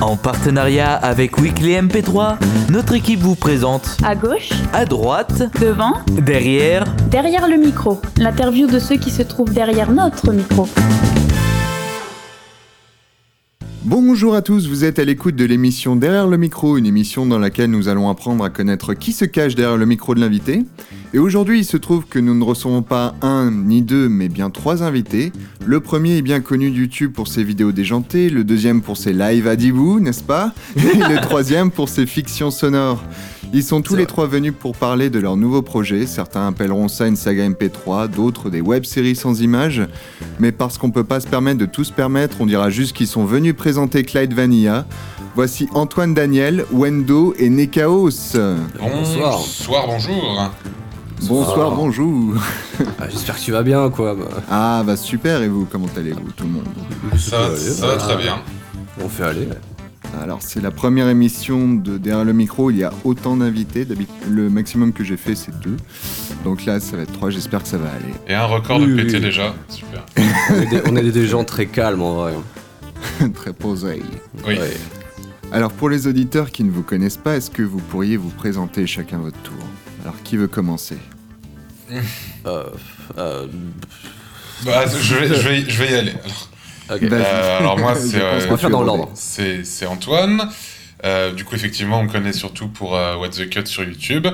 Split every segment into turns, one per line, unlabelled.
En partenariat avec Weekly MP3, notre équipe vous présente
À gauche,
à droite,
devant,
derrière,
derrière le micro. L'interview de ceux qui se trouvent derrière notre micro.
Bonjour à tous, vous êtes à l'écoute de l'émission Derrière le micro, une émission dans laquelle nous allons apprendre à connaître qui se cache derrière le micro de l'invité. Et aujourd'hui, il se trouve que nous ne recevons pas un ni deux, mais bien trois invités. Le premier est bien connu de YouTube pour ses vidéos déjantées, le deuxième pour ses lives à Dibou, n'est-ce pas Et le troisième pour ses fictions sonores. Ils sont tous les trois venus pour parler de leur nouveau projet. Certains appelleront ça une saga MP3, d'autres des web-séries sans images. Mais parce qu'on peut pas se permettre de tout se permettre, on dira juste qu'ils sont venus présenter Clyde Vanilla. Voici Antoine Daniel, Wendo et Nekaos.
Mmh.
Bonsoir.
Bonsoir, bonjour.
Bonsoir, bonjour.
Ah, J'espère que tu vas bien, quoi. bah.
Ah bah super, et vous, comment allez-vous tout le monde
Ça,
aller,
ça va
bah.
très bien.
On fait aller. ouais.
Alors c'est la première émission de Derrière le micro, il y a autant d'invités, d'habitude le maximum que j'ai fait c'est deux. Donc là ça va être trois, j'espère que ça va aller.
Et un record
Oui,
de
oui,
pété
oui.
déjà. Super.
On est, des, on est des gens très calmes, en vrai.
Très posé.
Oui.
Ouais.
Alors pour les auditeurs qui ne vous connaissent pas, est-ce que vous pourriez vous présenter chacun votre tour Alors qui veut commencer
Euh, euh,
Bah, je, vais, je, vais, je vais y aller. Alors,
Eh
ok.
Bah,
euh, alors moi, c'est,
Je pense
euh,
On va faire dans l'ordre.
c'est, c'est Antoine. Euh, du coup, effectivement, on me connaît surtout pour euh, What the Cut sur YouTube.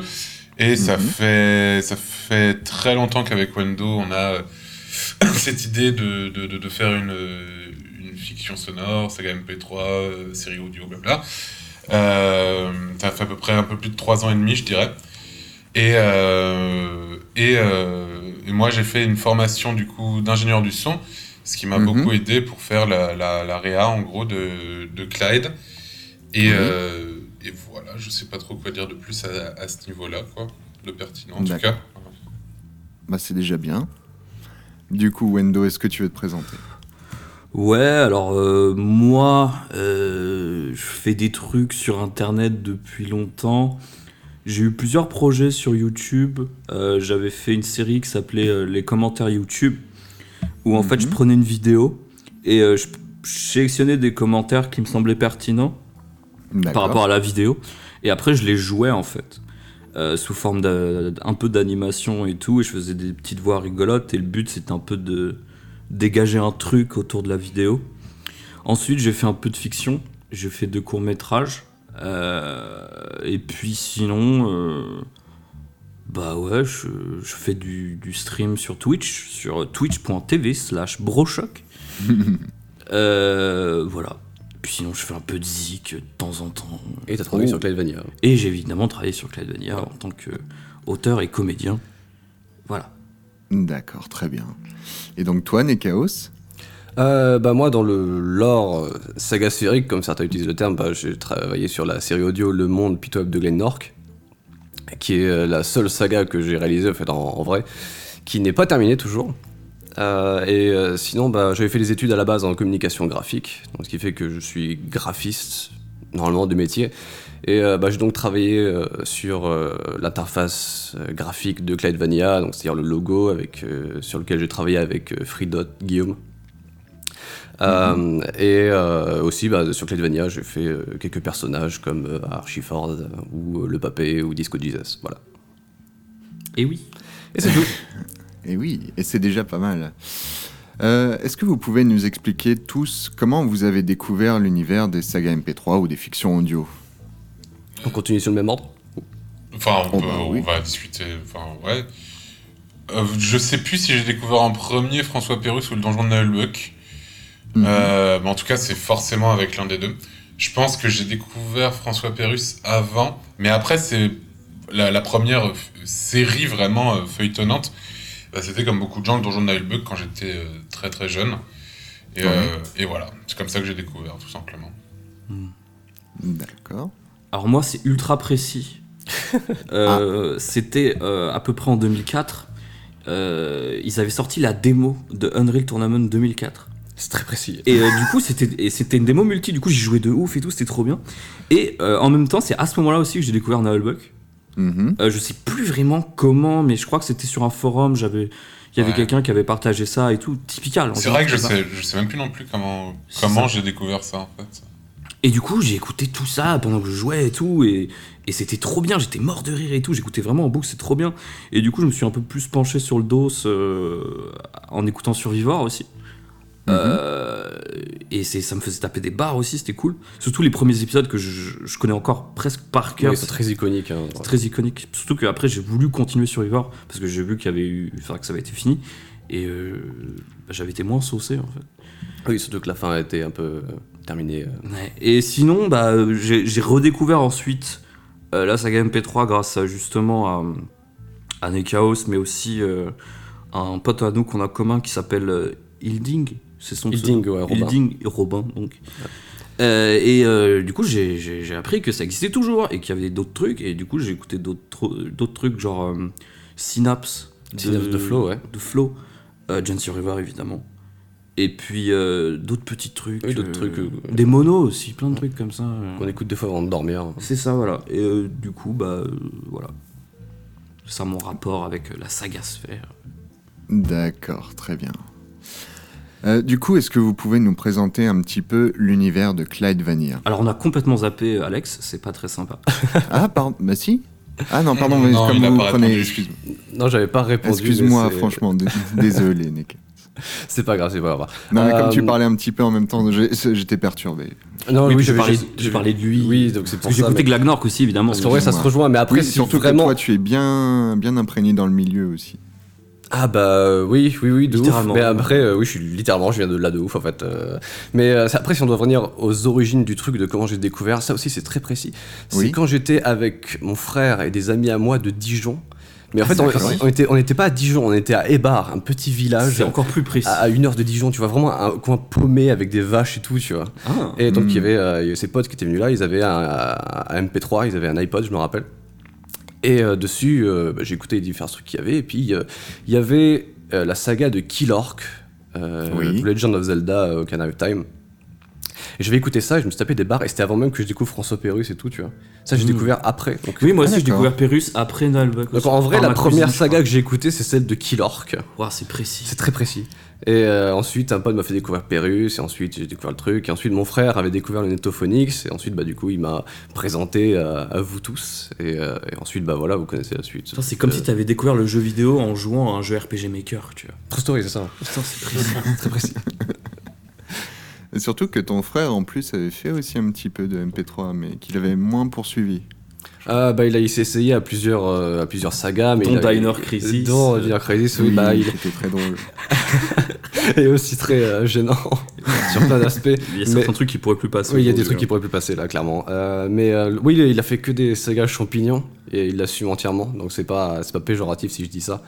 Et ça,
Mhm.
fait, ça fait très longtemps qu'avec Wendo, on a euh, cette idée de, de, de, de faire une, euh, une fiction sonore, saga MP3, euh, série audio, blabla. Euh, ça fait à peu près un peu plus de trois ans et demi, je dirais. Et, euh, et, euh, et moi, j'ai fait une formation du coup d'ingénieur du son, ce qui m'a
Mhm.
beaucoup aidé pour faire la, la, la réa en gros de, de Clyde. Et,
Oui.
euh, et voilà, je sais pas trop quoi dire de plus à, à ce niveau-là, quoi, de pertinent en tout
D'accord.
cas.
Bah c'est déjà bien. Du coup Wendo, est-ce que tu veux te présenter
Ouais, alors euh, moi, euh, je fais des trucs sur Internet depuis longtemps. J'ai eu plusieurs projets sur YouTube. Euh, J'avais fait une série qui s'appelait euh, Les commentaires YouTube, où en fait je
Mhm.
prenais une vidéo et euh, je je sélectionnais des commentaires qui me semblaient pertinents par rapport à la vidéo. Et après, je les jouais en fait, euh, sous forme d'un un peu d'animation et tout. Et je faisais des petites voix rigolotes. Et le but, c'était un peu de dégager un truc autour de la vidéo. Ensuite, j'ai fait un peu de fiction. J'ai fait deux courts métrages. Euh, et puis sinon, euh, bah ouais, je, je fais du, du stream sur Twitch, sur twitch.tv slash brochoc. Euh, voilà. Puis sinon, je fais un peu de zik de temps en temps.
Et t'as trouvé
Oh.
sur Clyde Vanilla.
Et j'ai évidemment travaillé sur Clyde Vanilla en tant qu'auteur et comédien. Voilà.
D'accord, très bien. Et donc toi Nekaos
Euh, bah moi, dans le lore euh, saga sphérique, comme certains utilisent le terme, bah, j'ai travaillé sur la série audio Le Monde Pitoyable de Glen Nork, qui est euh, la seule saga que j'ai réalisée en, fait, en, en vrai, qui n'est pas terminée toujours. Euh, et euh, sinon, bah, j'avais fait des études à la base en communication graphique, donc ce qui fait que je suis graphiste normalement de métier. Et euh, bah, j'ai donc travaillé euh, sur euh, l'interface euh, graphique de Clyde Vanilla, donc c'est-à-dire le logo avec, euh, sur lequel j'ai travaillé avec euh, Freedot Guillaume. Euh, et euh, aussi bah, sur Clydevania, j'ai fait euh, quelques personnages comme euh, Archiford euh, ou euh, Le Papé ou Disco Jesus. Voilà.
Et oui.
Et c'est tout.
Eh oui, et c'est déjà pas mal. Euh, est-ce que vous pouvez nous expliquer tous comment vous avez découvert l'univers des sagas MP3 ou des fictions audio
On continue sur le même ordre.
Enfin, on,
Oh
peut-
bah
on
oui.
va discuter. Enfin, ouais. Euh, je sais plus si j'ai découvert en premier François Pérus ou le donjon de Nullbuck.
Mhm.
Euh, mais en tout cas, c'est forcément avec l'un des deux. Je pense que j'ai découvert François Pérus avant, mais après, c'est la, la première euh, série vraiment euh, feuilletonnante. Bah, C'était comme beaucoup de gens le donjon de Nullbuck quand j'étais euh, très très jeune. Et, euh, et voilà, c'est comme ça que j'ai découvert, tout simplement.
D'accord.
Alors moi, c'est ultra précis. Euh, C'était euh, à peu près en 2004. Euh, ils avaient sorti la démo de Unreal Tournament 2004.
C'est très précis.
Et euh, du coup, c'était et c'était une démo multi. Du coup, j'y jouais de ouf et tout. C'était trop bien. Et euh, en même temps, c'est à ce moment-là aussi que j'ai découvert Nullbuck.
Mhm.
Euh, je sais plus vraiment comment, mais je crois que c'était sur un forum. J'avais, il y avait
Ouais.
quelqu'un qui avait partagé ça et tout. Typical. en
C'est
fait,
vrai que je
ça.
sais, je sais même plus non plus comment,
C'est
comment
ça.
j'ai découvert ça en fait.
Et du coup, j'ai écouté tout ça pendant que je jouais et tout, et, et c'était trop bien, j'étais mort de rire et tout, j'écoutais vraiment en boucle, c'est trop bien. Et du coup, je me suis un peu plus penché sur le dos euh, en écoutant Survivor aussi. Euh, et c'est, ça me faisait taper des barres aussi, c'était cool. Surtout les premiers épisodes que je, je connais encore presque par cœur.
Oui, c'est très iconique. hein.
C'est très iconique. Surtout qu'après, j'ai voulu continuer Survivor parce que j'ai vu qu'il y avait eu, enfin, que ça avait été fini. Et euh, bah, j'avais été moins saucé en fait.
Oui, surtout que la fin a été un peu euh, terminée. euh.
Ouais. Et sinon, bah, euh, j'ai j'ai redécouvert ensuite euh, la saga MP3 grâce à, justement à, à Nekaos, mais aussi euh, à un pote à nous qu'on a commun qui s'appelle euh, Hilding. C'est son
Hilding, ouais, Robin.
Hilding et Robin, donc. Euh, et euh, du coup, j'ai- j'ai j'ai appris que ça existait toujours et qu'il y avait d'autres trucs. Et du coup, j'ai écouté d'autres tro- d'autres trucs, genre euh, Synapse.
Synapse de Flow, ouais.
De Flow. Euh, John Survivor, évidemment. Et puis euh, d'autres petits trucs.
Oui, d'autres trucs, euh,
Des monos aussi, plein de trucs comme ça. euh.
Qu'on écoute deux fois avant de dormir. hein.
C'est ça, voilà. Et euh, du coup, bah, euh, voilà. C'est ça mon rapport avec euh, la saga sphère.
D'accord, très bien. Euh, du coup, est-ce que vous pouvez nous présenter un petit peu l'univers de Clyde Vanir
Alors, on a complètement zappé euh, Alex, c'est pas très sympa.
Ah, pardon, bah si Ah non, pardon,
Non,
mais
il
comme
a
vous
pas
prenez...
répondu.
excuse-
Non, j'avais pas répondu. mais
Excuse-moi,
c'est-
franchement, dé- désolé, Nick.
C'est pas grave, c'est pas grave.
Non, mais comme tu
Euh,
parlais un petit peu en même temps, j'ai- j'étais perturbé.
Non,
Oui,
oui,
puis
j'avais
tu parlais-
juste-
tu
j'avais-
parlais de lui.
Oui, donc c'est pour
Parce que j'ai
ça.
écouté
mais-
Gagnork aussi, évidemment.
Parce qu'en vrai, ça se
Excuse-moi.
rejoint, mais après,
oui,
si
surtout
vraiment.
que toi, tu es bien, bien imprégné dans le milieu aussi.
Ah bah euh, oui, oui, oui, de ouf.
Littéralement.
Mais après, euh, oui, je suis littéralement, je viens de là de ouf en fait. euh. mais euh, ça- après, si on doit revenir aux origines du truc, de comment j'ai découvert, ça aussi c'est très précis. C'est
Oui.
quand j'étais avec mon frère et des amis à moi de Dijon. Mais en
Ah,
fait,
c'est
on
vrai.
on était- on n'était pas à Dijon, on était à Ébar, un petit village
c'est encore plus précis.
à, à une heure de Dijon, tu vois, vraiment un coin paumé avec des vaches et tout, tu vois.
Ah.
Et donc,
Hmm.
il y avait euh, il y avait ses potes qui étaient venus là, ils avaient un, un MP3, ils avaient un iPod, je me rappelle. Et euh, dessus, euh, bah, j'ai écouté les différents trucs qu'il y avait. Et puis, euh, il y avait euh, la saga de Killork, euh,
Oui.
The Legend of Zelda, euh, Ocarina of Time. Et j'avais écouté ça, et je me suis tapé des barres, et c'était avant même que je découvre François Pérus et tout, tu vois. Ça, j'ai
Hmm.
découvert après. Donc,
Oui, moi
Ah,
aussi, j'ai
d'accord.
découvert Pérus après Nalbac.
donc, en vrai, la première saga que j'ai écoutée, c'est celle de Killork.
c'est précis.
C'est très précis. Et euh, ensuite, un pote m'a fait découvrir Pérus, et ensuite j'ai découvert le truc, et ensuite mon frère avait découvert le Netophonix, et ensuite, bah, du coup, il m'a présenté euh, à vous tous, et, euh, et ensuite, bah voilà, vous connaissez la suite. Euh,
Putain, C'est comme si t'avais découvert le jeu vidéo en jouant à un jeu RPG Maker, tu vois.
True Story, c'est ça
Putain, c'est hein. précis.
Très précis.
Et surtout que ton frère, en plus, avait fait aussi un petit peu de MP3, mais qu'il avait moins poursuivi.
Ah, bah, il, a, il s'est essayé à plusieurs, euh, à plusieurs sagas, mais.
Dont
il a-
Diner
il-
Crisis.
Dont Diner Crisis, oui, bah, il
c'était très drôle.
est aussi très euh, gênant sur plein d'aspects.
Il y a
Mais-
certains trucs qui pourraient plus passer.
Oui, il y a des
aujourd'hui,
trucs qui pourraient plus passer là, clairement. Euh, mais euh, oui, il a fait que des sagas champignons et il l'assume entièrement, donc c'est pas c'est pas péjoratif si je dis ça.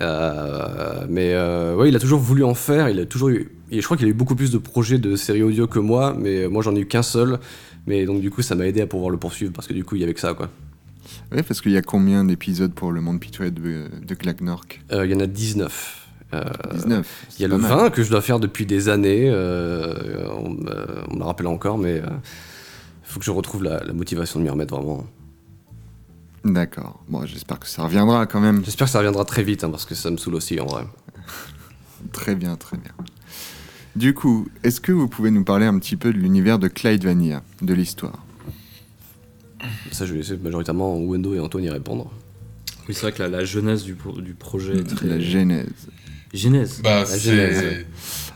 Euh, mais euh, ouais, il a toujours voulu en faire. Il a toujours eu. et je crois qu'il a eu beaucoup plus de projets de séries audio que moi, mais moi j'en ai eu qu'un seul. Mais donc du coup, ça m'a aidé à pouvoir le poursuivre parce que du coup, il y avait que ça quoi.
Oui, parce qu'il y a combien d'épisodes pour le monde pitoyable de, de Glagnork
Euh, Il y en a 19. Euh,
19.
Il y a
c'est
le
pas mal.
20 que je dois faire depuis des années. euh, on, me- on me le rappelle encore, mais euh, faut que je retrouve la, la motivation de m'y remettre vraiment.
D'accord. Bon, j'espère que ça reviendra quand même.
J'espère que ça reviendra très vite, hein, parce que ça me saoule aussi en vrai.
Très bien, très bien. Du coup, est-ce que vous pouvez nous parler un petit peu de l'univers de Clyde Vanir, de l'histoire
Ça, je vais laisser majoritairement Wendo et Antoine y répondre.
Oui, c'est vrai que la, la jeunesse du, pro- du projet est très.
La genèse.
Genèse.
Bah,
genèse.
c'est.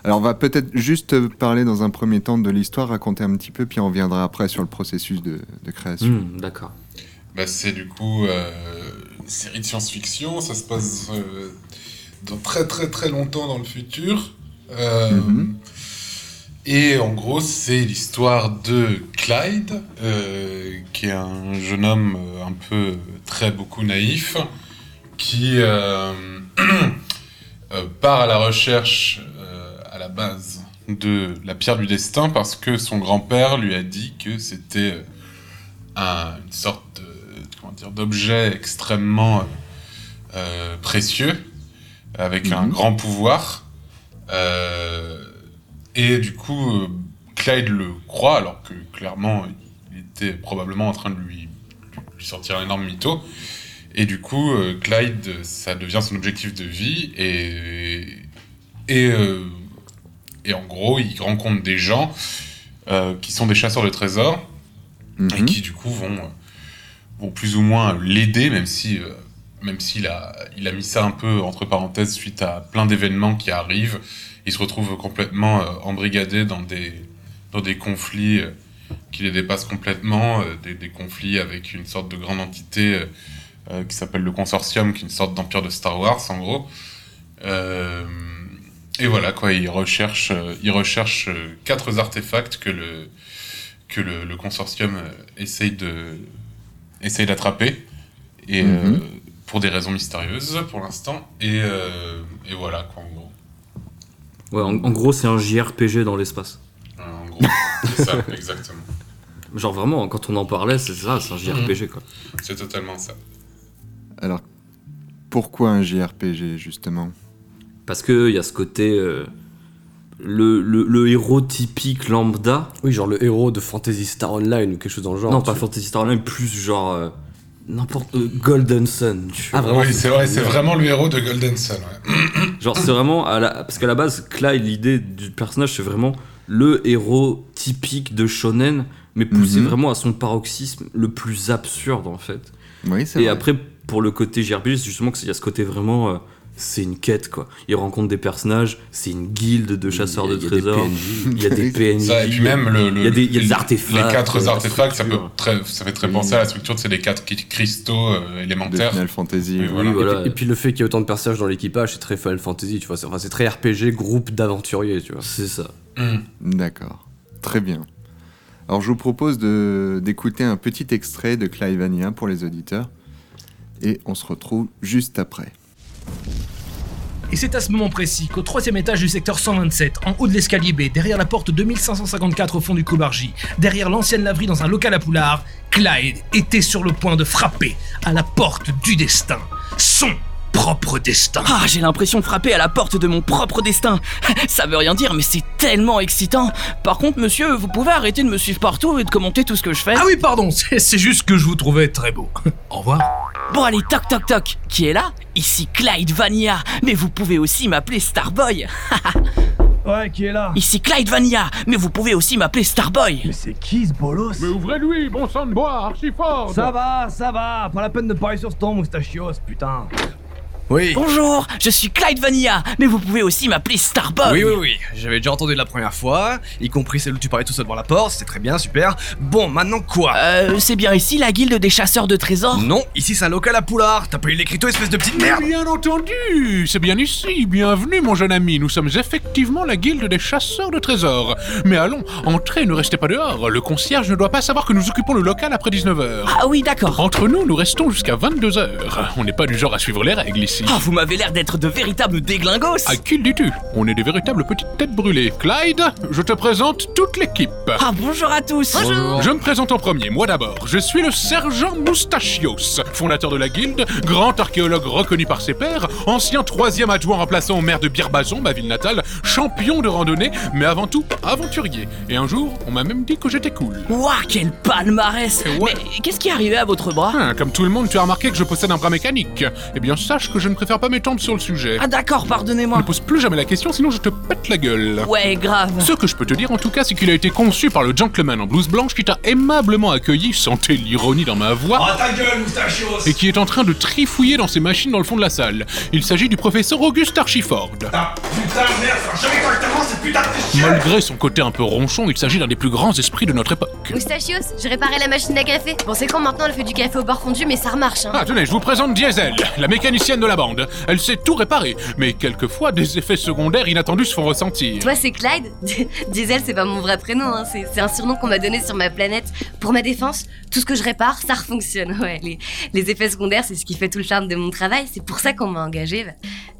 Alors, on va peut-être juste parler dans un premier temps de l'histoire, raconter un petit peu, puis on reviendra après sur le processus de, de création.
Hmm, D'accord.
Bah, c'est du coup euh, une série de science-fiction. Ça se passe euh, dans très très très longtemps dans le futur. Euh,
Mhm.
Et en gros, c'est l'histoire de Clyde, euh, qui est un jeune homme euh, un peu très beaucoup naïf, qui euh, euh, part à la recherche euh, à la base de la pierre du destin parce que son grand-père lui a dit que c'était euh, un- une sorte de- comment dire, d'objet extrêmement euh, euh, précieux, avec un
Mhm.
grand pouvoir. Euh, et du coup, euh, Clyde le croit, alors que clairement, il était probablement en train de lui, lui sortir un énorme mytho. Et du coup, euh, Clyde, euh, ça devient son objectif de vie. Et, et, euh, et en gros, il rencontre des gens
euh, qui sont des chasseurs de trésors
Mm.
Mhm.
et qui du coup vont, euh, vont plus ou moins l'aider, même si euh, même s'il a, il a mis ça un peu entre parenthèses suite à plein d'événements qui arrivent. Il se retrouve complètement euh, embrigadé dans des, dans des conflits euh, qui les dépassent complètement, euh, des, des conflits avec une sorte de grande entité euh, euh, qui s'appelle le Consortium, qui est une sorte d'empire de Star Wars en gros. Euh, et voilà quoi, il recherche, euh, il recherche euh, quatre artefacts que le, que le, le Consortium euh, essaye de essaye d'attraper. Et
Mhm.
euh, pour des raisons mystérieuses pour l'instant. Et, euh, et voilà, quoi, en gros.
Ouais, en, en gros, c'est un JRPG dans l'espace.
Euh, En gros, c'est ça, exactement.
Genre vraiment, quand on en parlait, c'est ça, c'est un
Mhm.
JRPG quoi.
C'est totalement ça.
Alors, pourquoi un JRPG, justement
Parce qu'il y a ce côté. euh, le, le- le héros typique lambda.
Oui, genre le héros de Fantasy Star Online ou quelque chose dans le genre.
non, pas
tu-
Fantasy Star Online, plus genre. euh, n'importe. euh,
Golden Sun. tu
Ah,
Ah,
vois.
Oui, c'est vrai, c'est vraiment le héros de Golden Sun. ouais.
Genre, c'est vraiment. À la, parce qu'à la base, Clyde, l'idée du personnage, c'est vraiment le héros typique de shonen, mais poussé
Mhm.
vraiment à son paroxysme le plus absurde en fait.
Oui, c'est
Et
vrai.
après, pour le côté JRPG, c'est justement qu'il y a ce côté vraiment. euh, c'est une quête quoi. Il rencontre des personnages, c'est une guilde de chasseurs
Il y a-
de
il y a des
trésors,
PNJ.
il y a des PNJ.
Ça, et puis même le, le-
il y a des- il y a des
les-
artefacts,
Les quatre
euh, la
artefacts, ça, peut
structure.
très, ça fait très penser à la structure, c'est les quatre cri- cristaux euh,
de
élémentaires.
Final Fantasy.
Oui,
ouais.
voilà.
Oui, voilà.
Et, puis, et puis le fait qu'il y ait autant de personnages dans l'équipage, c'est très Final Fantasy, tu vois. C'est enfin, c'est très RPG, groupe d'aventuriers, tu vois.
C'est ça.
Hum.
D'accord. Très bien. Alors, je vous propose de- d'écouter un petit extrait de Clivania pour les auditeurs. Et on se retrouve juste après.
Et c'est à ce moment précis qu'au troisième étage du secteur 127, en haut de l'escalier B, derrière la porte 2554 au fond du Cobargy, derrière l'ancienne laverie dans un local à poulard, Clyde était sur le point de frapper à la porte du destin. Son propre destin.
Ah, j'ai l'impression de frapper à la porte de mon propre destin. Ça veut rien dire, mais c'est tellement excitant. Par contre, monsieur, vous pouvez arrêter de me suivre partout et de commenter tout ce que je fais.
Ah oui, pardon, c'est c'est juste que je vous trouvais très beau. Au revoir.
Bon, allez, toc toc toc. Qui est là Ici Clyde Vania. Mais vous pouvez aussi m'appeler Starboy.
Ouais, qui est là
Ici Clyde Vania. Mais vous pouvez aussi m'appeler Starboy.
C'est qui ce bolos Mais ouvrez-lui, bon sang de bois, Archiford Ça va, ça va, pas la peine de parler sur ce ton, moustachios, putain.
Oui.
Bonjour, je suis Clyde Vania. Mais vous pouvez aussi m'appeler Starboy.
Oui, oui, oui, j'avais déjà entendu la première fois, y compris celle où tu parlais tout seul devant la porte, c'était très bien, super. Bon, maintenant quoi
Euh, c'est bien ici la guilde des chasseurs de trésors
Non, ici c'est un local à poulard, t'as pas eu l'écriteau, espèce de petite merde
Bien entendu C'est bien ici, bienvenue mon jeune ami, nous sommes effectivement la guilde des chasseurs de trésors. Mais allons, entrez, ne restez pas dehors, le concierge ne doit pas savoir que nous occupons le local après 19h.
Ah oui, d'accord.
Entre nous, nous restons jusqu'à 22h. On n'est pas du genre à suivre les règles ici.
Ah, vous m'avez l'air d'être de véritables déglingos.
Ah.
À qui le dis-tu On est des véritables petites têtes brûlées. Clyde, je te présente toute l'équipe.
Ah, bonjour à tous.
Je me présente en premier, moi d'abord. Je suis le sergent Moustachios, fondateur de la guilde, grand archéologue reconnu par ses pairs, ancien troisième adjoint remplaçant au maire de Birbazon, ma ville natale, champion de randonnée, mais avant tout aventurier. Et un jour, on m'a même dit que j'étais cool.
Ouah, quel palmarès
Et ouais.
Mais qu'est-ce qui est arrivé à votre bras
Ah, comme tout le monde, tu as remarqué que je possède un bras mécanique. Eh bien, sache que je ne préfère pas m'étendre sur le sujet.
Ah d'accord,
Ne
pardonnez-moi.
pose plus jamais la question, sinon je te pète la gueule.
Ouais, grave.
Ce que je peux te dire en tout cas, c'est qu'il a été conçu par le gentleman en blouse blanche qui t'a aimablement accueilli, sentez l'ironie dans ma voix. Et qui est en train de trifouiller dans ses machines dans le fond de la salle. Il s'agit du professeur Auguste Archiford. Malgré son côté un peu ronchon, il s'agit d'un des plus grands esprits de notre époque.
Moustachios, je réparais la machine à café. Bon, c'est quand maintenant elle fait du café au beurre fondu, mais ça remarche, hein.
Ah, tenez, je vous présente Diesel, la mécanicienne de la bande. Elle sait tout réparer, mais quelquefois des effets secondaires inattendus se font ressentir.
Toi, c'est Clyde Diesel, c'est pas mon vrai prénom, hein. c'est c'est un surnom qu'on m'a donné sur ma planète. Pour ma défense, tout ce que je répare, ça refonctionne. Ouais, les, les effets secondaires, c'est ce qui fait tout le charme de mon travail. C'est pour ça qu'on m'a engagé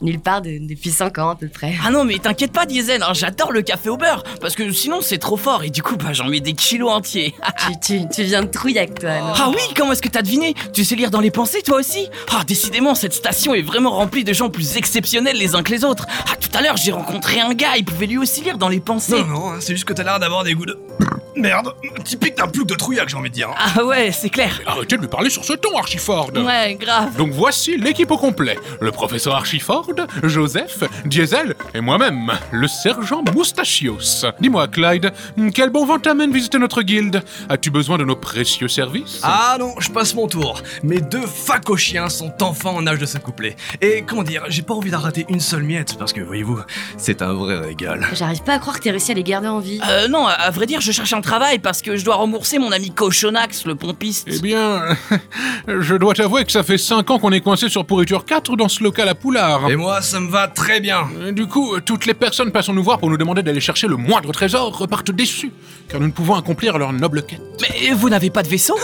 nulle part de- depuis 5 ans à peu près.
Ah non mais t'inquiète pas Diesel, hein, j'adore le café au beurre, parce que sinon c'est trop fort et du coup bah j'en mets des kilos entiers.
tu, tu- tu viens de Trouillac, toi, non
Ah oui, comment est-ce que t'as deviné Tu sais lire dans les pensées toi aussi Ah décidément cette station est vraiment remplie de gens plus exceptionnels les uns que les autres. Ah tout à l'heure j'ai rencontré un gars, il pouvait lui aussi lire dans les pensées.
Non, non, hein, c'est juste que t'as l'air d'avoir des goûts de.
Merde, typique d'un plouc de trouillac, j'ai envie de dire. hein.
Ah ouais, c'est clair.
Arrêtez de lui parler sur ce ton, Archiford
Ouais, grave.
Donc voici l'équipe au complet. Le professeur Archiford, Joseph, Diesel et moi-même, le sergent Moustachios. Dis-moi, Clyde, quel bon vent t'amène visiter notre guilde As-tu besoin de nos précieux services
Ah non, je passe mon tour. Mes deux facochiens sont enfin en âge de se coupler. Et comment dire, j'ai pas envie d'en rater une seule miette, parce que voyez-vous, c'est un vrai régal.
J'arrive pas à croire que t'aies réussi à les garder en vie.
Euh, non, à- à vrai dire, je cherche un travail parce que je dois rembourser mon ami Cochonax, le pompiste.
ben.
Eh bien, je dois t'avouer que ça fait 5 ans qu'on est coincé sur Pourriture 4 dans ce local à Poulard.
Et moi, ça me va très bien.
Euh, Du coup, euh, toutes les personnes passant nous voir pour nous demander d'aller chercher le moindre trésor repartent déçues, car nous ne pouvons accomplir leur noble quête.
Mais vous n'avez pas de vaisseau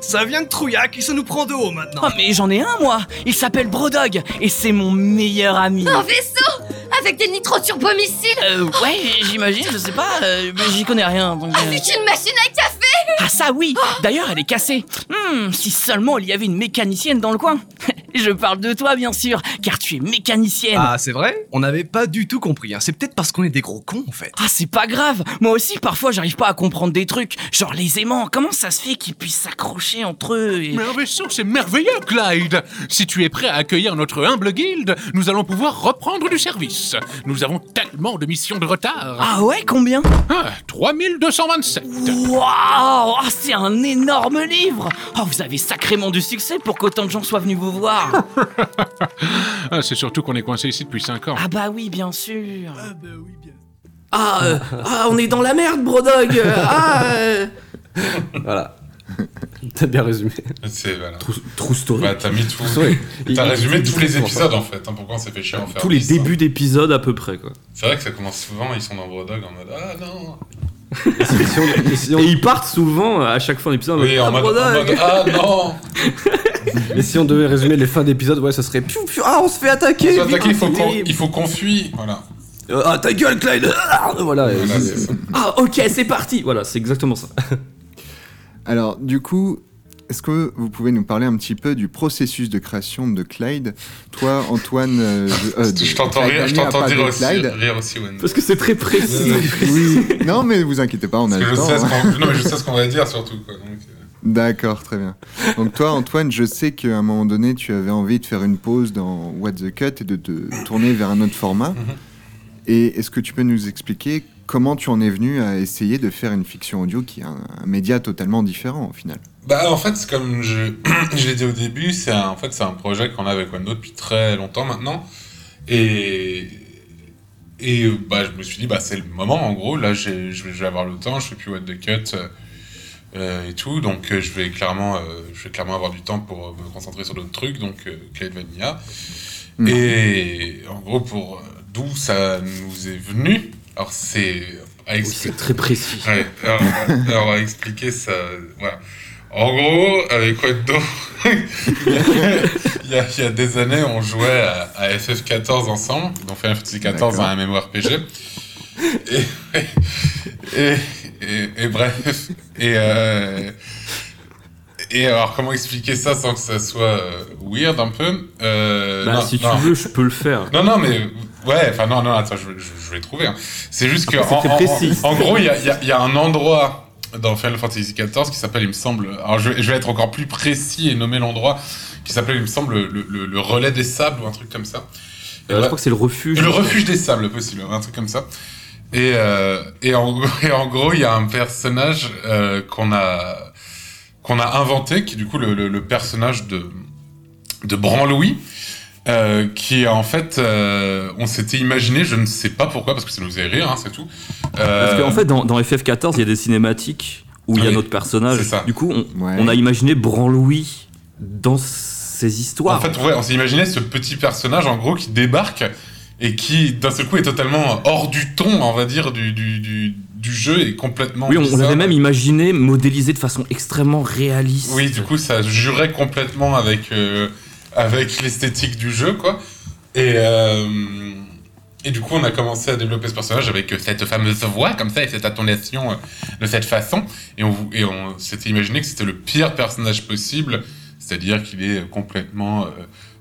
Ça vient de Trouillac et ça nous prend de haut maintenant.
Oh, mais j'en ai un, moi Il s'appelle Brodog, et c'est mon meilleur ami.
Un vaisseau Avec des nitroturbommissiles
Euh, ouais, j'imagine, je sais pas, euh, mais j'y connais rien, donc... euh,
Avec Ah, une machine à café Oh
Ah ça oui D'ailleurs elle est cassée Hmm, Si seulement il y avait une mécanicienne dans le coin Je parle de toi bien sûr, car tu es mécanicienne
Ah, c'est vrai On n'avait pas du tout compris. hein. C'est peut-être parce qu'on est des gros cons, en fait.
Ah, c'est pas grave Moi aussi parfois j'arrive pas à comprendre des trucs, genre les aimants, comment ça se fait qu'ils puissent s'accrocher entre eux et...
Mais un vaisseau, c'est merveilleux, Clyde Si tu es prêt à accueillir notre humble guilde, nous allons pouvoir reprendre du service. Nous avons tellement de missions de retard.
Ah ouais, combien
Ah, 3227
Waouh Ah, C'est un énorme livre Oh, vous avez sacrément du succès pour qu'autant de gens soient venus vous voir
Ah, C'est surtout qu'on est coincé ici depuis 5 ans.
Ah bah oui, bien sûr
Ah, euh, ah, on est dans la merde, Brodog euh, Ah, euh,
Voilà. T'as bien résumé.
C'est voilà.
True, true story.
Bah, t'as mis tout.
Ouais. Il-
T'as
il-
résumé
il-
tous
il-
les
il-
épisodes en fait. hein, pourquoi on s'est fait chier à en faire
Tous les
dix, hein.
débuts d'épisodes à peu près, quoi.
C'est vrai que ça commence souvent, ils sont dans Brodog en mode Ah non
Et ils partent souvent euh, à chaque fin d'épisode.
Oui, en
Ah,
mode, en
Brodog.
mode, Ah non
Et si on devait résumer les fins d'épisode, ouais, ça serait. piou.
piou, piou, ah, on se fait
On
attaquer
se fait
vite,
attaquer, il faut
c'est
qu'on-
terrible.
il faut qu'on fuit Voilà.
Euh, ah, ta gueule, Clyde Ah, Voilà.
Euh,
et-
Voilà, c'est ça.
Ah, ok, c'est parti
Voilà, c'est exactement ça.
Alors, du coup, est-ce que vous pouvez nous parler un petit peu du processus de création de Clyde Toi, Antoine. euh, je euh, de-
Je t'entends
Clyde
rire, je
Lanier,
t'entends
pas
rire
de
aussi,
Clyde.
rire aussi, Wendy.
Parce que c'est très précis.
Euh, Oui. Non, mais vous inquiétez pas, on a
Parce que
le
je sais
temps.
ce
hein.
qu'on- non, mais je sais ce qu'on va dire surtout. Quoi. Donc, euh,
D'accord, très bien. Donc toi, Antoine, je sais qu'à un moment donné, tu avais envie de faire une pause dans What the Cut et de te tourner vers un autre format.
Mhm.
Et est-ce que tu peux nous expliquer comment tu en es venu à essayer de faire une fiction audio qui est un, un média totalement différent au final
Bah, en fait, c'est comme je, je l'ai dit au début, c'est un, en fait, c'est un projet qu'on a avec Wendo depuis très longtemps maintenant. Et, et bah, je me suis dit, bah, c'est le moment en gros. Là, j'ai- je vais, je vais avoir le temps, je fais plus What the Cut euh, euh, et tout. Donc, euh, je, vais clairement, euh, je vais clairement avoir du temps pour euh, me concentrer sur d'autres trucs. Donc, euh, Clyde Vanilla.
Hmm.
Mhm.
Et en gros, pour euh, d'où ça nous est venu. Alors, c'est à
Oui,
expliquer.
c'est très précis.
Ouais, alors, alors, on va expliquer ça. Voilà. En gros, avec Wendo, il, y a- il y a- il y a des années, on jouait à, à FF14 ensemble, donc Final Fantasy XIV à un MMORPG. Et, et, et- et bref. Et, euh, et alors, comment expliquer ça sans que ça soit euh, weird un peu Euh,
Bah,
non,
si tu
non.
veux, je peux le faire. Euh,
Non, non, mais. Ouais, enfin, non, non, attends, je, je- je vais trouver. hein. C'est juste que.
Après,
en,
c'était
en-
précis.
en- en gros, il y a, il y a- il y a un endroit dans Final Fantasy XIV qui s'appelle, il me semble. Alors, je, je vais être encore plus précis et nommer l'endroit qui s'appelle, il me semble, le, le- le relais des sables ou un truc comme ça. Et
Euh,
ouais.
je crois que c'est le refuge.
Le refuge des sables, possible, un truc comme ça. Et, euh, et, en, gros- et en gros, il y a un personnage euh, qu'on a qu'on a inventé, qui est du coup le, le, le personnage de de Branlouis, euh, qui est en fait, euh, on s'était imaginé, je ne sais pas pourquoi, parce que ça nous faisait rire, hein, c'est tout. Euh,
Parce qu'en fait, dans, dans FF14, il y a des cinématiques où il y a
Oui,
notre personnage.
c'est ça.
Du coup, on,
Ouais.
on a imaginé Branlouis dans ses histoires.
En fait, ouais, on s'est imaginé ce petit personnage, en gros, qui débarque et qui, d'un seul coup, est totalement hors du ton, on va dire, du, du, du, du jeu et complètement.
oui, on, on
bizarre.
l'avait même imaginé, modélisé de façon extrêmement réaliste.
Oui, du coup, ça jurait complètement avec, euh, avec l'esthétique du jeu, quoi. Et, euh, et du coup, on a commencé à développer ce personnage avec euh, cette fameuse voix, comme ça, et cette intonation euh, de cette façon. Et on, vou- et on s'était imaginé que c'était le pire personnage possible, c'est-à-dire qu'il est euh, complètement euh,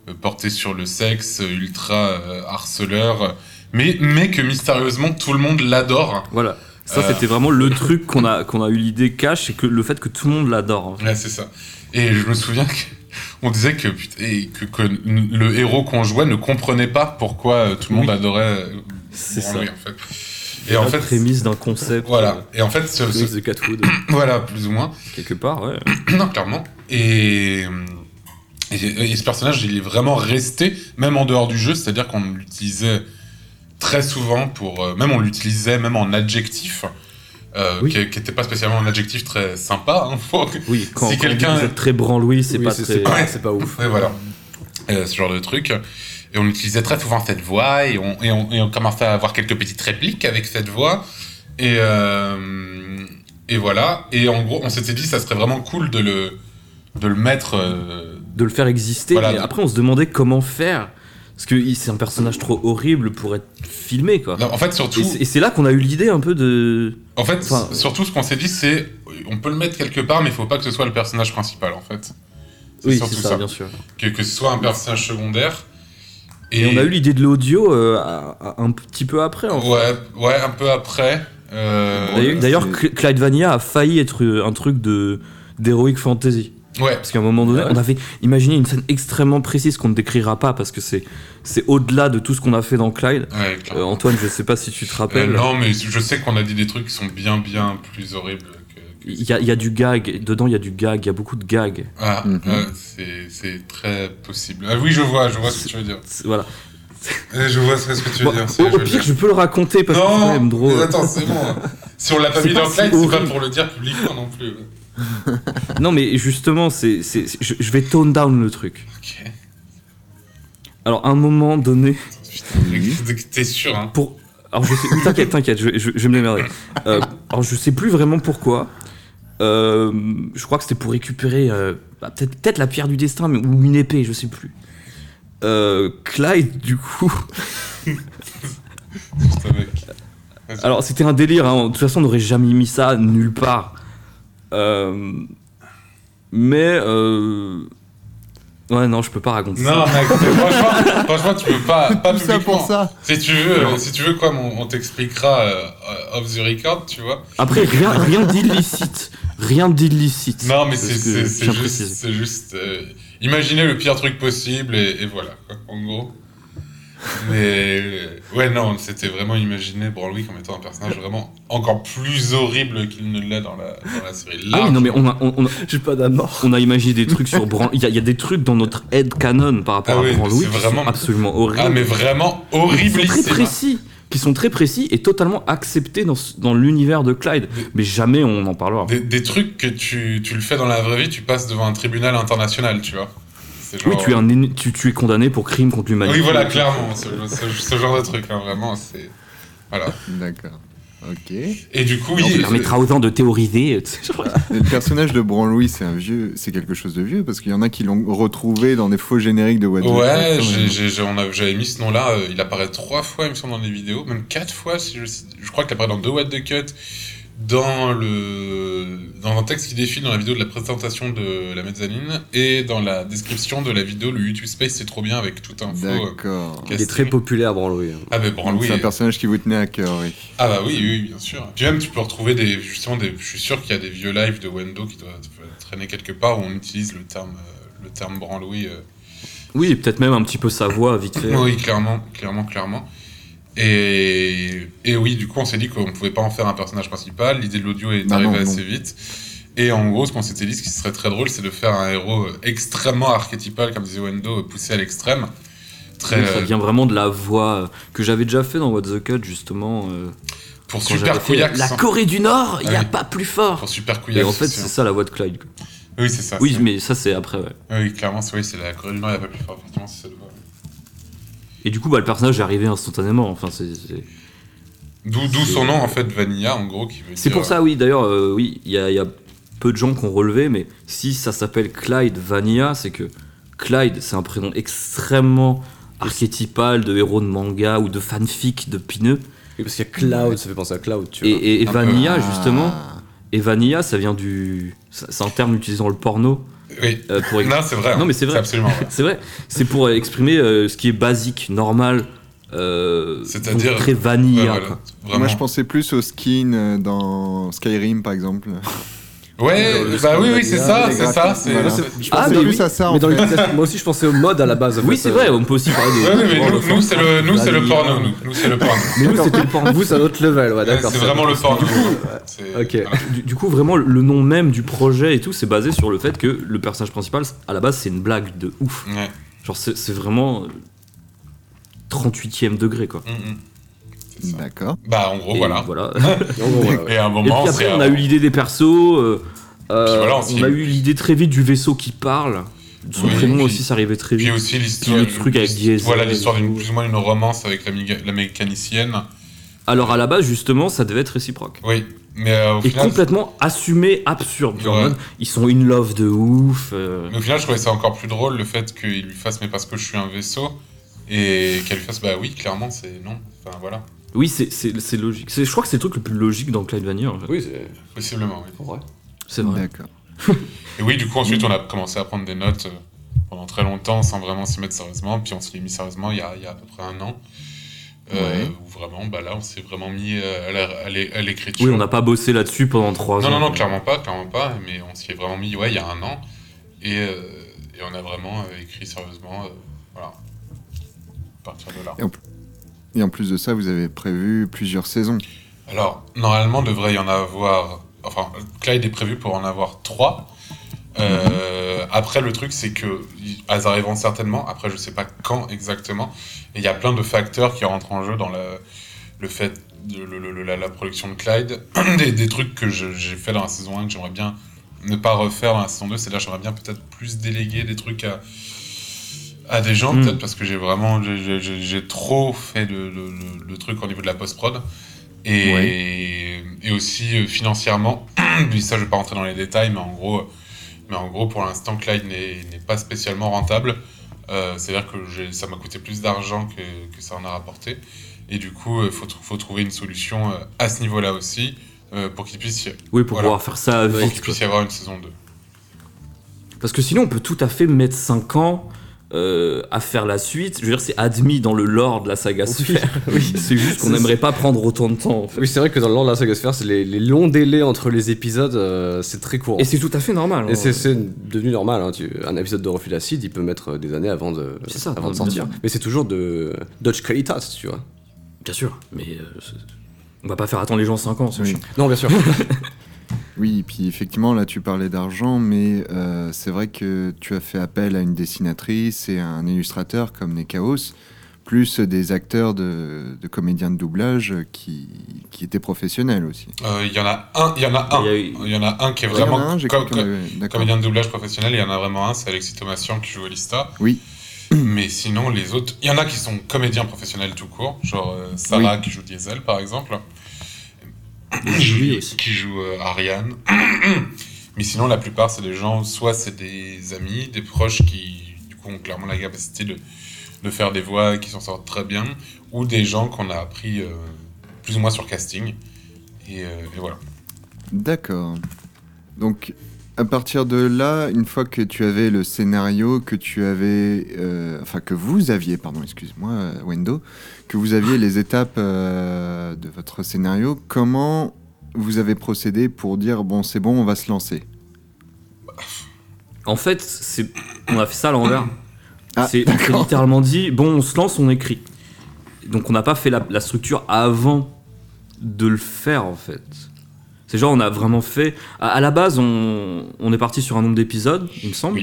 euh, porté sur le sexe, euh, ultra euh, harceleur, mais, mais que mystérieusement, tout le monde l'adore.
Voilà. Ça, c'était vraiment le truc qu'on a, qu'on a eu l'idée cash, c'est que le fait que tout le monde l'adore. en fait.
Ouais, c'est ça. Et je me souviens qu'on disait que, putain, et que, que le héros qu'on jouait ne comprenait pas pourquoi euh, tout le monde adorait.
C'est
ça.
ça.
en fait.
C'est
Et en
la
fait,
prémisse d'un concept.
Voilà. Et en fait, ce-
prémisse
ce-
de Catwood.
voilà, plus ou moins.
Quelque part, ouais.
non, clairement. Et, euh, et- et ce personnage, il est vraiment resté, même en dehors du jeu, c'est-à-dire qu'on l'utilisait très souvent pour. euh, même on l'utilisait même en adjectif. euh, qui n'était pas spécialement un adjectif très sympa. hein, faut que-
Oui, quand,
si
quand
quelqu'un
vous êtes très branlouis, c'est
Oui,
pas très.
ouais, Ouais, voilà. Euh, ce genre de truc. Et on utilisait très souvent cette voix et on, et on, et on commençait à avoir quelques petites répliques avec cette voix. Et, euh, et voilà. Et en gros, on s'était dit ça serait vraiment cool de le, de le mettre. euh,
de le faire exister.
Voilà,
mais
de-
après, on se demandait comment faire. Parce que il- c'est un personnage trop horrible pour être filmé, quoi.
en fait, surtout-
Et c'est- Et c'est là qu'on a eu l'idée un peu de.
En fait,
Enfin, euh,
s- surtout ce qu'on s'est dit, c'est on peut le mettre quelque part, mais il faut pas que ce soit le personnage principal en fait. C'est
Oui,
surtout
c'est ça, bien sûr.
Que, que ce soit un personnage secondaire.
Et, on a eu l'idée de l'audio euh, à- à- un petit peu après, hein. en fait.
Ouais, ouais, un peu après. euh,
D'ailleurs- D'ailleurs, Cl- Clyde Vania a failli être euh, un truc de d'heroic fantasy.
Ouais.
Parce qu'à un moment donné, on avait imaginé une scène extrêmement précise qu'on ne décrira pas parce que c'est c'est au-delà de tout ce qu'on a fait dans Clyde. Euh, Antoine, je sais pas si tu te
Euh,
rappelles.
non, mais je sais qu'on a dit des trucs qui sont bien, bien plus horribles.
Il y, a- il y a du gag, dedans il y a du gag, il y a beaucoup de gags.
Ah, euh, c'est- c'est très possible. Ah oui, je vois, je vois ce que tu veux dire.
Voilà.
Euh, Je vois ce ce que tu veux
Bon,
dire.
au- au pire, je peux le raconter parce que c'est quand même drôle.
Attends, c'est bon. Si on l'a pas
C'est
mis dans
pas
le
si
slide, c'est pas
horrible.
pour le dire publiquement non plus.
non, mais justement, c'est, c'est- c'est- je, je vais tone down le truc. Alors, à un moment donné.
T'es sûr, hein
Pour... Alors, je sais... T'inquiète, t'inquiète, je, je- je vais me démerder. Euh, alors, je sais plus vraiment pourquoi. Euh, je crois que c'était pour récupérer euh, bah, peut-être, peut-être la pierre du destin mais, ou une épée, je sais plus. Euh, Clyde, du coup. Alors, c'était un délire. hein. De toute façon, on n'aurait jamais mis ça nulle part. Euh, Mais. euh, Ouais, non, je peux pas raconter
Non,
ça.
mec, c'est- franchement, franchement, tu peux pas. pas
Tout ça
publiquement.
pour ça.
Si tu veux,
Non.
euh, si tu veux quoi, on, on t'expliquera euh, euh, off the record, tu vois.
Après, rien, rien d'illicite. Rien d'illicite.
Non, mais
Parce
c'est
que
c'est-
je
c'est
tiens à
juste.
préciser.
c'est juste euh, imaginez le pire truc possible et, et voilà, quoi, en gros. Mais. euh, ouais, non, c'était vraiment imaginer Branwick comme étant un personnage vraiment encore plus horrible qu'il ne l'est dans la, dans la série.
Ah oui, non, mais on a.
J'ai pas d'amour.
On a imaginé des trucs sur Bran. Il y, a- il y a des trucs dans notre head canon par rapport
Ah oui,
à
mais
Bran Louis
c'est
qui
vraiment-
sont absolument horribles.
Ah, mais vraiment
Qui sont
horriblissime.
Très précis. Qui sont très précis et totalement acceptés dans, ce- dans l'univers de Clyde. Mais jamais on en parlera.
Des, des trucs que tu, tu le fais dans la vraie vie, tu passes devant un tribunal international, tu vois. C'est
Oui,
genre-
tu es, un éni- tu, tu es condamné pour crime contre l'humanité.
Oui, voilà, clairement, ce, ce- ce genre de truc, hein, vraiment, c'est... Voilà.
D'accord. Ok.
Et du coup,
On
il...
permettra aux gens de théoriser.
Et Le personnage de Branlouis, c'est un vieux, c'est quelque chose de vieux parce qu'il y en a qui l'ont retrouvé dans des faux génériques de What the
Ouais,
Fuck, quand
j'ai-
même.
j'ai- j'ai- on a- j'avais mis ce nom-là, euh, il apparaît trois fois, il me semble, dans les vidéos, même quatre fois, si je, je crois qu'il apparaît dans deux What the Cut, dans, le, dans un texte qui défile dans la vidéo de la présentation de la mezzanine, et dans la description de la vidéo, le YouTube Space, c'est trop bien, avec tout un faux... euh,
D'accord.
casting.
populaire, Branlouis.
Ah, mais Branlouis
Donc, C'est un
est-
personnage qui vous tenait à cœur, oui.
Ah bah oui, oui, bien sûr. Puis même, tu peux retrouver des, justement, des, je suis sûr qu'il y a des vieux lives de Wendo qui doivent traîner quelque part où on utilise le terme, euh, le terme branlouis. euh.
Oui, et peut-être même un petit peu sa voix, vite fait.
Oui, clairement, clairement, clairement. Et, et oui, du coup, on s'est dit qu'on pouvait pas en faire un personnage principal. L'idée de l'audio est
Bah
Non,
arrivée
non, non.
assez vite. Et en gros, ce qu'on s'était dit, ce qui serait très drôle, c'est de faire un héros euh, extrêmement archétypal, comme disait Wendo, euh, poussé à l'extrême. Très,
Donc, ça
euh,
vient vraiment de la voix euh, que j'avais déjà fait dans What the Cut, justement. euh,
Pour
quand
Super
j'avais fait
Couillac,
La
sans-
Corée du Nord, il n'y
Ah
a
oui.
pas plus fort.
Pour Super
Et
Couillac,
en fait,
sûr.
c'est ça la voix de Clyde. quoi.
Oui, c'est ça,
Ah, Oui,
c'est-
mais ça, c'est après, ouais.
Oui, clairement, c'est oui, c'est la Corée du Nord, il n'y a pas plus fort, effectivement, c'est celle-là.
Et du coup, bah, le personnage est arrivé instantanément. Enfin, c'est- c'est.
D'où d'où
C'est-
son nom en fait, Vanilla, en gros, qui veut dire.
C'est pour ça, oui. D'ailleurs, euh, oui, il y a, il y a peu de gens qui ont relevé, mais si ça s'appelle Clyde Vanilla, c'est que Clyde, c'est un prénom extrêmement archétypal de héros de manga ou de fanfic de pineux.
Oui, parce qu'il y a Cloud, ça fait penser à Cloud, tu
Et,
vois.
et- et
Un peu.
Vanilla,
Ah.
justement. Et Vanilla, ça vient du. ça- C'est un terme utilisé dans le porno. euh,
Oui.
pour ex-
Non, c'est vrai, hein.
Non, mais c'est vrai.
C'est absolument vrai.
euh, c'est vrai. C'est pour exprimer euh, ce qui est basique, normal, euh,
C'est-à-dire-
donc très vanilla.
Ouais, voilà.
quoi.
Moi, je pensais plus aux skins euh, dans Skyrim, par exemple.
Ouais,
Le- le
bah oui,
skin
oui, c'est
vanilla,
ça,
les
c'est ça.
graphismes,
c'est-
voilà.
c'est-
Je
Ah, bah
pensais plus à ça, en fait.
Moi aussi, je pensais au mode à la base. euh,
Oui, c'est vrai, on peut aussi parler de.
Ouais, mais
Bon,
nous,
le
nous, c'est le, nous, c'est le
vanilla.
porno, nous. Nous, c'est le porno.
Ah,
Mais nous, c'était le porno. Vous, c'est un autre level, ouais,
Ouais,
d'accord.
C'est vraiment le porno. C'est-
Ok. Ah, Du, du coup, vraiment, le nom même du projet et tout, c'est basé sur le fait que le personnage principal, à la base, c'est une blague de ouf. Genre, c'est c'est vraiment euh, 38e degré, quoi.
D'accord.
Mm, Bah, en gros,
Et
voilà.
Et en gros, voilà, ouais.
Et à un
Et
moment,
puis
c'est.
après, on a
euh,
eu l'idée des persos. euh, euh,
voilà, on
on,
s'y est-
a eu l'idée très vite du vaisseau qui parle. Son
Oui,
prénom
puis-
aussi, ça arrivait très vite.
Puis aussi l'histoire.
Puis le truc avec Diesel.
Voilà, l'histoire d'une plus ou moins une romance avec la, méga- la mécanicienne.
Alors à la base, justement, ça devait être réciproque.
Oui, mais euh, au
Et
final.
complètement assumé, absurde. genre,
Ouais.
en mode, Ils sont in love de ouf. euh.
Mais au final, je trouvais ça encore plus drôle le fait qu'il lui fasse, mais parce que je suis un vaisseau. Et qu'elle lui fasse, bah oui, clairement, c'est non. Enfin, voilà.
Oui, c'est- c'est c'est logique. C'est- Je crois que c'est le truc le plus logique dans Clyde Vanier. En fait.
Oui, c'est.
Possiblement, oui.
C'est vrai.
D'accord.
Et oui, du coup,
Mm.
ensuite, on a commencé à prendre des notes euh, pendant très longtemps sans vraiment s'y mettre sérieusement. Puis on s'y est mis sérieusement il y a, il y a à peu près un an. Euh,
Ouais.
Où vraiment, bah là, on s'est vraiment mis euh, à la- à l'é- à l'écriture.
Oui, on n'a pas bossé là-dessus pendant 3
Non,
ans.
non, non, clairement pas, clairement pas, mais on s'y est vraiment mis, ouais, il y a un an, et, euh, et on a vraiment euh, écrit sérieusement, euh, voilà, à partir de là.
Et en, pl- et en plus de ça, vous avez prévu plusieurs saisons.
Alors, normalement, devrait y en avoir, enfin, Clyde est prévu pour en avoir trois. Euh, après, le truc, c'est que, y- elles arriveront certainement, après, je sais pas quand exactement, et il y a plein de facteurs qui rentrent en jeu dans la- le fait de le- le- le- la, la production de Clyde, des, des trucs que je- j'ai fait dans la saison 1 que j'aimerais bien ne pas refaire dans la saison 2, c'est là j'aimerais bien peut-être plus déléguer des trucs à, à des gens,
Mm.
peut-être parce que j'ai vraiment j'ai- j'ai- j'ai j'ai trop fait de, de- de- de trucs au niveau de la post-prod. Et, et aussi euh, financièrement, mais ça je vais pas rentrer dans les détails, mais en gros, euh, mais en gros pour l'instant Clyde n'est n'est pas spécialement rentable. Euh, C'est-à-dire que j'ai- ça m'a coûté plus d'argent que, que ça en a rapporté. Et du coup, il faut, tr- faut trouver une solution euh, à ce niveau-là aussi euh, pour qu'il puisse,
Oui, pour
voilà.
pouvoir faire ça
pour
vite.
qu'il puisse y avoir une saison 2.
Parce que sinon, on peut tout à fait mettre 5 ans euh, à faire la suite. Je veux dire, c'est admis dans le lore de la saga sphère. C'est juste qu'on
C'est-
n'aimerait pas prendre autant de temps. en fait.
Oui, c'est vrai que dans le lore de la saga sphère, c'est les, les longs délais entre les épisodes, euh, c'est très courant.
Et c'est tout à fait normal.
Et
hein.
c'est c'est devenu normal. hein, tu- un épisode de Refus d'acide, il peut mettre euh, des années avant de,
C'est ça,
avant
bien
de sortir.
sûr.
Mais c'est toujours de Dodge Qualitas, tu vois.
Bien sûr, mais euh, c'est- on va pas faire attendre les gens 5 ans, c'est chiant.
Non, bien sûr.
Oui, puis effectivement, là, tu parlais d'argent, mais euh, c'est vrai que tu as fait appel à une dessinatrice et à un illustrateur comme Nekaos, plus des acteurs de, de comédiens de doublage qui, qui étaient professionnels aussi.
Euh, Il y en a un, il y en a un, il y en a un qui est
Ouais, il y en a
vraiment
un, j'ai
com-
cru qu'il y en
com-
avait, d'accord.
comédien de doublage professionnel. Il y en a vraiment un, c'est Alexis Thomasian qui joue Elista.
Oui.
Mais sinon, les autres, il y en a qui sont comédiens professionnels tout court, genre euh, Sarah qui joue Diesel par exemple, Julie qui joue euh, Ariane. Mais sinon, la plupart, c'est des gens, soit c'est des amis, des proches qui du coup, ont clairement la capacité de, de faire des voix et qui s'en sortent très bien, ou des gens qu'on a appris euh, plus ou moins sur casting. Et, euh, et voilà.
D'accord. Donc, à partir de là, une fois que tu avais le scénario, que tu avais, euh, enfin que vous aviez, pardon, excuse-moi, euh, Wendo, que vous aviez les étapes euh, de votre scénario, comment vous avez procédé pour dire bon, c'est bon, on va se lancer
En fait, c'est on a fait ça à l'envers.
Ah,
c'est on s'est littéralement dit bon, on se lance, on écrit. Donc on n'a pas fait la, la structure avant de le faire en fait. C'est genre on a vraiment fait. À, à la base, on, on est parti sur un nombre d'épisodes, il me semble.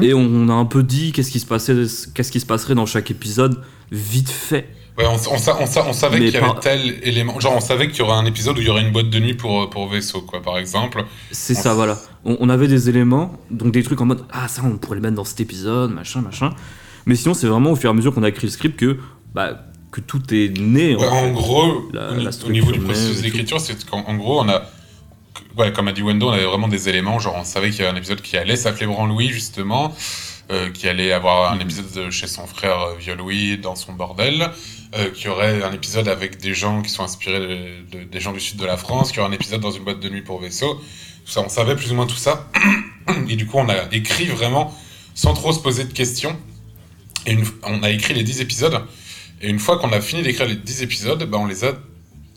Et on, on a un peu dit qu'est-ce qui se passait, qu'est-ce qui se passerait dans chaque épisode, vite fait.
Ouais, on, on sa- on sa- on savait
Mais
qu'il y avait
par-
tel élément. Genre, on savait qu'il y aurait un épisode où il y aurait une boîte de nuit pour, euh, pour vaisseau, quoi, par exemple.
C'est
On-
ça, voilà. On, on avait des éléments, donc des trucs en mode ah ça on pourrait le mettre dans cet épisode, machin, machin. Mais sinon c'est vraiment au fur et à mesure qu'on a écrit le script que bah que tout est né. hein.
Ouais, en
fait.
gros,
La-
au,
la
ni- au
structure
niveau du
même et
processus
tout.
d'écriture, c'est qu'en en gros, on a. que- Ouais, comme a dit Wendo, on avait vraiment des éléments. Genre, on savait qu'il y avait un épisode qui allait s'appeler Branlouis, justement, euh, qui allait avoir un
Mhm.
épisode de- chez son frère euh, Violouis dans son bordel, euh, qu'il y aurait un épisode avec des gens qui sont inspirés de- de- des gens du sud de la France, qu'il y aurait un épisode dans une boîte de nuit pour vaisseau. Tout ça, on savait plus ou moins tout ça. Et du coup, on a écrit vraiment sans trop se poser de questions. Et une- on a écrit les 10 épisodes. Et une fois qu'on a fini d'écrire les 10 épisodes, bah, on les a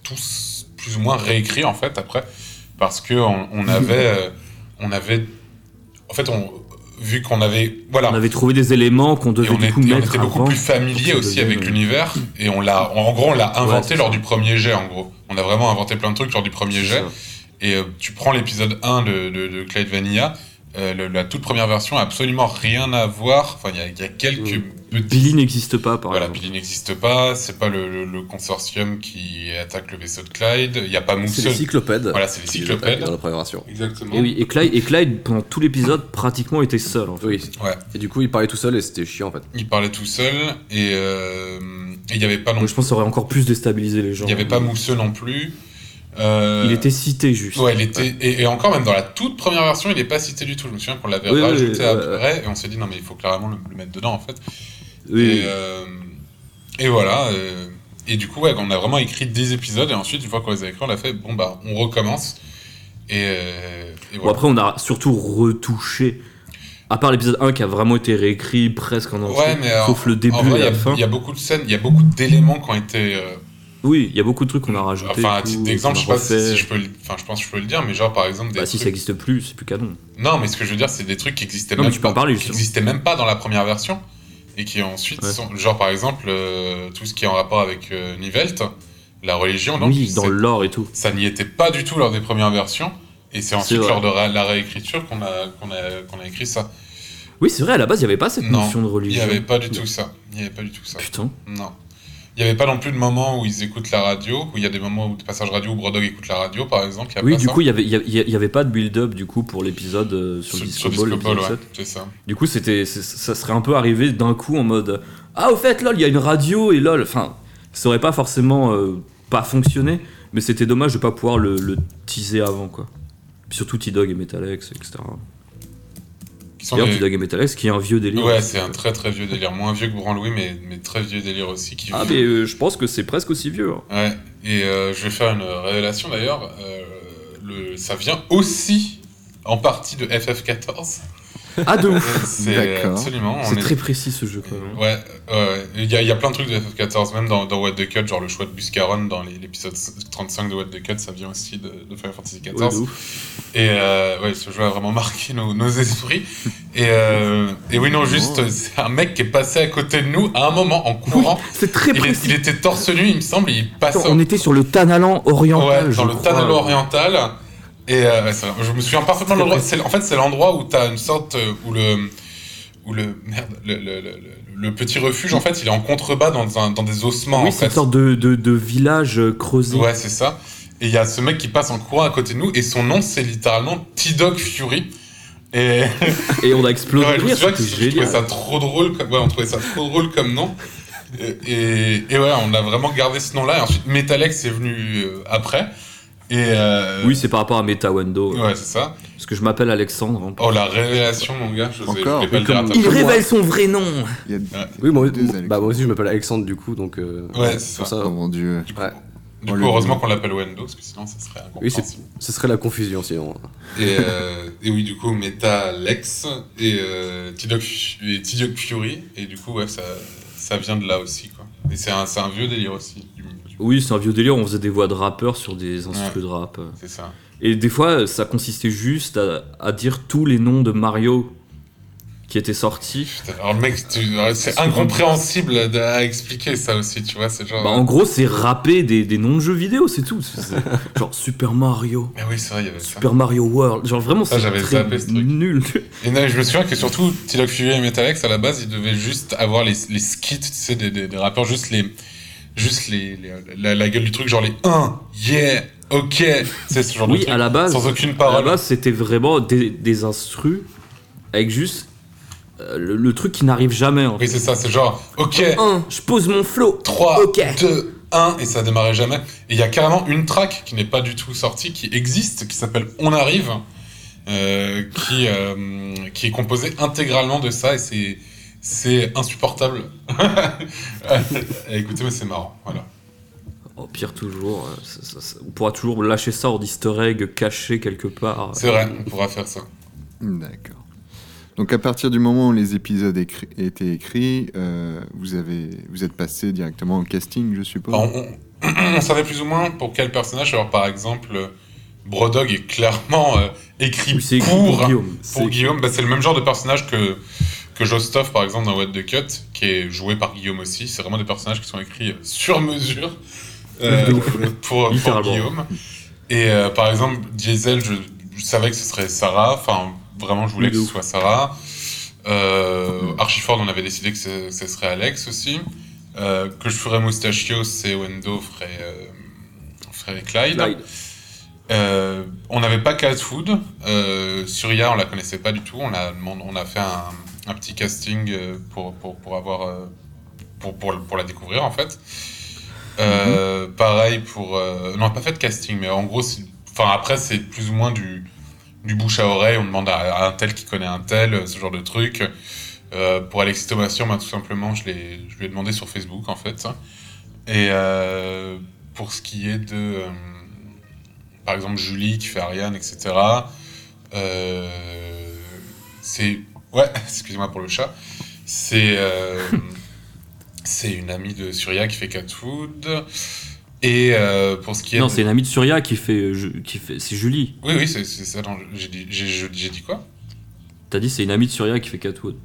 tous plus ou moins réécrits en fait après. Parce que on, on avait. euh, on avait. En fait, on, vu qu'on avait. Voilà.
On avait trouvé des éléments qu'on devait
Et on
du coup
était, on
mettre
était beaucoup
avant
plus
pour que
familier
ça
aussi
devienne,
avec
euh,
l'univers et on l'a en gros on l'a
Ouais,
inventé
c'est
lors
ça.
du premier jet en gros on a vraiment inventé plein de trucs lors du premier jet et euh, tu prends l'épisode 1 de, de, de Clyde Vanilla euh, le- la toute première version a absolument rien à voir enfin il y a- il y, a quelques
Mm. Billy n'existe pas par
voilà Billy n'existe pas c'est pas le, le- le consortium qui attaque le vaisseau de Clyde il y a pas Moonsault
C'est hein. les cyclopèdes.
voilà c'est les
Qui les attaquent
cyclopèdes
dans la première version.
exactement
Et oui, et Clyde, et Clyde, pendant tout l'épisode, pratiquement était seul.
Euh,
En fait.
Oui. Et du coup, il parlait tout seul et c'était chiant en fait.
il parlait tout seul et euh, et il y avait pas non
Donc, je pense que ça aurait encore plus déstabilisé les gens.
Il n'y avait pas Mousseux non plus. Euh,
Il était cité juste.
Ouais, il était. Et, et encore, même dans la toute première version, il n'est pas cité du tout. Je me souviens qu'on l'avait
Oui, oui,
rajouté
oui, ouais,
après et on s'est dit non, mais il faut clairement le, le mettre dedans en fait. et, euh, et voilà. euh, et du coup, ouais, on a vraiment écrit 10 épisodes et ensuite, une fois qu'on les a écrits, on a fait bon, bah, on recommence. Et, euh, et
Bon,
voilà.
après, on a surtout retouché. À part l'épisode 1 qui a vraiment été réécrit presque en entier,
ouais, mais en-
sauf le début
en vrai,
et
il y
la
a-
fin.
Il y a beaucoup de scènes, il y a beaucoup d'éléments qui ont été. euh,
Oui, il y a beaucoup de trucs qu'on a rajoutés.
Enfin, à
tout,
titre d'exemple,
qu'on
je
a
sais pas si,
refait.
si je peux, le- enfin, je pense que je peux le dire, mais genre par exemple des
Bah, si ça
trucs-
existe plus, c'est plus canon.
Non, mais ce que je veux dire, c'est des trucs qui existaient
Non, mais
même
tu peux en
pas-
parler,
qui
justement.
existaient même pas dans la première version et qui ensuite
Ouais.
sont genre par exemple euh, tout ce qui est en rapport avec euh, Nivelt, la religion, donc
Oui, dans
c'est-
l'or et tout.
ça n'y était pas du tout lors des premières versions et c'est ensuite
vrai.
lors de ra- la réécriture qu'on a qu'on a qu'on a écrit ça.
Oui, c'est vrai, à la base, il n'y avait pas cette
Non,
notion de
Il
religion.
n'y avait pas du tout ça. Il n'y avait pas du tout ça.
Putain.
Non. Il n'y avait pas non plus de moment où ils écoutent la radio, où il y a des moments où des passages radio où Brodog écoute la radio, par exemple. il y a
Oui,
pas
du
ça.
coup, il n'y avait, il y a- il y a- il y avait pas de build-up du coup pour l'épisode euh, sur,
Sur-
le
sur
Disco Ball,
Disco Ball,
l'épisode
ouais,
7.
c'est ça.
Du coup, c'était, c'est- ça serait un peu arrivé d'un coup en mode Ah, au fait, lol, il y a une radio et lol. Enfin, ça aurait pas forcément euh, pas fonctionné, mais c'était dommage de pas pouvoir le, le teaser avant quoi. Surtout T-Dog et Metalex, etc.
Qui sont
D'ailleurs,
des-
T-Dog et Metalex qui est un vieux délire.
Ouais, c'est un très très vieux délire. Moins vieux que Branlouis, mais, mais très vieux délire aussi. Qui
Ah, mais euh, je pense que c'est presque aussi vieux. hein.
Ouais, et euh, je vais faire une révélation d'ailleurs. Euh, le... Ça vient aussi en partie de FF14.
Ah, de ouf
C'est absolument. on
C'est
est-
très précis ce jeu quand même.
Ouais, ouais. il y, a- il y a plein de trucs de FF14, même dans, dans What the Cut, genre le choix de Buscaron dans les- l'épisode 35 de What the Cut, ça vient aussi de, de Final Fantasy XIV.
Ouais, de
et euh, ouais, ce jeu a vraiment marqué nos, nos esprits. Et, euh, et oui, non, juste,
Oh.
euh, c'est un mec qui est passé à côté de nous à un moment en courant.
C'est très
il, est- il était torse nu, il me semble, et il passe
Attends, on était sur le Tanalan oriental.
dans
je
le
crois.
Tanalo oriental. Et euh, ouais, ça- je me souviens parfaitement de l'endroit. c'est- En fait, c'est l'endroit où t'as une sorte euh, où le où le merde le, le- le- le petit refuge en fait, il est en contrebas dans, un- dans des ossements. en
Oui,
fait.
c'est une sorte de, de, de village euh, creusé.
Ouais, c'est ça. Et il y a ce mec qui passe en courant à côté de nous et son nom c'est littéralement T-Dog Fury. Et,
Et on a explosé
Ouais,
de
je me
rire,
souviens que
c'était
je trouvais
génial.
ça trop drôle comme, ouais, on trouvait ça trop drôle comme nom. Et, et- et ouais, on a vraiment gardé ce nom-là. Et ensuite, Metalex est venu euh, après. Et euh,
Oui, c'est par rapport à Metawendo.
Ouais, c'est ça.
Parce que je m'appelle Alexandre. hein.
Oh la révélation, mon gars, je sais- je voulais pas le dire à ta
Il
place.
révèle son vrai nom.
Oui, moi, moi- bah, moi aussi je m'appelle Alexandre du coup, donc. euh,
Ouais,
pour
c'est ça.
Oh mon dieu.
Ouais.
Du coup, heureusement qu'on l'appelle Wendo, parce que sinon, ça serait
Oui,
incompréhensible.
c'est- ce serait la confusion sinon. hein.
Et, euh, et oui, du coup, Metalex et euh, T-Dog Fu- et T-Dog Fury. Et du coup, ouais, ça, ça vient de là aussi, quoi. Et c'est un, c'est un vieux délire aussi. du-
Oui, c'est un vieux délire, on faisait des voix de rappeurs sur des instruments
Ouais,
de rap. euh.
C'est ça.
Et des fois, ça consistait juste à, à dire tous les noms de Mario qui étaient sortis.
Alors, le mec, tu- c'est incompréhensible à, à expliquer ça aussi, tu vois. C'est genre.
Bah, en gros, c'est rapper des, des noms de jeux vidéo, c'est tout. C'est- c'est- genre Super Mario,
Mais oui, c'est vrai, il y avait ça.
Super Mario World. Genre vraiment,
Ça,
c'est
Ah, j'avais
très
zappé ce truc. Ah,
nul.
Et non, je me souviens que surtout, T-Dog Fury et Metalex, à la base, ils devaient juste avoir les, les skits, tu sais, des, des, des rappeurs, juste les. Juste les, les- la, la gueule du truc, genre les 1, yeah, ok, c'est ce genre de
Oui,
truc.
à la base,
Sans aucune
à
parole.
la base, c'était vraiment des, des instrus avec juste euh, le, le truc qui n'arrive jamais. En
Oui,
fait.
c'est ça, c'est genre, ok,
Un, Euh, je pose mon flow.
3,
Ok.
2, 1, et ça démarrait jamais. Et il y a carrément une track qui n'est pas du tout sortie, qui existe, qui s'appelle On Arrive, euh, qui, euh, qui est composée intégralement de ça, et c'est, c'est insupportable. Euh, Écoutez, mais c'est marrant, voilà.
Au Oh, pire, toujours, euh, ça- ça- ça- on pourra toujours lâcher ça en easter egg caché quelque part.
C'est vrai, on pourra faire ça.
D'accord. Donc à partir du moment où les épisodes écri- étaient écrits, euh, vous, avez, vous êtes passé directement au casting, je suppose.
Alors, on, on savait plus ou moins pour quel personnage. Alors, par exemple, euh, Brodog est clairement euh, écrit
c'est écrit
pour,
pour Guillaume.
pour
C'est-
Guillaume. Bah, c'est le même genre de personnage que, que Jostov, par exemple, dans What the Cut, qui est joué par Guillaume aussi. C'est vraiment des personnages qui sont écrits euh, sur mesure euh,
De ouf, ouais.
pour, pour
Littéralement.
Guillaume. Et euh, par exemple, Diesel, je, je savais que ce serait Sarah. Enfin, vraiment, je voulais
Oui,
que
de
ce
ouf.
soit Sarah. Euh, Archiford, on avait décidé que ce, ce serait Alex aussi. Euh, que je ferais Moustachio, c'est Wendo, ferait, euh, ferait Clyde. Euh, on n'avait pas Cat Food. Euh, Surya, on la connaissait pas du tout. On a, demandé- on a fait un, un petit casting euh, pour, pour, pour avoir, euh, pour, pour, pour la découvrir en fait. Euh, Pareil pour. euh, non, pas fait de casting, mais en gros, c'est- enfin après, c'est plus ou moins du, du bouche à oreille. On demande à, à un tel qui connaît un tel, euh, ce genre de truc. Euh, pour Alexis Thomasian, bah, tout simplement, je, l'ai- je lui ai demandé sur Facebook en fait. Et euh, pour ce qui est de. euh, par exemple, Julie qui fait Ariane, etc. Euh, c'est. Ouais, excusez-moi pour le chat. C'est. euh, c'est une amie de Surya qui fait Cat Food. Et euh, pour ce qui est.
Non,
de-
c'est une amie de Surya qui fait. euh, je- qui fait c'est Julie.
Oui, oui, c'est c'est ça. dont J'ai dit, j'ai- j'ai- j'ai dit quoi
T'as dit c'est une amie de Surya qui fait Catwood.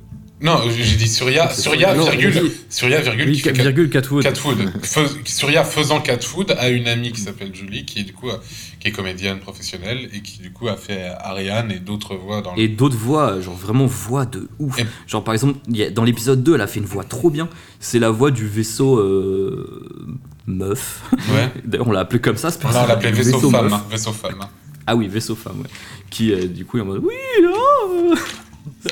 Non, j'ai dit Surya,
C'est
Surya,
Surya. Non,
virgule,
oui.
Surya, virgule,
Oui,
qui fait
ca- virgule, Catwood.
Catwood. Fais- Surya faisant Catwood a une amie qui s'appelle Julie, qui est du coup, euh, qui est comédienne professionnelle et qui du coup a fait Ariane et d'autres voix dans le-
Et d'autres voix, genre vraiment voix de ouf. Genre par exemple, il y a- dans l'épisode 2, elle a fait une voix trop bien. C'est la voix du vaisseau euh, meuf.
Ouais.
D'ailleurs, on l'a appelé comme ça, ce
Non, on
personnage.
l'appelait vaisseau, femme.
meuf.
hein, Vaisseau femme. hein.
Ah oui, vaisseau femme, ouais. Qui euh, du coup est en mode oui.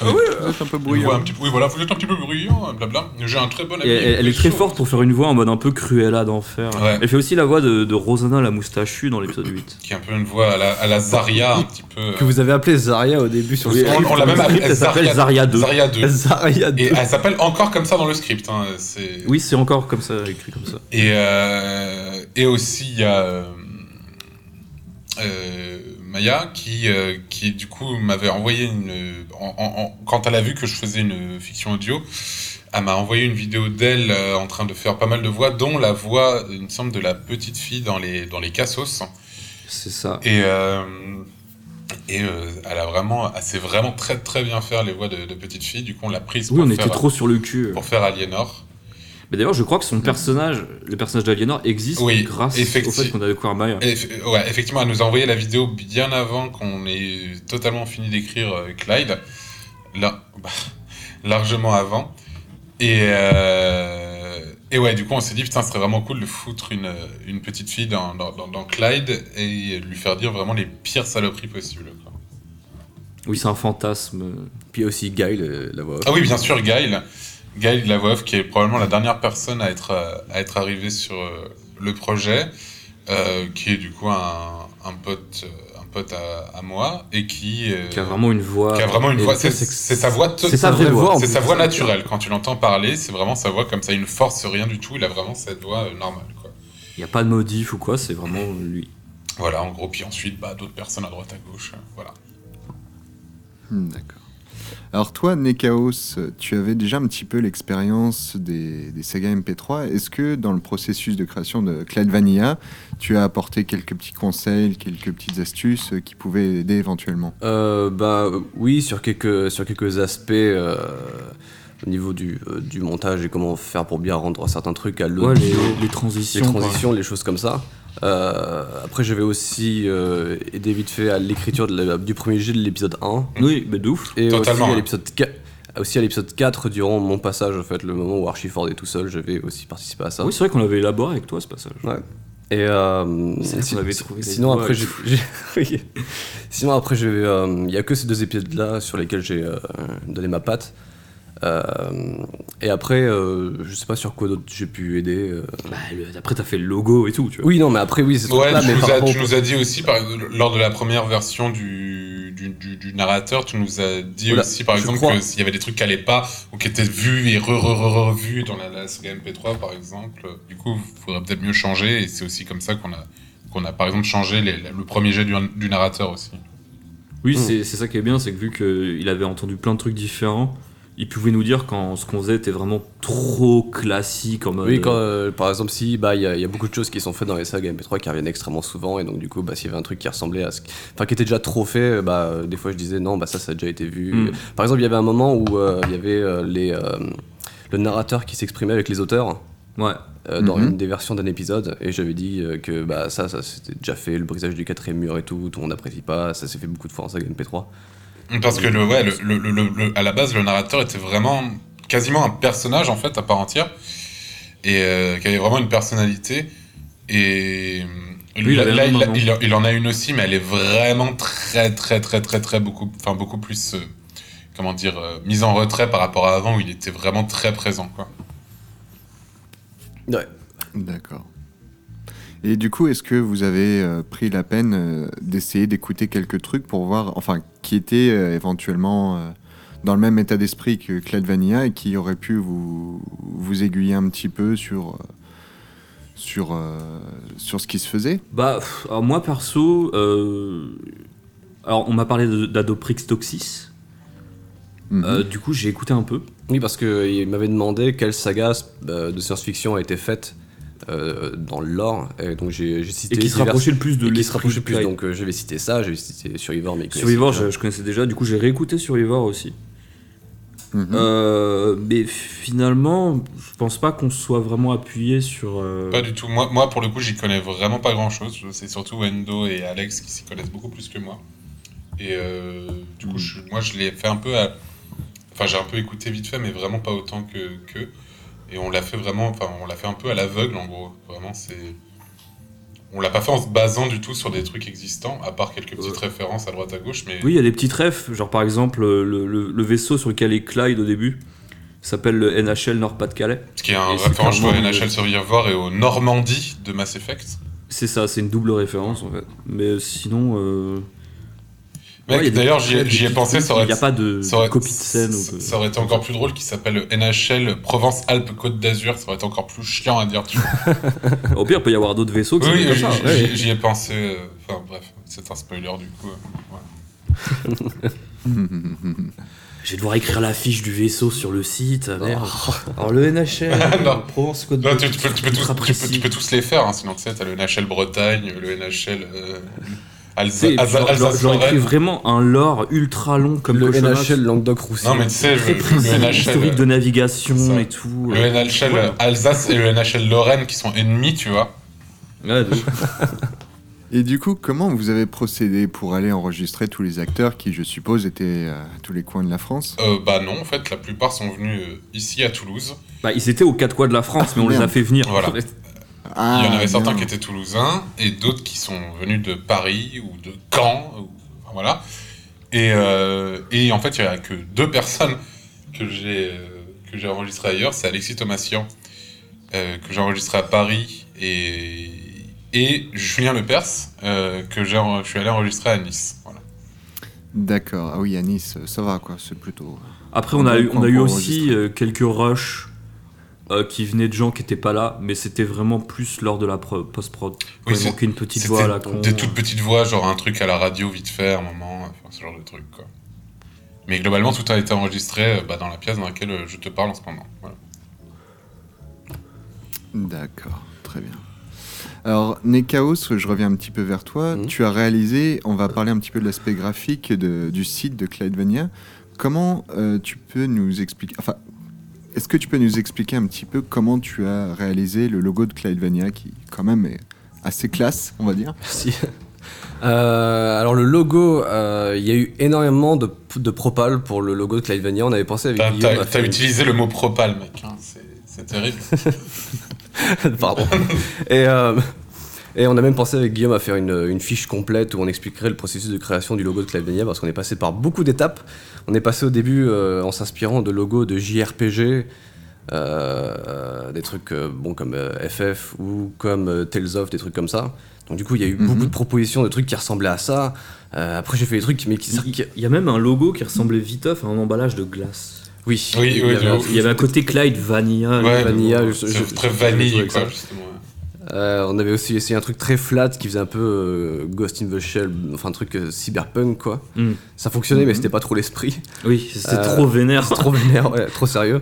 Vous
êtes un peu
bruyant. oui, voilà, vous êtes un petit peu bruyant, hein, blabla. J'ai un très bon
hein. Et
ami.
elle, elle est très forte pour faire une voix en mode un peu cruella d'enfer.
Ouais.
Elle fait aussi la voix de, de Rosanna la moustachue dans l'épisode 8.
Qui est un peu une voix à la, à la Zarya, un petit peu. euh,
Que vous avez appelé Zarya au début sur
Oui,
le script.
on, on l'a même appelée
Elle s'appelle Zarya 2.
Zarya 2.
Zarya 2.
Et elle s'appelle encore comme ça dans le script. hein, c'est-
Oui, c'est encore comme ça, écrit comme ça.
Et, euh, et aussi, il y a euh, euh, Maya qui, euh, qui, du coup, m'avait envoyé une. en- en- en- quand elle a vu que je faisais une fiction audio, elle m'a envoyé une vidéo d'elle euh, en train de faire pas mal de voix, dont la voix, il me semble, de la petite fille dans les, dans les cassos.
C'est ça.
Et, euh, et euh, elle a vraiment, elle sait vraiment très très bien faire les voix de, de petite fille. Du coup, on l'a prise.
Oui,
pour
on
faire-
était trop sur le cul. euh.
pour faire Aliénor.
Mais d'ailleurs, je crois que
Mm.
son personnage, le personnage d'Aliénor, existe grâce au fait qu'on a découvert Maya.
Eff- euh, ouais, effectivement, elle nous a envoyé la vidéo bien avant qu'on ait totalement fini d'écrire euh, Clyde. Là, bah, largement avant. Et, euh, et ouais, du coup, on s'est dit, putain, ce serait vraiment cool de foutre une, une petite fille dans, dans, dans- dans Clyde et lui faire dire vraiment les pires saloperies possibles. quoi.
Oui, c'est un fantasme.
Puis il y a aussi Guy,
euh,
le- la voix.
Ah oui, bien sûr, Gail. Gail de la voix off, qui est probablement la dernière personne à être, euh, à être arrivée sur euh, le projet, euh, qui est du coup un, un pote, euh, un pote à, à moi, et qui, euh,
Qui a vraiment une voix-
qui a vraiment une
et
voix.
ça,
C'est
c'est que-
c'est sa voix to-
c'est sa vraie voix, en
C'est
plus.
sa voix naturelle. Quand tu l'entends parler, c'est vraiment sa voix comme ça. Il ne force rien du tout. Il a vraiment cette voix euh, normale. Quoi.
Il n'y a pas de modif ou quoi, c'est vraiment lui.
Voilà, en gros. Puis ensuite, bah, d'autres personnes à droite, à gauche. euh, Voilà.
Hmm, D'accord. Alors toi, Nekaos, tu avais déjà un petit peu l'expérience des, des sagas MP3. Est-ce que dans le processus de création de Clyde Vanilla, tu as apporté quelques petits conseils, quelques petites astuces euh, qui pouvaient aider éventuellement
Euh, bah euh, oui, sur quelques, sur quelques aspects euh, au niveau du, euh, du montage et comment faire pour bien rendre certains trucs à l'audio.
Ouais, les- les transitions,
Les
quoi.
transitions, les choses comme ça. Euh, après, j'avais aussi euh, aidé vite fait à l'écriture de la- du premier jet de l'épisode 1.
Oui, mais de ouf.
Et
Totalement,
aussi à
hein.
l'épisode 4. Aussi à l'épisode 4, durant mon passage, en fait, le moment où Archiford est tout seul, j'avais aussi participé à ça.
Oui, c'est vrai qu'on l'avait élaboré avec toi ce passage.
Ouais. Et euh,
C'est là
si-
qu'on avait
si-
trouvé les
sinon,
doigts
après,
et
j'ai-
tout.
j'ai- oui. sinon après, j'ai, euh, il n'y a que ces deux épisodes-là sur lesquels j'ai euh, donné ma patte. Euh, et après, euh, je sais pas sur quoi d'autre j'ai pu aider. euh.
après, t'as fait Bah, le logo et tout. Tu vois.
Oui, non, mais après, oui, c'est
Ouais,
là,
tu,
mais
nous
par
as,
rapport-
tu nous as dit aussi, par, lors de la première version du, du, du- du narrateur, tu nous as dit
Oula,
aussi, par
je
exemple,
crois.
que s'il y avait des trucs qui n'allaient pas, ou qui étaient vus et re, re, re, revus dans la, la saga MP3, par exemple, du coup, il faudrait peut-être mieux changer, et c'est aussi comme ça qu'on a, qu'on a, par exemple, changé les- le premier jet du, du narrateur aussi.
Oui,
Hmm.
c'est c'est ça qui est bien, c'est que vu qu'il avait entendu plein de trucs différents, il pouvait nous dire quand ce qu'on faisait était vraiment trop classique en mode.
Oui, quand, euh, par exemple, si bah, il y, a- il y a beaucoup de choses qui sont faites dans les sagas MP3 qui reviennent extrêmement souvent, et donc du coup, bah, s'il y avait un truc qui ressemblait à ce. Enfin, qui était déjà trop fait, euh, bah, euh, des fois je disais non, bah, ça, ça a déjà été vu.
Mm.
Par exemple, il y avait un moment où euh, il y avait euh, les, euh, le narrateur qui s'exprimait avec les auteurs. euh,
Ouais.
dans
Mhm.
une des versions d'un épisode, et j'avais dit euh, que bah, ça, ça c'était déjà fait, le brisage du quatrième mur et tout, tout le monde n'apprécie pas, ça s'est fait beaucoup de fois en saga MP3.
Parce que le, ouais, le, le- le- le- le- à la base, le narrateur était vraiment quasiment un personnage en fait à part entière et euh, qui avait vraiment une personnalité. Et euh,
Lui, il avait
là,
un
il,
moment.
il- il en a une aussi, mais elle est vraiment très, très, très, très, très beaucoup, enfin beaucoup plus, euh, comment dire, euh, mise en retrait par rapport à avant où il était vraiment très présent. Quoi.
Ouais.
D'accord. Et du coup, est-ce que vous avez euh, pris la peine euh, d'essayer d'écouter quelques trucs pour voir, enfin, qui étaient euh, éventuellement euh, dans le même état d'esprit que Clad Vanilla et qui auraient pu vous, vous aiguiller un petit peu sur, euh, sur, euh, sur ce qui se faisait
Bah, pff, alors moi perso, euh, alors on m'a parlé de- d'Adoprix Toxis.
Mhm.
Euh, du coup, j'ai écouté un peu.
Oui, parce qu'il m'avait demandé quelle saga euh, de science-fiction a été faite euh, dans le lore, et donc j'ai j'ai cité.
Et qui se
divers-
rapprochait le plus de
et qui se
l'esprit
rapprochait
du
le plus,
Pride.
donc hein. euh, j'avais cité ça, j'avais cité Survivor, mais il
Survivor,
connaissait
je, je connaissais déjà, du coup j'ai réécouté Survivor aussi.
Mhm.
Euh, mais finalement, je pense pas qu'on se soit vraiment appuyé sur. euh,
Pas du tout. Moi, moi, pour le coup, j'y connais vraiment pas grand chose. C'est surtout Endo et Alex qui s'y connaissent beaucoup plus que moi. Et euh, du
Hmm.
coup, je- moi, je l'ai fait un peu à. Enfin, j'ai un peu écouté vite fait, mais vraiment pas autant que qu'eux. Et on l'a fait vraiment. Enfin, on l'a fait un peu à l'aveugle, en gros. Vraiment, c'est. On l'a pas fait en se basant du tout sur des trucs existants, à part quelques petites références à droite à gauche, mais.
Oui, il y a des petits refs, genre par exemple euh, le, le- le vaisseau sur lequel est Clyde au début s'appelle le NHL Nord-Pas-de-Calais.
Ce qui est un
Et c'est
référence au
clairement le-
NHL Survivor et au Normandie de Mass Effect.
C'est ça, c'est une double référence en fait. Mais sinon. euh,
Mec,
ouais, il y a des
d'ailleurs,
petits
j'y ai-
refs, des
j'y ai
petits
pensé,
trucs,
ça aurait-
Il n'y a pas de,
ça aurait-
de copie de scène. ou
Ça,
de-
ça aurait été encore plus drôle qui s'appelle NHL Provence-Alpes-Côte d'Azur. Ça aurait été encore plus chiant à dire. Tu vois.
Au pire, il peut y avoir d'autres vaisseaux qui
oui,
s'appellent
j'y-
comme ça,
j'y-
ouais.
j'y- j'y ai pensé. euh, Enfin bref, c'est un spoiler du coup. euh, ouais.
Je vais devoir écrire la fiche du vaisseau sur le site, ah, merde. Alors le NHL,
Oh. Ah, Non.
Provence Côte
Non, tu, tu peux, tu peux tous, tu peux- tu peux tous les faire, hein, sinon tu sais, t'as le NHL Bretagne, le NHL euh, Alsa-
Tu sais, genre- genre-
Alsa-
genre, écrit
Alsace-Lorraine.
vraiment un lore ultra long comme
Le
Cauchemar.
NHL Languedoc-Roussillon.
Non, mais tu sais,
très
le-
précis,
le NHL,
historique de navigation et tout. euh.
Le NHL Alsace et le NHL Lorraine qui sont ennemis, tu vois.
Et du coup, comment vous avez procédé pour aller enregistrer tous les acteurs qui, je suppose, étaient euh, à tous les coins de la France
Euh, bah non, en fait, la plupart sont venus euh, ici à Toulouse.
Bah, ils étaient aux quatre coins de la France, mais on les a
Merde.
fait venir.
Ah, Voilà.
en fait.
Ah,
Il y en avait certains
bien.
qui étaient toulousains et d'autres qui sont venus de Paris ou de Caen. ou- enfin, voilà. Et, euh, et en fait, il n'y a que deux personnes que j'ai euh, que j'ai enregistrées ailleurs. C'est Alexis Thomasian, euh, que j'ai enregistré à Paris, et, et Julien Lepers, euh, que j'ai en- je suis allé enregistrer à Nice. Voilà.
D'accord. Ah oui, à Nice, ça va quoi, c'est plutôt. euh,
Après, on a,
un
eu,
bon
on
coin
a eu
pour
aussi euh, quelques rushs euh, qui venaient de gens qui n'étaient pas là, mais c'était vraiment plus lors de la pro- post-prod. Quand il
c'est-
manquait une petite
c'était
voix à la con.
Des toutes petites voix, genre un truc à la radio vite fait, à un moment, enfin, ce genre de truc. Quoi. Mais globalement, tout a été enregistré euh, bah, dans la pièce dans laquelle euh, je te parle en ce moment. Voilà.
D'accord, très bien. Alors, Nekaos, je reviens un petit peu vers toi. Tu as réalisé, on va parler un petit peu de l'aspect graphique de- du site de Clydevania. Comment euh, tu peux nous expliquer. Enfin, est-ce que tu peux nous expliquer un petit peu comment tu as réalisé le logo de Clydevania qui, quand même, est assez classe, on va dire
Si. Euh, alors le logo, euh, il y a eu énormément de, de propal pour le logo de Clivania. On avait pensé avec
T'as-
Guillaume
T'as t'as
à faire une-
utilisé le mot propal, mec. hein, c'est- C'est terrible.
Pardon. Et, euh, et on a même pensé avec Guillaume à faire une, une fiche complète où on expliquerait le processus de création du logo de Clavenia parce qu'on est passé par beaucoup d'étapes. On est passé au début euh, en s'inspirant de logos de JRPG, euh, des trucs euh, bon, comme euh, FF ou comme euh, Tales of, des trucs comme ça. Donc du coup, il y a eu
Mhm.
beaucoup de propositions de trucs qui ressemblaient à ça. Euh, après, j'ai fait des trucs mais qui...
Il y a même un logo qui ressemblait viteuf à un emballage de glace.
Oui,
Oui,
il, y
oui,
avait,
de
un-
ouf.
il y avait un côté Clyde Vanilla.
Ouais,
Vanilla,
c'est
Ah, je- je-
très
je-
vanille,
je- je-
quoi, justement. hein.
Euh, on avait aussi essayé un truc très flat qui faisait un peu euh, Ghost in the Shell, enfin un truc euh, cyberpunk quoi.
Mm.
Ça fonctionnait mais
Mhm.
c'était pas trop l'esprit.
Oui, c'était Euh, trop vénère.
c'était trop vénère, ouais, trop sérieux.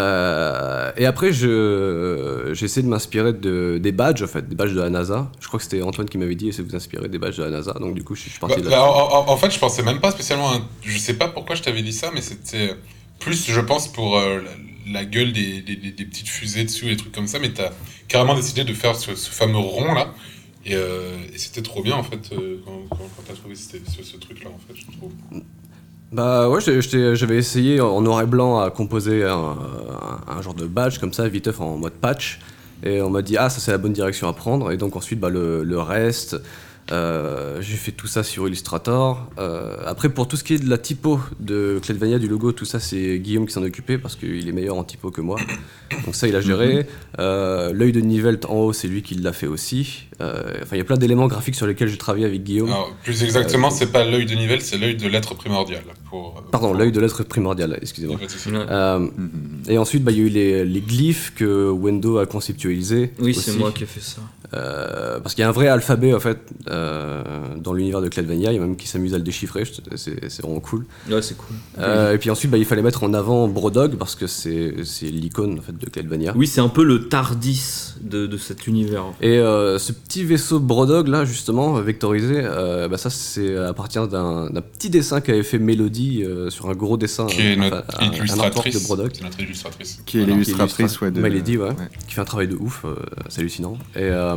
Euh, et après je j'ai essayé de m'inspirer de, des badges en fait, des badges de la NASA. Je crois que c'était Antoine qui m'avait dit essayez de vous inspirer des badges de la NASA. Donc du coup je suis parti
Bah,
de là.
là, en, en- en fait, je pensais même pas spécialement. à un- Je sais pas pourquoi je t'avais dit ça, mais c'était plus, je pense, pour euh, la, la gueule des, des- des- des petites fusées dessus, des trucs comme ça. Mais t'as carrément décidé de faire ce, ce fameux rond là. Et, euh, et c'était trop bien en fait euh, quand, quand, quand t'as trouvé c'était- ce, ce truc là en fait, je trouve.
Bah ouais, j'ai- j'étais- j'avais essayé en noir et blanc à composer un, un- un genre de badge comme ça, viteuf en mode patch. Et on m'a dit, ah, ça c'est la bonne direction à prendre. Et donc ensuite, bah, le, le reste, euh, j'ai fait tout ça sur Illustrator. Euh, après, pour tout ce qui est de la typo de Cledvania, du logo, tout ça, c'est Guillaume qui s'en occupait parce qu'il est meilleur en typo que moi. Donc ça, il a
Mhm.
géré. Euh, L'œil de Nivelt en haut, c'est lui qui l'a fait aussi. Euh, Enfin, il y a plein d'éléments graphiques sur lesquels j'ai travaillé avec Guillaume.
Alors, plus exactement,
Euh,
c'est pas l'œil de Nivelle, c'est l'œil de l'être primordial. Pour,
Pardon, l'œil de l'être primordial, excusez-moi.
Pas de souci.
Euh,
Mm-hmm.
et ensuite, bah, il y a eu les, les glyphes que Wendo a conceptualisé.
Oui, c'est moi qui ai fait ça.
parce qu'il y a un vrai alphabet en fait euh, dans l'univers de Cladvania, il y a même qui s'amuse à le déchiffrer, je te- c'est c'est vraiment cool.
Ouais, c'est cool.
Euh, et puis ensuite, bah, il fallait mettre en avant Brodog parce que c'est c'est l'icône en fait de Cladvania.
Oui, c'est un peu le Tardis de, de cet univers. en fait.
Et euh, ce petit vaisseau Brodog là justement vectorisé, euh, bah, ça c'est à partir d'un d'un petit dessin qu'avait fait Mélodie euh, sur un gros dessin,
Qui est
euh,
notre
enfin, un- un artwork
illustratrice.
de Brodog.
C'est notre illustratrice.
Qui est
Voilà.
l'illustratrice,
Qui est
ouais, de-
Milady, ouais, Qui fait un travail de ouf, euh, c'est hallucinant. Et, euh,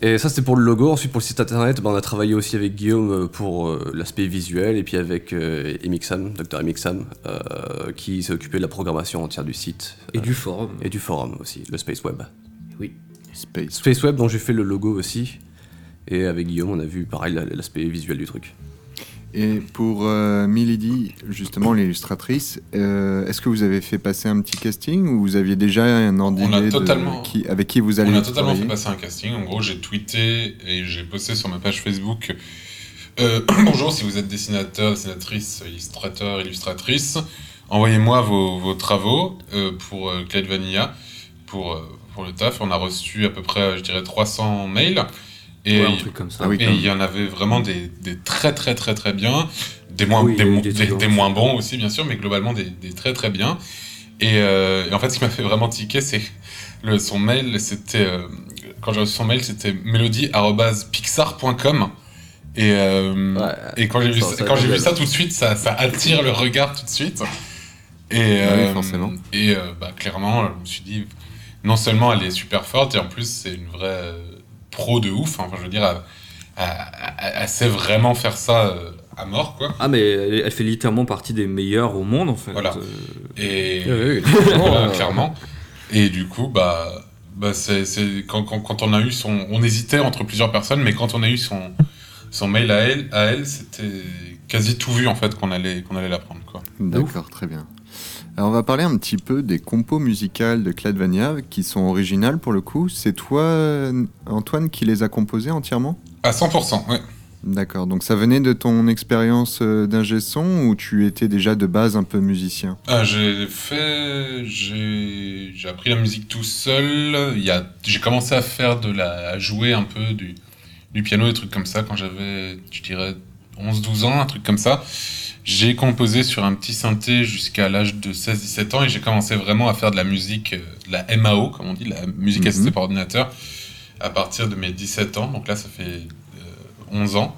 et ça, c'était pour le logo. Ensuite, pour le site internet, bah, on a travaillé aussi avec Guillaume euh, pour euh, l'aspect visuel et puis avec euh, Emixam, Dr. Emixam, euh, qui s'est occupé de la programmation entière du site. euh,
Et du forum.
Et du forum aussi, le Space Web.
Oui.
Space.
Space Web, dont j'ai fait le logo aussi. Et avec Guillaume, on a vu pareil la- l'aspect visuel du truc.
Et pour euh, Milady, justement l'illustratrice, euh, est-ce que vous avez fait passer un petit casting ou vous aviez déjà un ordre
On a
d'idée de
totalement-
qui, avec qui vous allez
On a totalement
travailler
fait passer un casting. En gros, j'ai tweeté et j'ai posté sur ma page Facebook euh, Bonjour, si vous êtes dessinateur, dessinatrice, illustrateur, illustratrice, envoyez-moi vos, vos travaux euh, pour euh, Clyde Vanilla, pour, euh, pour le taf. On a reçu à peu près, je dirais, 300 mails. Et
Ouais, un
il-
truc comme ça.
et
Ah oui, quand
il y en avait vraiment des, des très très très très bien, des moins,
Oui, il y
des,
a eu
mo-
des
des-
trucs
des moins bons aussi bien sûr, mais globalement des, des très très bien. Et, euh, et en fait, ce qui m'a fait vraiment tiquer, c'est le, son mail, c'était. euh, quand j'ai reçu son mail, c'était mélodie.pixar.com. Et, euh, et quand j'ai vu,
ça,
ça-
ça
quand j'ai vu
gueule.
ça tout de suite, ça, ça attire le regard tout de suite. Et, euh, et euh, bah, clairement, je me suis dit, non seulement elle est super forte, et en plus, c'est une vraie euh, pro de ouf. hein. Enfin, je veux dire, elle, elle- elle- elle sait vraiment faire ça euh, à mort, quoi.
Ah, mais elle, elle fait littéralement partie des meilleures au monde, en fait.
Voilà.
Euh,
Et
Oui, oui,
Voilà,
euh,
clairement. Et du coup, bah, bah c'est, c'est- quand, quand, quand on a eu son, on hésitait entre plusieurs personnes, mais quand on a eu son, son mail à elle, à elle, c'était quasi tout vu en fait qu'on allait, qu'on allait la prendre, quoi.
D'accord, très bien. Alors on va parler un petit peu des compos musicales de Cladvania qui sont originales pour le coup. C'est toi, euh, Antoine, qui les a composées entièrement
À 100%, ouais.
D'accord, donc ça venait de ton expérience euh, d'ingé son ou tu étais déjà de base un peu musicien
Ah, j'ai fait, j'ai, j'ai appris la musique tout seul. Il y a, j'ai commencé à faire de la, à jouer un peu du, du piano, des trucs comme ça quand j'avais, je dirais, 11-12 ans, un truc comme ça. J'ai composé sur un petit synthé jusqu'à l'âge de 16-17 ans et j'ai commencé vraiment à faire de la musique, euh, de la MAO, comme on dit, la musique
Mhm.
assistée par ordinateur, à partir de mes 17 ans. Donc là, ça fait euh, 11 ans.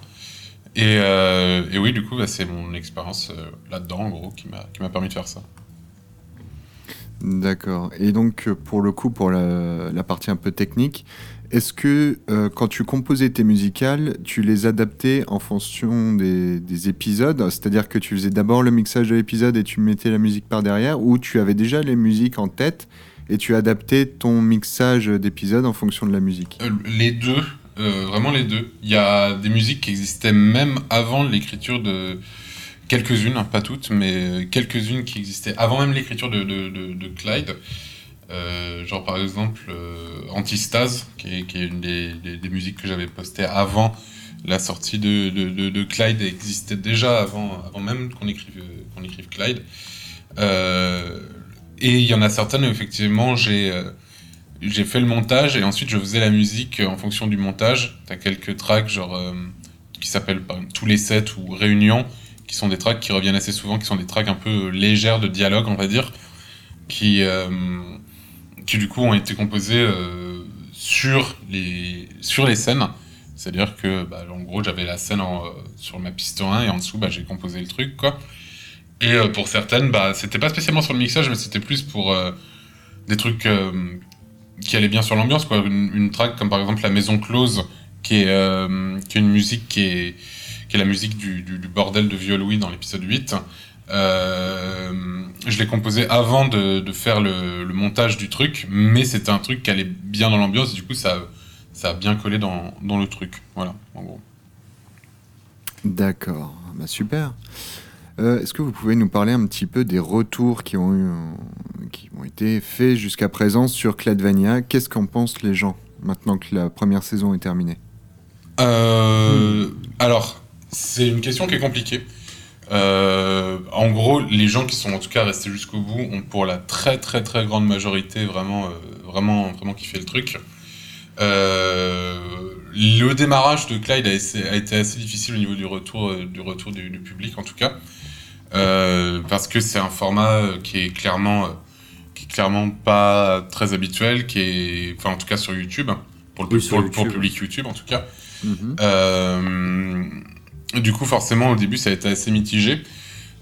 Et, euh, et oui, du coup, bah, c'est mon expérience euh, là-dedans, en gros, qui m'a qui m'a permis de faire ça.
D'accord, et donc euh, pour le coup, pour la, la partie un peu technique, est-ce que euh, quand tu composais tes musicales, tu les adaptais en fonction des, des épisodes C'est-à-dire que tu faisais d'abord le mixage de l'épisode et tu mettais la musique par derrière ou tu avais déjà les musiques en tête et tu adaptais ton mixage d'épisode en fonction de la musique
Euh, Les deux, euh, vraiment les deux. Il y a des musiques qui existaient même avant l'écriture de quelques-unes, hein, pas toutes, mais quelques-unes qui existaient avant même l'écriture de, de- de- de Clyde. Euh, genre par exemple euh, Antistase, qui est, qui est une des, des- des musiques que j'avais postées avant la sortie de, de, de- de Clyde, et existait déjà avant, avant même qu'on écrive, euh, qu'on écrive Clyde. Euh, et il y en a certaines, où effectivement, j'ai... euh, j'ai fait le montage et ensuite je faisais la musique euh, en fonction du montage. T'as quelques tracks genre euh, qui s'appellent par exemple, tous les sets ou réunions qui sont des tracks qui reviennent assez souvent, qui sont des tracks un peu euh, légères de dialogue on va dire, qui euh, qui du coup ont été composés euh, sur les sur les scènes. C'est-à-dire que bah, en gros j'avais la scène en, euh, sur ma piste 1 et en dessous bah, j'ai composé le truc quoi. Et euh, pour certaines, bah, c'était pas spécialement sur le mixage, mais c'était plus pour euh, des trucs euh, qui allaient bien sur l'ambiance. quoi. Une, une track comme par exemple La Maison Close, qui est, euh, qui est une musique qui est, qui est la musique du, du- du bordel de Vieux Louis dans l'épisode 8. Euh, je l'ai composée avant de, de faire le, le montage du truc, mais c'était un truc qui allait bien dans l'ambiance, du coup ça, ça a bien collé dans, dans le truc. Voilà, en gros.
D'accord, bah super. Euh, Est-ce que vous pouvez nous parler un petit peu des retours qui ont, eu, euh, qui ont été faits jusqu'à présent sur Cladvania Qu'est-ce qu'en pensent les gens maintenant que la première saison est terminée
Euh, Alors, c'est une question qui est compliquée. Euh, en gros, les gens qui sont en tout cas restés jusqu'au bout ont pour la très très très grande majorité vraiment euh, vraiment vraiment kiffé le truc. Euh, le démarrage de Clyde a, essayé- a été assez difficile au niveau du retour euh, du retour du, du public en tout cas Euh, parce que c'est un format euh, qui est clairement euh, qui est clairement pas très habituel qui est enfin en tout cas sur YouTube hein, pour le,
Oui, sur
pour le- pour le
YouTube. Mm-hmm.
public YouTube en tout cas. Euh, du coup, forcément, au début, ça a été assez mitigé.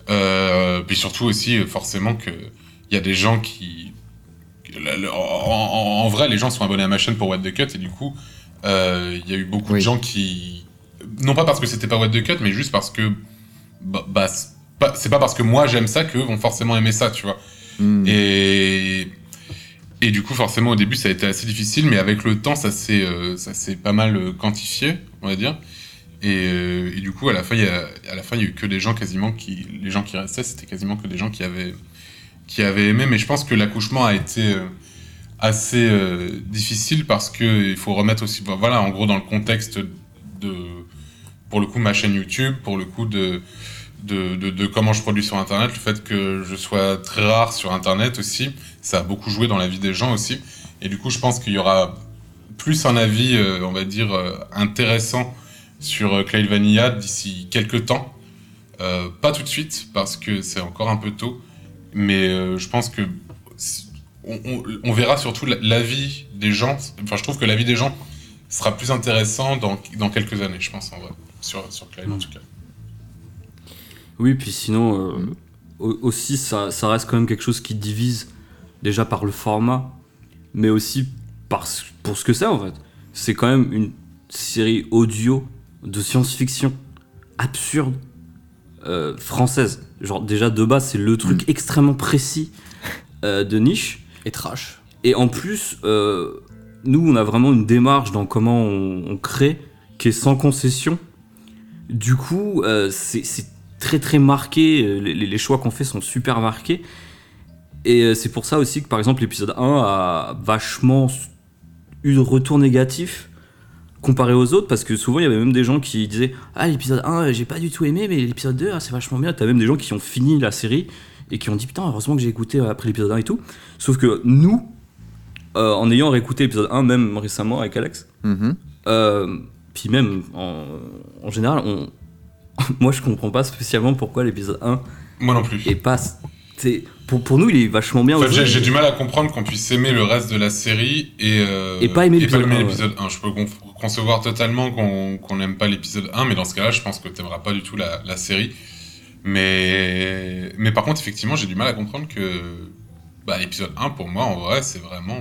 Euh, puis surtout aussi, euh, forcément, que il y a des gens qui... que la- le- en, en- en vrai, les gens sont abonnés à ma chaîne pour What the Cut, et du coup, euh, il y a eu beaucoup de gens qui... Non pas parce que c'était pas What the Cut, mais juste parce que... Bah, bah, c'est pas- c'est pas parce que moi j'aime ça qu'eux vont forcément aimer ça, tu vois.
Hmm. Mm.
Et... Et du coup, forcément, au début, ça a été assez difficile, mais avec le temps, ça s'est, euh, ça s'est pas mal euh, quantifié, on va dire. Et, euh, et du coup, à la fin, il y a, à la fin, il y a eu que des gens quasiment qui, les gens qui restaient, c'était quasiment que des gens qui avaient, qui avaient aimé. Mais je pense que l'accouchement a été euh, assez euh, difficile parce que il faut remettre aussi, bah, voilà, en gros, dans le contexte de, pour le coup, ma chaîne YouTube, pour le coup de, de, de, de comment je produis sur Internet, le fait que je sois très rare sur Internet aussi, ça a beaucoup joué dans la vie des gens aussi. Et du coup, je pense qu'il y aura plus un avis, euh, on va dire, euh, intéressant sur euh, Clay Vanilla d'ici quelques temps. Euh, pas tout de suite, parce que c'est encore un peu tôt. Mais euh, je pense que c'est- on, on- on verra surtout la- l'avis des gens. Enfin, je trouve que l'avis des gens sera plus intéressant dans, dans quelques années, je pense, en vrai, sur, sur Clay, en tout cas.
Oui, puis sinon, euh, au- aussi, ça, ça reste quand même quelque chose qui divise, déjà par le format, mais aussi parce, pour ce que c'est en fait. C'est quand même une série audio de science-fiction absurde euh, française. Genre, déjà de base, c'est le truc extrêmement précis euh, de niche. Mm. Et trash. Et en plus, euh, nous, on a vraiment une démarche dans comment on, on crée qui est sans concession. Du coup, euh, c'est c'est très très marqué, euh, les, les choix qu'on fait sont super marqués. Et euh, c'est pour ça aussi que par exemple l'épisode 1 a vachement s- eu de retour négatif comparé aux autres, parce que souvent il y avait même des gens qui disaient Ah l'épisode 1 euh, j'ai pas du tout aimé, mais l'épisode 2 ah, c'est vachement bien. T'as même des gens qui ont fini la série et qui ont dit Putain, heureusement que j'ai écouté euh, après l'épisode 1 et tout. Sauf que nous, euh, en ayant réécouté l'épisode 1 même récemment avec Alex,
Mhm.
euh, puis même, en, en général, on... moi je comprends pas spécialement pourquoi l'épisode 1
moi non plus.
Et pas... c'est- Pour, pour nous, il est vachement bien.
En fait,
aujourd'hui.
j'ai j'ai du mal à comprendre qu'on puisse aimer le reste de la série et, euh,
Et pas aimer l'épisode un, ouais.
l'épisode 1. Je peux con- concevoir totalement qu'on qu'on n'aime pas l'épisode 1, mais dans ce cas-là, je pense que tu n'aimeras pas du tout la, la série. Mais, mais par contre, effectivement, j'ai du mal à comprendre que bah, l'épisode 1, pour moi, en vrai, c'est vraiment,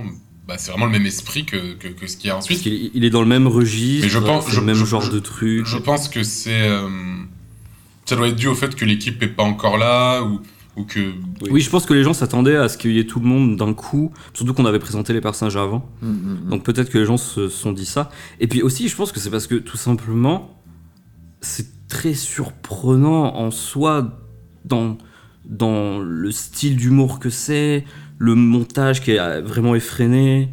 bah, c'est vraiment le même esprit que, que, que ce qu'il y a ensuite.
Parce qu'il est- il est dans le même registre,
Mais je pense-
c'est
je-
le même
je-
genre
je-
de truc.
Je pense que c'est. euh, ça doit être dû au fait que l'équipe n'est pas encore là ou, ou que.
Oui. je pense que les gens s'attendaient à ce qu'il y ait tout le monde d'un coup, surtout qu'on avait présenté les personnages avant.
Mm, mm, mm.
Donc peut-être que les gens se sont dit ça. Et puis aussi, je pense que c'est parce que tout simplement, c'est très surprenant en soi dans, dans le style d'humour que c'est, le montage qui est euh, vraiment effréné,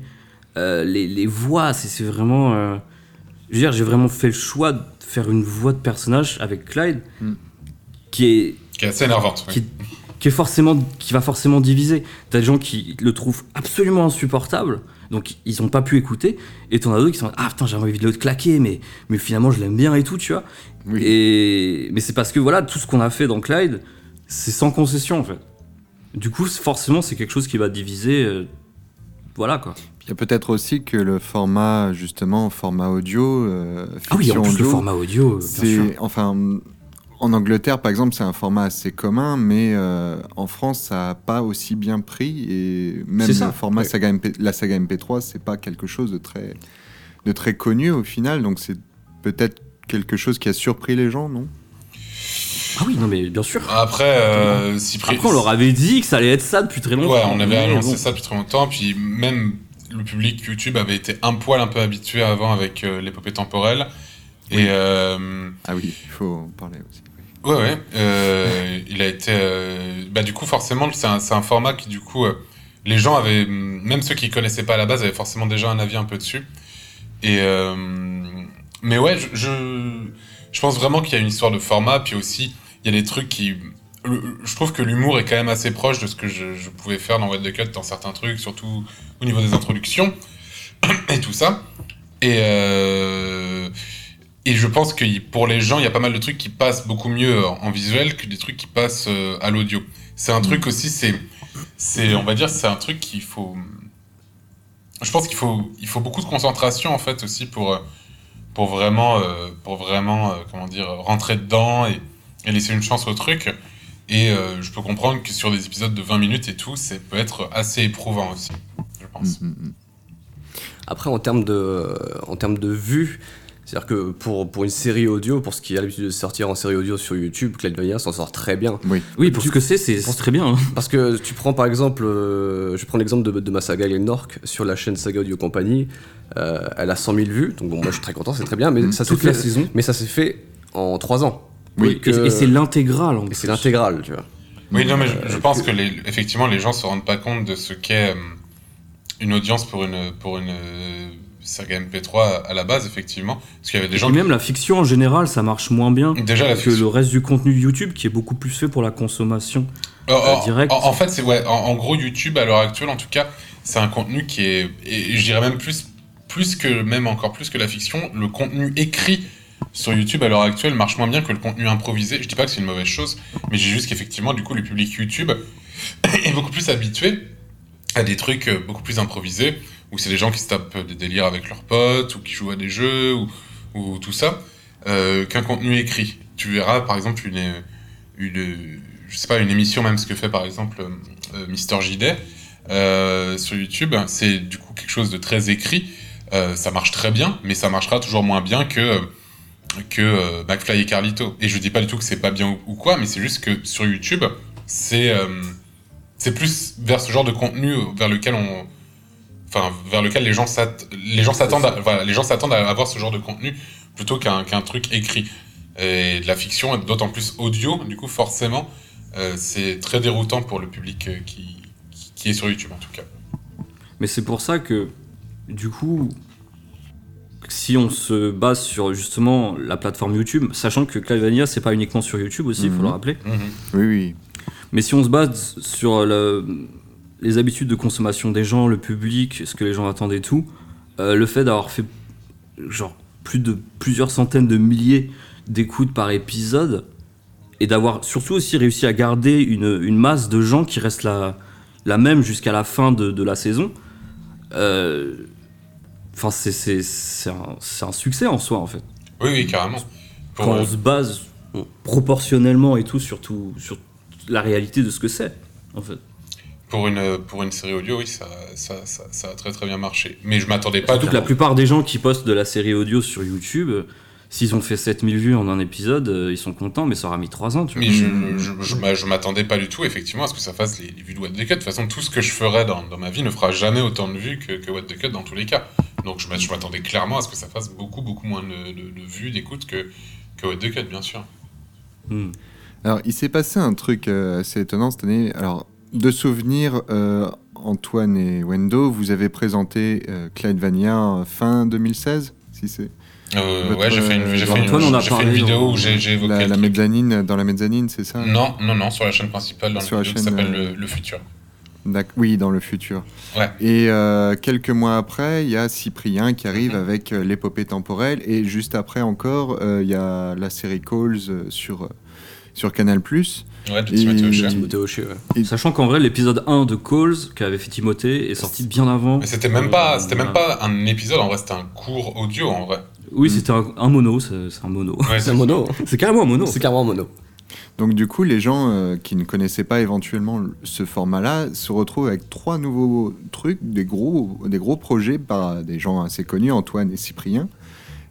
euh, les, les voix, c'est c'est vraiment... euh, je veux dire, j'ai vraiment fait le choix de
Mm.
faire une voix de personnage avec Clyde qui est
qui est assez énervante,
qui,
ouais.
qui, est forcément, qui va forcément diviser. T'as des gens qui le trouvent absolument insupportable, donc ils ont pas pu écouter, et t'en as d'autres qui sont Ah putain, j'ai envie de le claquer, mais, mais finalement je l'aime bien et tout, tu vois. Et, mais c'est parce que voilà, tout ce qu'on a fait dans Clyde, c'est sans concession en fait. Du coup, c'est- forcément, c'est quelque chose qui va diviser. euh, voilà quoi.
Il y a peut-être aussi que le format, justement, format audio. euh,
Ah oui, en
fiction
plus, le
audio,
format audio, euh, bien
c'est-
sûr.
Enfin, en Angleterre, par exemple, c'est un format assez commun, mais euh, en France, ça n'a pas aussi bien pris. Et même
C'est ça,
le format
ouais.
saga MP la saga MP3, c'est pas quelque chose de très, de très connu au final. Donc c'est peut-être quelque chose qui a surpris les gens, non
Ah oui, non mais bien sûr.
Après, euh, Cyprien-
Après, on leur avait dit que ça allait être ça depuis très longtemps.
Ouais, on avait
Mais
annoncé
bon.
ça depuis très longtemps, puis même le public YouTube avait été un poil un peu habitué avant avec euh, l'épopée temporelle. Et, euh,
Ah oui, il faut en parler aussi.
Ouais, ouais. euh, il a été. euh, bah, du coup, forcément, c'est un, c'est un format qui, du coup, euh, les gens avaient. hum, Même ceux qui connaissaient pas à la base avaient forcément déjà un avis un peu dessus. Et. euh, mais ouais, je, je, je pense vraiment qu'il y a une histoire de format, puis aussi, il y a des trucs qui. le- je trouve que l'humour est quand même assez proche de ce que je, je pouvais faire dans What the Cut, dans certains trucs, surtout au niveau des introductions et tout ça. Et, euh, et je pense que y- pour les gens, il y a pas mal de trucs qui passent beaucoup mieux euh, en en visuel que des trucs qui passent euh, à l'audio. C'est un truc aussi, c'est, c'est, on va dire, c'est un truc qu'il faut. Je pense qu'il faut, il faut beaucoup de concentration en fait aussi pour, euh, pour vraiment, euh, pour vraiment, euh, comment dire, rentrer dedans et, et laisser une chance au truc. Et euh, je peux comprendre que sur des épisodes de 20 minutes et tout, ça peut être assez éprouvant aussi.
Après, en termes de, euh, en termes de vues, c'est-à-dire que pour, pour une série audio, pour ce qui a l'habitude de sortir en série audio sur YouTube, Cladevania s'en sort très
Mhm.
bien.
Oui,
Oui, pour ce que c'est, c'est c'est très bien. hein.
Parce que tu prends par exemple, euh, je prends l'exemple de, de ma saga Glenork sur la chaîne Saga Audio Company, euh, elle a 100 000 vues, donc bon, moi je suis très content, c'est très bien, mais ça s'est
Mhm. Toute la
fait-
saison.
Mais ça s'est fait en 3 ans.
Oui,
Que-
et- et c'est Mhm. l'intégrale, en
Et c'est l'intégrale, tu vois.
Oui, non, mais je,
Euh,
je pense que, les, effectivement, les gens se rendent pas compte de ce qu'est euh, une audience pour une pour une euh, saga MP3 à la base, effectivement, parce qu'il y avait des gens.
Et même la fiction en général, ça marche moins bien
Déjà, la
que le reste du contenu YouTube qui est beaucoup plus fait pour la consommation
Euh,
euh,
en-
directe.
En, en fait, c'est ouais. En, en gros, YouTube à l'heure actuelle, en tout cas, c'est un contenu qui est, et je dirais même plus, plus que même encore plus que la fiction, le contenu écrit sur YouTube à l'heure actuelle marche moins bien que le contenu improvisé. Je dis pas que c'est une mauvaise chose, mais j'ai juste qu'effectivement, du coup, le public YouTube est beaucoup plus habitué à des trucs euh, beaucoup plus improvisés, où c'est des gens qui se tapent euh, des délires avec leurs potes, ou qui jouent à des jeux, ou, ou tout ça, euh, qu'un contenu écrit. Tu verras, par exemple, une, euh, une, euh, je sais pas, une émission même, ce que fait par exemple Mister JD euh, sur YouTube, c'est du coup quelque chose de très écrit, Euh, ça marche très bien, mais ça marchera toujours moins bien que... euh, que euh, McFly et Carlito. Et je dis pas du tout que c'est pas bien ou, ou quoi, mais c'est juste que sur YouTube, c'est euh, c'est plus vers ce genre de contenu euh, vers lequel on enfin vers lequel les gens s'att- les gens s'attendent à, voilà, les gens s'attendent à avoir ce genre de contenu plutôt qu'un qu'un truc écrit. Et de la fiction, et d'autant plus audio, du coup forcément, euh, c'est très déroutant pour le public euh, qui, qui, qui est sur YouTube en tout cas.
Mais c'est pour ça que, du coup, si on se base sur justement la plateforme YouTube, sachant que Clavania, c'est pas uniquement sur YouTube aussi, il faut
Mhm.
le rappeler.
Oui, oui.
Mais si on se base sur le- les habitudes de consommation des gens, le public, ce que les gens attendent et tout, euh, le fait d'avoir fait genre plus de plusieurs centaines de milliers d'écoutes par épisode et d'avoir surtout aussi réussi à garder une, une masse de gens qui reste la, la même jusqu'à la fin de, de la saison, euh, enfin c'est- c'est c'est un, c'est un succès en soi en fait.
Oui, oui, carrément. Pour,
Quand
euh,
on se base proportionnellement et tout sur, tout, sur la réalité de ce que c'est en fait.
Pour une, pour une série audio, oui, ça, ça, ça, ça a très très bien marché. Mais je m'attendais pas
Surtout
du
que la
tout.
plupart des gens qui postent de la série audio sur YouTube, euh, s'ils ont fait 7000 vues en un épisode, euh, ils sont contents, mais ça aura mis 3 ans, tu vois.
Mais je, je, je m'a- je m'attendais pas du tout, effectivement, à ce que ça fasse les, les vues de What the Cut. De toute façon, tout ce que je ferais dans, dans ma vie ne fera jamais autant de vues que, que What the Cut dans tous les cas. Donc je m'a- je m'attendais clairement à ce que ça fasse beaucoup, beaucoup moins de, de- de vues, d'écoutes que, que What the Cut, bien sûr.
Alors, il s'est passé un truc euh, assez étonnant cette année. Alors, de souvenir, euh, Antoine euh, et Wendo, vous avez présenté euh, Clyde Vania fin 2016, si c'est.
Euh,
Votre,
ouais, j'ai fait une, j'ai
euh,
fait une-
Antoine, on a
j'ai fait une
parlé
vidéo
dans-
où j'ai j'ai évoqué
la, la
le truc.
mezzanine, dans la mezzanine, c'est ça
Non, non, non, sur la chaîne principale, dans
Sur
le
la
vidéo qui
chaîne,
s'appelle
euh,
le, Le Futur.
D'ac- Oui, dans le futur.
Ouais.
Et euh, quelques mois après, il y a Cyprien qui
Mhm.
arrive avec euh, l'épopée temporelle. Et juste après encore, euh, il y a la série Calls euh, sur, euh, sur Canal.
Ouais, de
Et-
Timothée Hochet.
Timothée
Sachant qu'en vrai, l'épisode 1 de Calls, qu'avait fait Timothée, est sorti bien avant.
Mais c'était même,
Euh,
pas, c'était même pas un épisode, en vrai, c'était un cours audio, en vrai.
Oui, c'était un, un mono, c'est c'est un mono. hein.
c'est un mono.
C'est carrément un mono.
C'est carrément mono. Donc du coup, les gens euh, qui ne connaissaient pas éventuellement le- ce format-là se retrouvent avec trois nouveaux trucs, des gros, des gros projets par des gens assez connus, Antoine et Cyprien.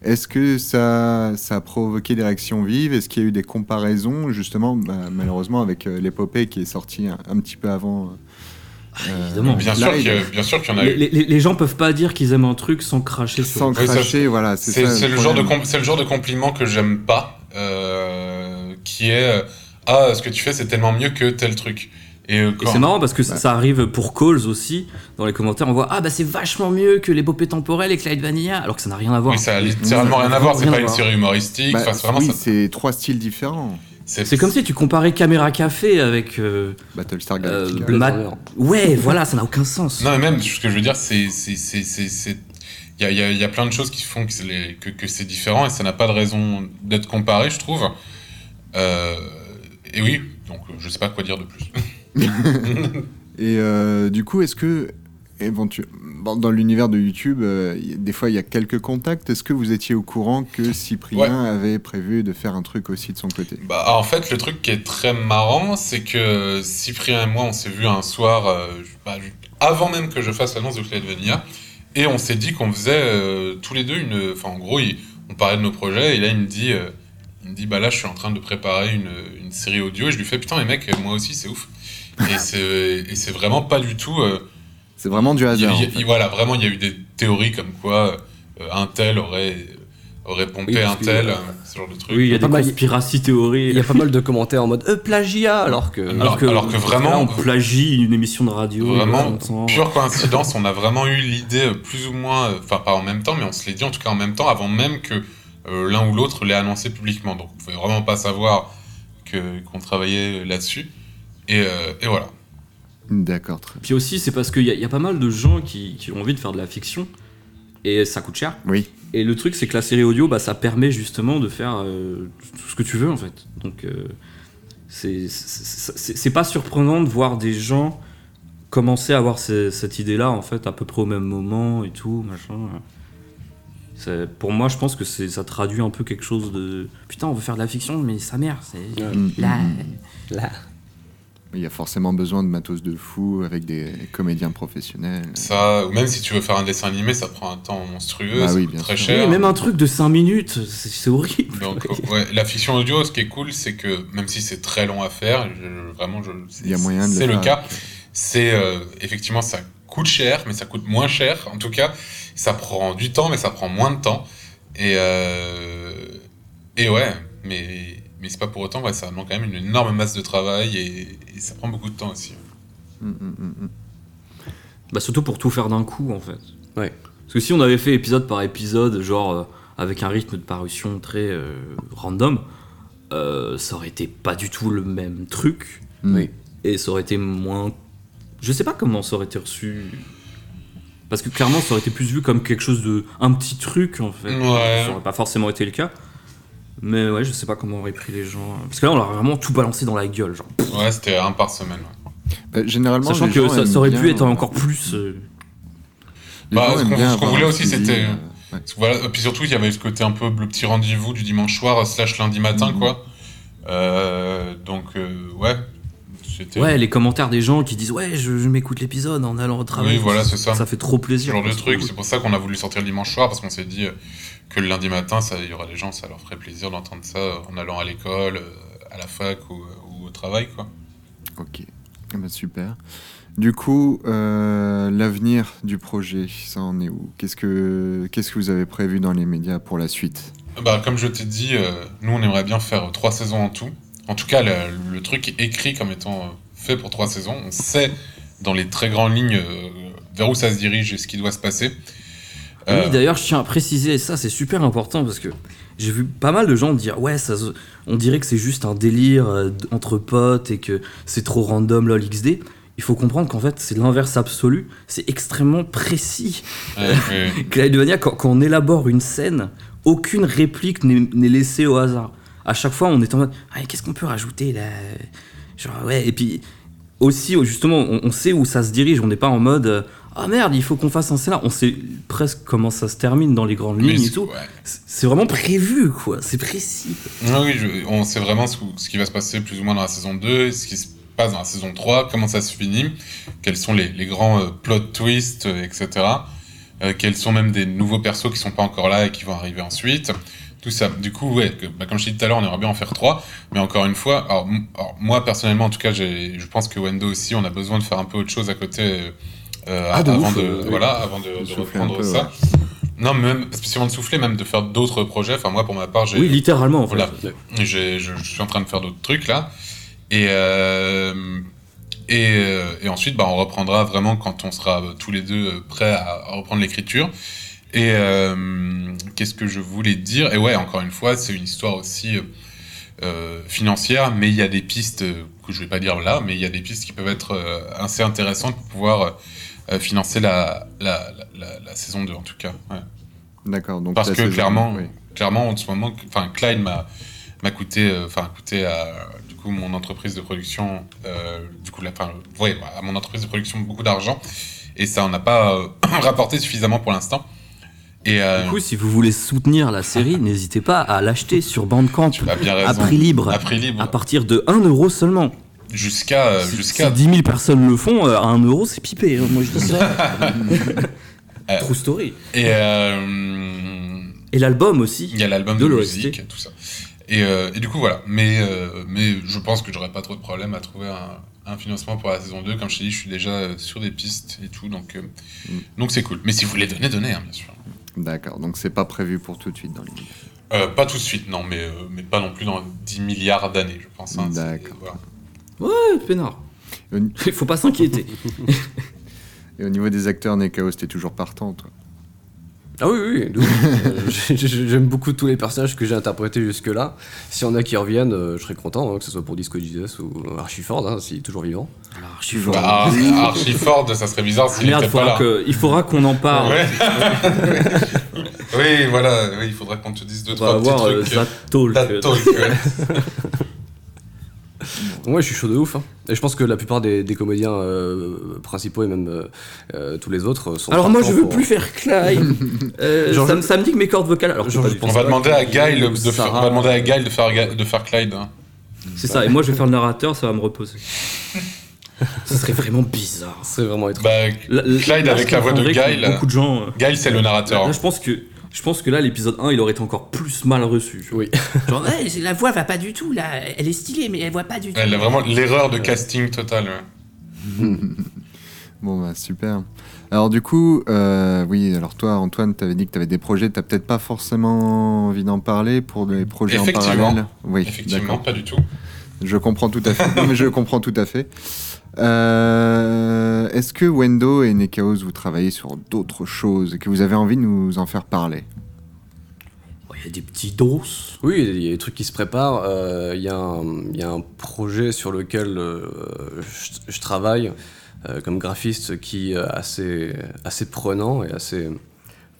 Est-ce que ça, ça a provoqué des réactions vives Est-ce qu'il y a eu des comparaisons, justement, bah, malheureusement, avec euh, l'épopée qui est sortie un, un petit peu avant euh,
Ah, Évidemment.
Bien sûr qu'il y a- bien sûr qu'il y en a
les,
eu.
les- les- les gens peuvent pas dire qu'ils aiment un truc sans cracher sur
Sans
Oui, ça,
cracher, voilà, c'est
C'est
ça,
c'est
le
le, genre de
problème.
com- c'est le genre de compliment que j'aime pas, euh, qui est euh, Ah, ce que tu fais, c'est tellement mieux que tel truc. Et, euh,
Et
quand-
c'est marrant parce que ça- ça arrive pour Calls aussi. Dans les commentaires, on voit Ah bah c'est vachement mieux que l'épopée temporelle et Clyde Vanilla, alors que ça n'a rien à voir.
Oui, ça a littéralement rien à voir, c'est pas une série humoristique.
Bah,
enfin, c'est vraiment
oui,
ça.
C'est trois styles différents.
C'est comme si tu comparais Caméra Café avec. euh,
Battlestar
euh,
Galactica.
Ma- Ouais, voilà, ça n'a aucun sens.
Non, mais même, ce que je veux dire, c'est. c'est- c'est- c'est- c'est- Il y a, il y a- il y a plein de choses qui font que c'est, les- que, que c'est différent et ça n'a pas de raison d'être comparé, je trouve. Euh, et oui, donc euh, je sais pas quoi dire de plus.
Et euh, du coup, est-ce que éventu- bon, dans l'univers de YouTube, euh, y- des fois il y a quelques contacts. Est-ce que vous étiez au courant que Cyprien avait prévu de faire un truc aussi de son côté
Bah, en fait, le truc qui est très marrant, c'est que Cyprien et moi, on s'est vu un soir, euh, je- bah, je- avant même que je fasse l'annonce de Clyde Vanilla, et on s'est dit qu'on faisait euh, tous les deux une. Enfin, en gros, il- on parlait de nos projets, et là, il me dit, euh, il me dit bah là, je suis en train de préparer une, une série audio, et je lui fais putain, mais mec, moi aussi, c'est ouf. Et c'est- et c'est vraiment pas du tout. euh,
C'est vraiment du
il y a-
hasard.
il y a-
en fait.
Voilà, vraiment, il y a eu des théories comme quoi euh, un tel aurait, aurait pompé
Oui, parce
un
que,
tel,
euh,
euh, ce genre de truc.
Oui, il y a
Pas
des
mal-
conspiracy théories.
Il y a pas mal de commentaires en mode euh, plagiat, alors que.
Alors que- alors que vraiment-
là, on plagie une émission de radio.
Vraiment,
on s'en-
pure coïncidence, on a vraiment eu l'idée euh, plus ou moins, euh, enfin pas en même temps, mais on se l'est dit en tout cas en même temps, avant même que euh, l'un ou l'autre l'ait annoncé publiquement. Donc on pouvait vraiment pas savoir que- qu'on travaillait là-dessus. Et, euh, et voilà.
D'accord. très-
Puis aussi, c'est parce qu'il y, a- il y a pas mal de gens qui, qui ont envie de faire de la fiction et ça coûte cher.
Oui.
Et le truc, c'est que la série audio, bah, ça permet justement de faire euh, tout ce que tu veux en fait. Donc, euh, c'est- c'est c'est- c'est pas surprenant de voir des gens commencer à avoir ces- cette idée-là en fait à peu près au même moment et tout, machin. C'est- Pour moi, je pense que c'est- ça traduit un peu quelque chose de putain, on veut faire de la fiction, mais sa mère, c'est
Mm.
là,
là.
Il y a forcément besoin de matos de fou avec des comédiens professionnels.
Ça, ou même si tu veux faire un dessin animé, ça prend un temps monstrueux,
Bah
ça
oui,
coûte
bien
très
sûr.
cher.
Oui, même un truc de 5 minutes, c'est c'est horrible.
Donc euh, ouais, la fiction audio, ce qui est cool, c'est que même si c'est très long à faire, je- vraiment, je, c'est-
Il y a moyen de le
c'est le
faire
cas. C'est euh, effectivement ça coûte cher, mais ça coûte moins cher. En tout cas, ça prend du temps, mais ça prend moins de temps. Et euh, et ouais, mais mais c'est pas pour autant. Ouais, ça demande quand même une énorme masse de travail et, et ça prend beaucoup de temps aussi.
Bah surtout pour tout faire d'un coup en fait. Parce que si on avait fait épisode par épisode, genre euh, avec un rythme de parution très euh, random, euh, ça aurait été pas du tout le même truc.
Oui.
Et ça aurait été moins. Je sais pas comment ça aurait été reçu. Parce que clairement, ça aurait été plus vu comme quelque chose de. un petit truc en fait.
Ouais.
Ça aurait pas forcément été le cas. Mais ouais, je sais pas comment auraient pris les gens. Parce que là, on leur a vraiment tout balancé dans la gueule. Genre.
Ouais, c'était un par semaine. ouais.
Euh, généralement,
Sachant
les
que
gens
ça, ça
aiment
aurait
bien- hein.
pu être encore plus. euh,
Les
Bah,
gens
ce
aiment
qu'on
bien
ce qu'on
avoir
voulait
un
aussi,
suivi,
c'était.
euh,
parce que Voilà, et puis surtout, il y avait ce côté un peu le petit rendez-vous du dimanche soir, euh, slash lundi matin, quoi. Euh, donc, euh, ouais. C'était.
Ouais, les commentaires des gens qui disent Ouais, je, je m'écoute l'épisode en allant au travail.
Oui, voilà, c'est ça.
Ça fait trop
Ce
plaisir.
genre de truc, c'est pour ça qu'on a voulu sortir le dimanche soir, parce qu'on s'est dit euh, que le lundi matin, ça, il y aura les gens, ça leur ferait plaisir d'entendre ça euh, en allant à l'école, euh, à la fac ou, ou au travail, quoi.
Ok, Ah bah, super. Du coup, euh, l'avenir du projet, ça en est où Qu'est-ce que Qu'est-ce que vous avez prévu dans les médias pour la suite
Bah, comme je t'ai dit, euh, nous on aimerait bien faire euh, trois saisons en tout. En tout cas, le, le truc est écrit comme étant euh, fait pour trois saisons. On sait dans les très grandes lignes euh, vers où ça se dirige et ce qui doit se passer.
Oui, d'ailleurs, je tiens à préciser, et ça c'est super important parce que j'ai vu pas mal de gens dire Ouais, ça, se- on dirait que c'est juste un délire euh, d- entre potes et que c'est trop random lol XD. Il faut comprendre qu'en fait, c'est l'inverse absolu, c'est extrêmement précis.
Ouais, ouais, ouais.
Clydevania, quand, quand on élabore une scène, aucune réplique n'est n'est laissée au hasard. À chaque fois, on est en mode Ah, qu'est-ce qu'on peut rajouter là Genre, ouais, et puis aussi, oh, justement, on, on sait où ça se dirige, on n'est pas en mode euh, Ah merde, il faut qu'on fasse un scénar. On sait presque comment ça se termine dans les grandes
Mais
lignes et
c'est-
tout.
ouais.
C'est c'est vraiment prévu, quoi, c'est précis.
Ah oui, je- on sait vraiment ce, ce qui va se passer plus ou moins dans la saison 2, ce qui se passe dans la saison 3, comment ça se finit, quels sont les, les grands euh, plot twists, euh, etc. Euh, quels sont même des nouveaux persos qui sont pas encore là et qui vont arriver ensuite. Tout ça. Du coup, ouais, que- bah, comme je t'ai dit tout à l'heure, on aimerait bien en faire trois, mais encore une fois, alors, m- alors, moi personnellement, en tout cas, j'ai- je pense que Wendo aussi, on a besoin de faire un peu autre chose à côté euh, euh,
Ah, de
avant
ouf,
de,
euh, oui.
voilà, avant de,
De
de
souffler un
reprendre
peu,
ça.
ouais.
Non, mais même spécialement de souffler, même de faire d'autres projets. Enfin, moi, pour ma part, j'ai.
Oui, littéralement, en fait.
Voilà. J'ai- Je, je suis en train de faire d'autres trucs là. Et, euh, et, euh, et ensuite, bah, on reprendra vraiment quand on sera euh, tous les deux euh, prêts à, à reprendre l'écriture. Et euh, qu'est-ce que je voulais dire Et ouais, encore une fois, c'est une histoire aussi euh, euh, financière, mais il y a des pistes euh, que je vais pas dire là, mais il y a des pistes qui peuvent être euh, assez intéressantes pour pouvoir euh, euh, financer la, la, la, la- la saison 2 en tout cas. ouais.
D'accord. Donc
Parce
la
que
saison-
clairement,
oui.
clairement, en ce moment, enfin, Klein m'a m'a coûté, euh, enfin, coûté à du coup mon entreprise de production, euh, du coup, la, enfin, ouais, bah, à mon entreprise de production beaucoup d'argent, et ça on n'a pas euh, rapporté suffisamment pour l'instant. Et euh,
Du coup, si vous voulez soutenir la série, n'hésitez pas à l'acheter sur Bandcamp
bien
à
raison.
prix libre,
À prix libre.
à partir de 1 euro seulement.
jusqu'à euh,
Si-
jusqu'à
Si 10 000 personnes le font, euh, à 1 euro, c'est pipé. hein, Moi, je dis ça. True story.
Et, euh,
et l'album aussi.
Il y a l'album
De
de,
l'OST.
musique, tout ça. Et, euh, et du coup, voilà. Mais, euh, mais je pense que j'aurais pas trop de problème à trouver un, un financement pour la saison 2. Comme je t'ai dit, je suis déjà euh, sur des pistes et tout. Donc euh,
Mm.
donc c'est cool. Mais si vous voulez donner, donnez, hein, bien sûr.
D'accord. Donc c'est pas prévu pour tout de suite dans l'idée.
Euh, pas tout de suite, non, mais, euh, mais pas non plus dans 10 milliards d'années, je pense. hein. C'est-
D'accord.
voilà.
Ouais, peinard. Il faut pas s'inquiéter.
Et au niveau des acteurs, Nekaos, t'es toujours partant, toi.
Ah oui, oui, de ouf. Euh, j'ai- j'ai- J'aime beaucoup tous les personnages que j'ai interprétés jusque-là. S'il y en a qui reviennent, euh, je serais content, hein, que ce soit pour Disco Jesus ou Archiford, hein, s'il est toujours vivant.
Archiford.
Bah, Ar- Archiford, ça serait bizarre s'il
Ah, Merde,
était pas là.
faudra que- il faudra qu'on en parle.
Ouais. oui, voilà, oui, il faudrait qu'on te dise deux,
On va
trois petits
avoir euh,
trucs.
That Talk.
That Talk, ouais.
Ouais, je suis chaud de ouf. hein. Et je pense que la plupart des, des comédiens euh, principaux et même euh, euh, tous les autres euh, sont.
Alors moi,
partants
je veux
pour-
plus faire Clyde. Euh,
Genre,
ça,
je-
me- ça me dit que mes cordes vocales. Alors, que
Genre,
pas
je
du
On
tout.
va demander à Guy le- de faire- on va demander à Guy de faire Ga- de faire Clyde. hein.
C'est ça. Et moi, je vais faire le narrateur. Ça va me reposer. Ce serait vraiment bizarre.
C'est vraiment étrange.
Là- là-
Clyde
là,
avec
je
la voix de
comprendrais que
Guy, là. Oh.
Beaucoup de gens. euh,
Guy, Bah, c'est le narrateur.
Là, je pense que je pense que là, l'épisode 1, il aurait été encore plus mal reçu.
Oui.
Genre, ouais,
Ouais, la voix va pas du tout là. Elle est stylée, mais elle voit pas du tout.
Elle a vraiment l'erreur de casting totale. ouais.
Bon, bah, super. Alors, du coup, euh, oui, alors toi, Antoine, t'avais dit que t'avais des projets, t'as peut-être pas forcément envie d'en parler pour des projets en
Effectivement.
parallèle. Oui,
Effectivement,
d'accord.
pas du tout.
Je comprends tout à fait. Non, mais je comprends tout à fait. Euh, Est-ce que Wendo et Nekaos, vous travaillez sur d'autres choses et que vous avez envie de nous en faire parler
Il y a des petits dos.
Oui, il y a des trucs qui se préparent. Euh, Il y, a un- il y a un projet sur lequel euh, je, je travaille euh, comme graphiste qui est assez, assez prenant et assez. Enfin,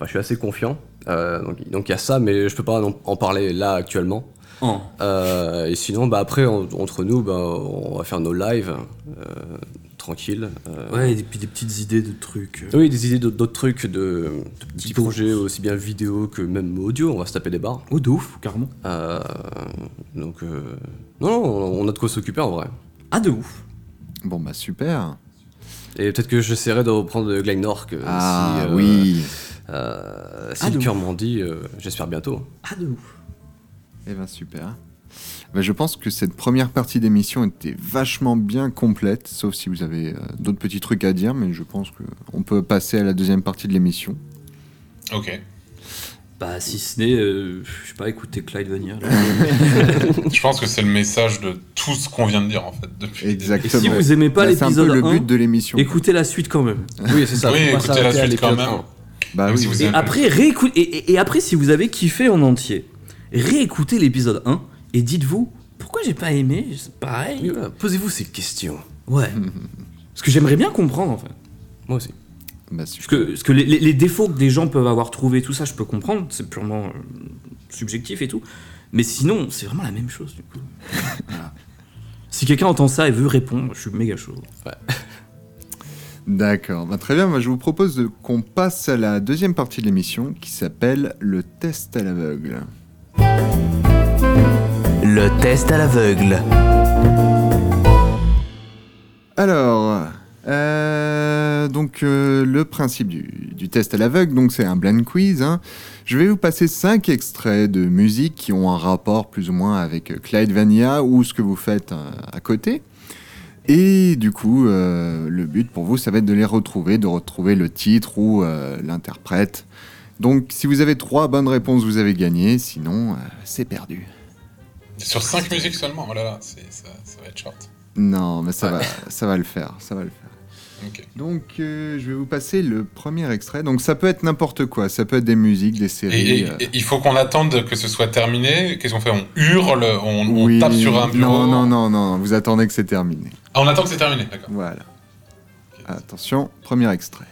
je suis assez confiant. Euh, donc, donc il y a ça, mais je peux pas en, en parler là actuellement.
Oh.
Euh, et sinon, bah, après, en- entre nous, bah, on va faire nos lives euh, tranquilles. Euh,
Ouais, et puis des petites idées de trucs. euh,
oui, des idées d'autres d'autres trucs, de, de petits projets aussi bien vidéo que même audio. On va se taper des barres.
Oh, de ouf, carrément.
Euh, donc, euh, non, non, on a de quoi s'occuper en vrai.
Ah, de ouf.
Bon, bah, super.
Et peut-être que j'essaierai de reprendre le Glennork. euh,
Ah,
si, euh,
oui.
euh, si
Ah,
le
de
cœur
ouf.
m'en dit, euh, j'espère bientôt.
Ah, de ouf.
Eh ben super. Ben, je pense que cette première partie d'émission était vachement bien complète, sauf si vous avez euh, d'autres petits trucs à dire, mais je pense qu'on peut passer à la deuxième partie de l'émission.
Ok.
Bah, si ce n'est, euh, je sais pas, écouter Clyde Vanier. là.
Je pense que c'est le message de tout ce qu'on vient de dire en fait depuis.
Et si vous aimez pas
Bah, c'est un peu
l'épisode
le
1,
but de l'émission.
Écoutez la suite quand même.
Oui, c'est ça.
Oui,
faut pas
écoutez la
s'arrêter à
suite quand
l'épisode
même.
un.
Bah
Même
oui.
si vous
Et
avez-
après, réécou- et, et- et après, si vous avez kiffé en entier, réécoutez l'épisode 1 et dites-vous pourquoi j'ai pas aimé. C'est pareil.
Posez-vous ces questions.
Ouais. Parce que j'aimerais bien comprendre en fait.
Moi aussi.
Bah,
Parce que, parce que les, les- les défauts que des gens peuvent avoir trouvés, tout ça, je peux comprendre. C'est purement euh, subjectif et tout. Mais sinon, c'est vraiment la même chose du coup. Voilà. Si quelqu'un entend ça et veut répondre, je suis méga chaud.
D'accord, Bah, très bien. Moi, je vous propose de- qu'on passe à la deuxième partie de l'émission qui s'appelle le test à l'aveugle.
Le test à l'aveugle.
Alors, euh, donc euh, le principe du, du test à l'aveugle, donc c'est un blind quiz. hein. Je vais vous passer cinq extraits de musique qui ont un rapport plus ou moins avec euh, Clyde Vania ou ce que vous faites euh, à côté. Et du coup, euh, le but pour vous, ça va être de les retrouver, de retrouver le titre ou euh, l'interprète. Donc, si vous avez trois bonnes réponses, vous avez gagné. Sinon, euh, c'est perdu.
Sur 5 musiques seulement, oh là là, c'est- ça, ça va être short.
Non, mais ça, va, ça va le faire, ça va le faire.
Ok.
Donc, euh, je vais vous passer le premier extrait. Donc, ça peut être n'importe quoi. Ça peut être des musiques, des
Et,
séries.
et-
euh,
et il faut qu'on attende que ce soit terminé. Qu'est-ce qu'on fait On hurle, on, on
oui,
tape sur un bureau.
Non, non, non, non. Vous attendez que c'est terminé.
Ah, on attend que c'est terminé, d'accord.
Voilà. Attention, premier extrait.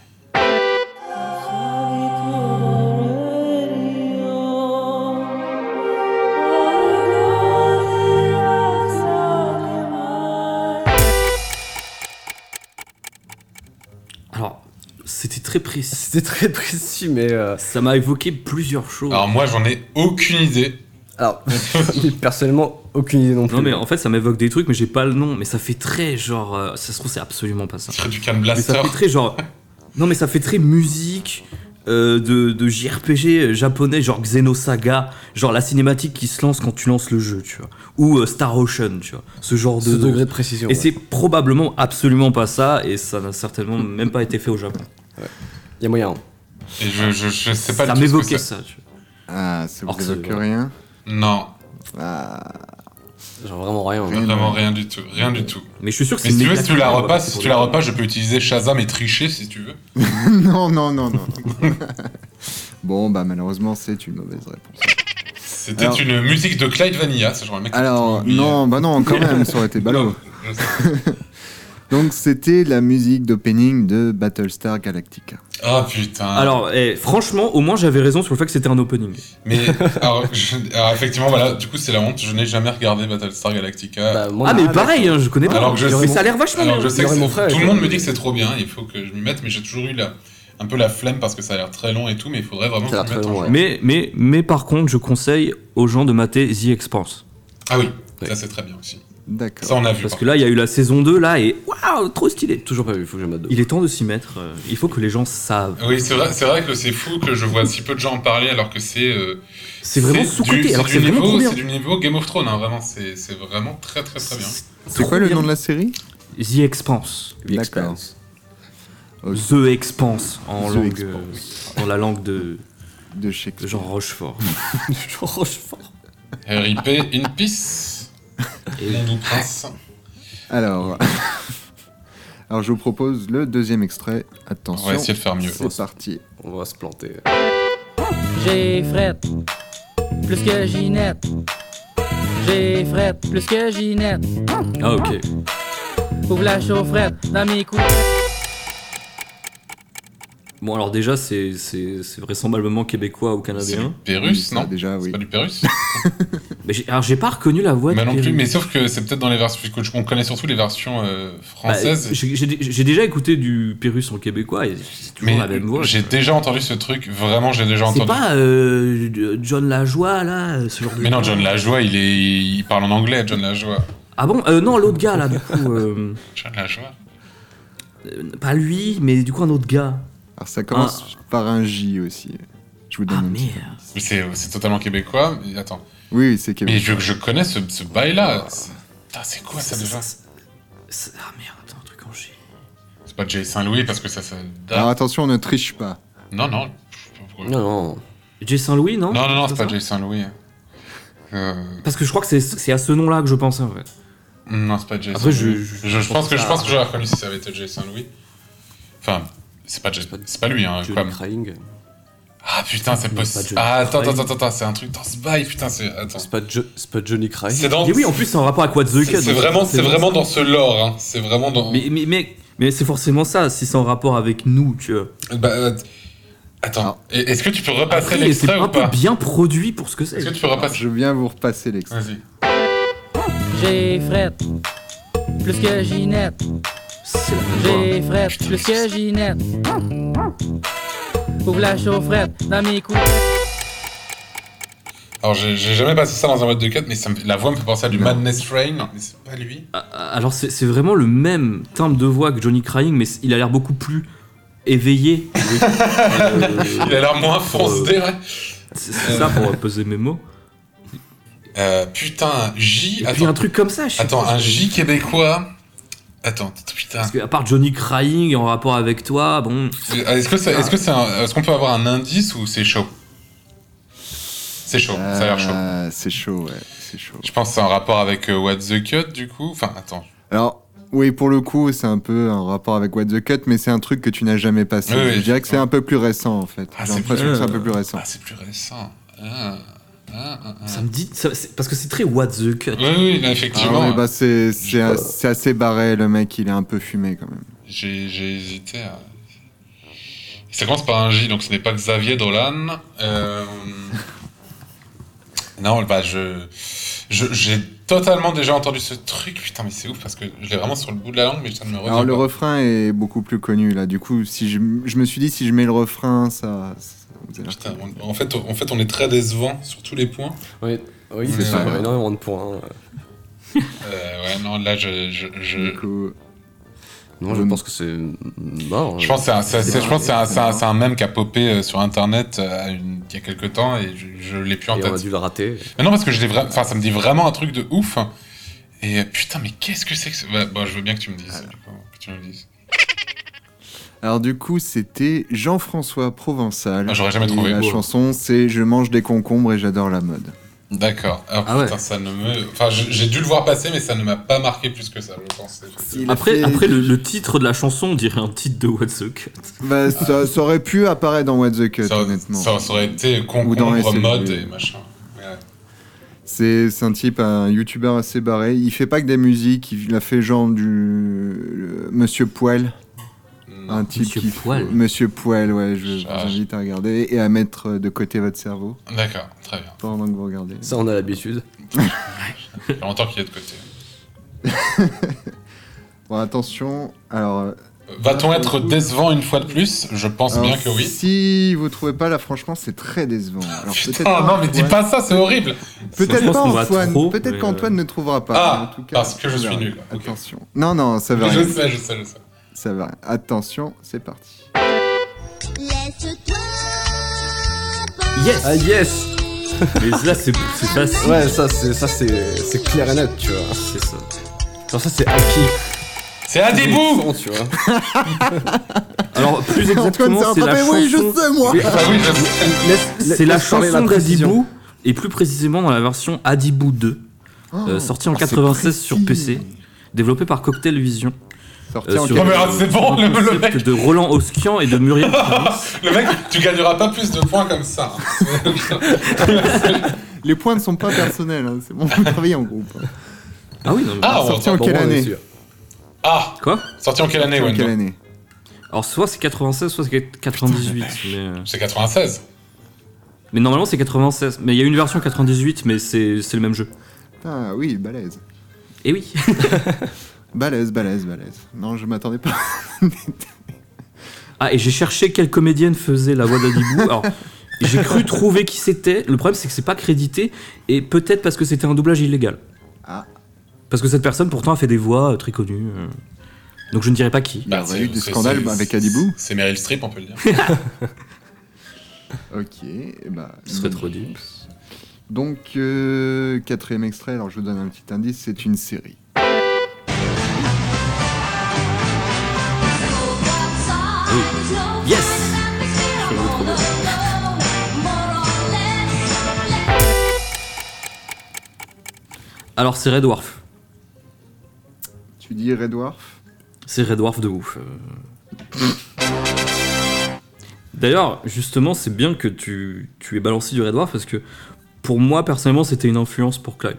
Alors, c'était très précis.
C'était très précis, mais. euh,
Ça m'a évoqué plusieurs choses.
Alors moi, j'en ai aucune idée.
Alors, personnellement, aucune idée non plus.
Non, mais en fait, ça m'évoque des trucs, mais j'ai pas le nom. Mais ça fait très genre. euh, ça se trouve, c'est absolument pas ça.
C'est du Can
Mais ça
Blaster.
fait très genre. Non, mais ça fait très musique euh, de, de JRPG japonais, genre Xenosaga, genre la cinématique qui se lance quand tu lances le jeu, tu vois. Ou euh, Star Ocean, tu vois. Ce genre de.
Ce degré de précision,
Et
ouais.
c'est probablement absolument pas ça, et ça n'a certainement même pas été fait au Japon.
Ouais. Y a moyen. hein.
Et je, je, je sais pas
Ça
du tout ce que
m'évoquait
c'est.
ça, tu
Ah, ça vous
Orc,
évoque
ouais.
rien
Non.
Genre vraiment rien.
Vraiment rien du tout. Rien du tout.
Mais je suis sûr que
Mais
c'est
si tu veux,
méga
si tu la
clair,
repasses,
ouais,
si
pour
tu
le
la
coup.
repasses, je peux utiliser Shazam et tricher si tu veux.
non, non, non, non. bon, bah malheureusement, c'est une mauvaise réponse.
C'était
Alors-
une musique de Clyde Vanilla, ça j'aurais mec.
Alors, non, bah non, quand même, ça aurait été ballot. Donc, c'était la musique d'opening de Battlestar Galactica.
Ah putain.
Alors, eh, franchement, au moins j'avais raison sur le fait que c'était un opening.
Mais alors, je- alors, effectivement, voilà, du coup c'est la honte, je n'ai jamais regardé Battlestar Galactica.
Bah,
ah, mais pareil, hein, je connais pas.
Alors que je
mais
sais-
ça a l'air vachement
alors
bien.
je sais que c'est- tout le monde me dit que c'est trop bien, il faut que je m'y mette, mais j'ai toujours eu la, un peu la flemme parce que ça a l'air très long et tout, mais il faudrait vraiment que je m'y mette un jour.
Mais, mais, mais par contre, je conseille aux gens de mater The Expanse.
Ah oui, ça c'est très bien aussi.
D'accord.
Ça on a vu.
Parce
par
que là, il y a eu la saison 2, là, et waouh, trop stylé. Toujours pas vu, il faut que je mate Il est temps de s'y mettre, euh, il faut que les gens savent.
Oui, c'est vrai, c'est vrai que c'est fou que je vois si peu de gens en parler alors que c'est. euh,
C'est vraiment
du-
sous-coté, alors que
du
c'est vraiment
niveau-
trop bien.
C'est du niveau Game of Thrones, hein, vraiment, c'est c'est vraiment très très très bien.
C'est quoi le nom de la série
The Expanse.
The Expanse.
The Expanse, en,
The
langue,
Expanse.
euh, en la langue de.
De Shakespeare.
Jean Rochefort. Jean Rochefort.
RIP in peace. Mon doux prince.
Alors, alors je vous propose le deuxième extrait. Attention.
On va essayer de faire mieux.
C'est parti.
On va se planter.
J'ai Fred, plus que Ginette. J'ai Fred, plus que Ginette.
Ah, ok.
Ouvre la chaufferette dans mes couilles.
Bon, alors déjà, c'est c'est- c'est vraisemblablement québécois ou canadien.
C'est du Pérus, non
Déjà, oui.
Pas du Pérus
Mais j'ai- alors, j'ai pas reconnu la voix
Bah
de
non plus,
Pérus.
mais sauf que c'est peut-être dans les versions. parce qu'on connaît surtout les versions euh,
Bah,
françaises.
j'ai- J'ai j'ai déjà écouté du Pérus en québécois et c'est toujours
mais
la même voix.
j'ai déjà entendu ce truc, vraiment j'ai déjà
C'est
entendu.
pas euh, John Lajoie, là, euh, ce genre de.
Mais non,
gars.
John Lajoie, il, est... il parle en anglais, John Lajoie.
Ah bon Euh, Non, l'autre gars, là, du coup. euh,
John Lajoie
euh, pas lui, mais du coup, un autre gars.
Alors ça commence par un J aussi. Je
Ah,
Ah,
vous donne un petit-
Mais c'est c'est totalement québécois. mais Attends.
Oui, oui, c'est
Mais
québécois.
je, je connais ce, ce bail-là. C'est- Putain, c'est quoi ça déjà
C'est- Ah merde, attends, un truc en G.
C'est pas Jay Saint-Louis parce que ça, ça date.
Alors attention, on ne triche pas.
Non, non.
Ah Non, non. Jay Saint-Louis, non
Non, non, non, c'est
ça
pas Jay Saint-Louis. hein. Euh,
Parce que je crois que c'est- c'est à ce nom-là que je pensais, en fait.
Non, c'est pas Jay
Après,
Saint-Louis.
je- je-
je,
je pense
pense que je
à-
pense que j'aurais reconnu si ça avait été Jay Saint-Louis. Enfin, c'est pas Jay- c'est pas lui, hein. Quam. hein, Ah putain, c'est possible. Ah, attends, attends, attends, attends, c'est un truc dans ce bail, putain, c'est. Attends.
C'est pas, Jo- c'est pas Johnny Cry.
C'est dans-
Et oui, en plus, c'est en rapport à Quad the
C'est
Cut.
c'est vraiment, c'est vraiment dans ce lore, hein. C'est vraiment dans.
Mais, mais, mais, mais c'est forcément ça, si c'est en rapport avec nous, tu vois.
Bah, attends, Et- est-ce que tu peux repasser
Ah. Après, mais c'est
l'extrait ou
un peu
pas
bien produit pour ce que c'est.
Est-ce que tu peux repasser
Je viens vous repasser l'extrait.
J'ai fret, plus que Ginette. J'ai fret, plus que Ginette. Ouvre la chaufferette dans mes couilles.
Alors, j'ai j'ai jamais passé ça dans un mode de 4, mais ça me fait- la voix me fait penser à du Madness Rain, mais c'est pas lui.
Ah.
Alors c'est c'est vraiment le même timbre de voix que Johnny Crying, mais c- il a l'air beaucoup plus éveillé. Euh,
Il a l'air moins foncé, ouais.
C'est c'est ça pour peser mes mots.
Euh, putain, J. Attends,
un truc comme ça, je sais
Attends,
pas,
un
je-
J québécois. Attends, putain.
Parce que à part Johnny Crying en rapport avec toi, bon.
Ah, Est-ce que c'est- est-ce que c'est un- est-ce qu'on peut avoir un indice ou c'est chaud C'est chaud, ça a l'air chaud.
Ah, c'est chaud, ouais, c'est chaud.
Je pense que c'est un rapport avec euh, What the Cut du coup. Enfin, attends.
Alors, oui, pour le coup, c'est un peu un rapport avec What the Cut, mais c'est un truc que tu n'as jamais passé.
Oui, oui.
Je dirais que c'est un peu plus récent, en fait. J'ai
Ah, c'est
l'impression
plus-
que c'est un peu plus récent.
Ah, c'est plus récent. Ah, ah, ah, ah.
Ça me dit ça- c'est- parce que c'est très What the Cut.
Oui, oui, là, effectivement.
Ah ouais, bah, c'est c'est as- c'est assez barré, le mec, il est un peu fumé quand même.
J'ai j'ai hésité à. Ça commence par un J, donc ce n'est pas Xavier Dolan. Euh, Non, bah je. je- J'ai totalement déjà entendu ce truc, putain, mais c'est ouf parce que je l'ai vraiment sur le bout de la langue, mais ça ne me
Alors,
revient
le
pas.
refrain est beaucoup plus connu, là. Du coup, si je, je me suis dit, si je mets le refrain, ça. ça vous allez-
Putain, on- en, fait, en fait, on est très décevant sur tous les points.
Oui, oui
Mais,
c'est ça,
euh,
énormément de points. hein.
euh, ouais, non, là, je. je, je...
euh,
Non, je pense que c'est mort.
Je pense que c'est un- c'est- c'est- je pense que c'est un, c'est un-
mort.
c'est un mème qui a popé euh, sur internet euh, à une- il y a quelques temps et je, je l'ai plus en
Et
tête.
on a dû le rater.
Mais non, parce que je l'ai vra- enfin, ça me dit vraiment un truc de ouf. Et euh, putain, mais qu'est-ce que c'est que ça bah, bon, je veux bien que tu me dises.
Ah.
du coup, que tu me le dises.
Alors, du coup, c'était Jean-François Provençal.
Ah, j'aurais jamais
Et
trouvé.
La
Wow.
chanson, c'est Je mange des concombres et j'adore la mode.
D'accord. Alors,
Ah
putain, ça ne me. Enfin, je- j'ai dû le voir passer, mais ça ne m'a pas marqué plus que ça, je pense.
Après, après le, le titre de la chanson, on dirait un titre de What the Cut.
Bah, ça, ça aurait pu apparaître dans What the Cut, honnêtement.
Ça, ça aurait
Ou
été
dans
concombre
SLG.
mode et machin. Ouais.
C'est c'est un type, un youtubeur assez barré. Il fait pas que des musiques, il a fait genre du euh, Monsieur Poel.
Hmm.
Un type
Monsieur
qui-
Poel.
Monsieur Poel, ouais, je vous
Ah,
invite à regarder et à mettre euh, de côté votre cerveau
D'accord, très bien.
pendant que vous regardez.
Ça, on a l'habitude.
Il y a longtemps qu'il est de côté.
Bon, attention, alors. euh,
Va-t-on
là,
être
pour le coup-
décevant une fois de plus Je pense
Alors,
bien que oui.
Si vous trouvez pas là, franchement, c'est très décevant. Alors, peut-être
Ah non, mais dis
Antoine-
pas ça, c'est horrible.
Peut-être pas Antoine, peut-être qu'Antoine ne trouvera pas.
Ah,
mais en tout cas,
parce que je
on
suis
verra.
nul. Ok.
Attention. Non, non, ça va
Je
rien.
sais, je sais, je sais.
Ça va rien. Attention, c'est parti.
Yes Ah yes Mais là c'est c'est facile. Ouais ça c'est ça c'est c'est clair et net tu vois. C'est ça. Genre ça c'est acquis.
C'est un début
tu vois. Alors plus
Antoine,
exactement
c'est un
c'est la
papa,
chanson.
oui, je sais, moi. Ah oui, je sais.
Laisse- laisse-
C'est la
laisse parler
chanson
précision.
d'Adibou et plus précisément dans la version Adibou 2, euh,
Oh,
sortie en
c'est
96 sur PC, développée par Cocktail Vision. euh,
Sortie
en 96. C'est bon,
sur un
le- le
concept de Roland Oskian et de Muriel.
Le mec, tu gagneras pas plus de points comme ça.
Les points ne sont pas personnels, hein, c'est bon, vous travaillez en groupe. hein.
Ah oui, non, mais-
Ah, on-
sorti en
pour
quelle
moi, on est
année
sûr. Ah
Quoi
Sorti en quelle année,
Sorti en
Wendo
quelle année
Alors soit c'est 96, soit c'est 98. mais, euh,
C'est 96.
mais normalement c'est 96. Mais il y a une version 98, mais c'est c'est le même jeu.
Ah oui, balèze.
Et oui.
balèze, balèze, balèze. Non, je m'attendais pas.
Ah, et j'ai cherché quelle comédienne faisait la voix d'Adibou. Alors, j'ai cru trouver qui c'était. Le problème, c'est que c'est pas crédité. Et peut-être parce que c'était un doublage illégal.
Ah.
Parce que cette personne, pourtant, a fait des voix euh, très connues. euh. Donc, je ne dirais pas qui.
Bah, c'est- c'est- c'est-
Adibou.
C'est Meryl Streep, on peut le dire.
ok, et bah.
Ce serait
bonne
trop dur.
réponse. Donc, euh, quatrième extrait, alors je vous donne un petit indice, c'est une série.
Yes Alors, c'est Red Dwarf.
Tu dis Red Dwarf
C'est Red Dwarf de ouf. euh. D'ailleurs, justement, c'est bien que tu, tu aies balancé du Red Dwarf parce que pour moi, personnellement, c'était une influence pour Clive.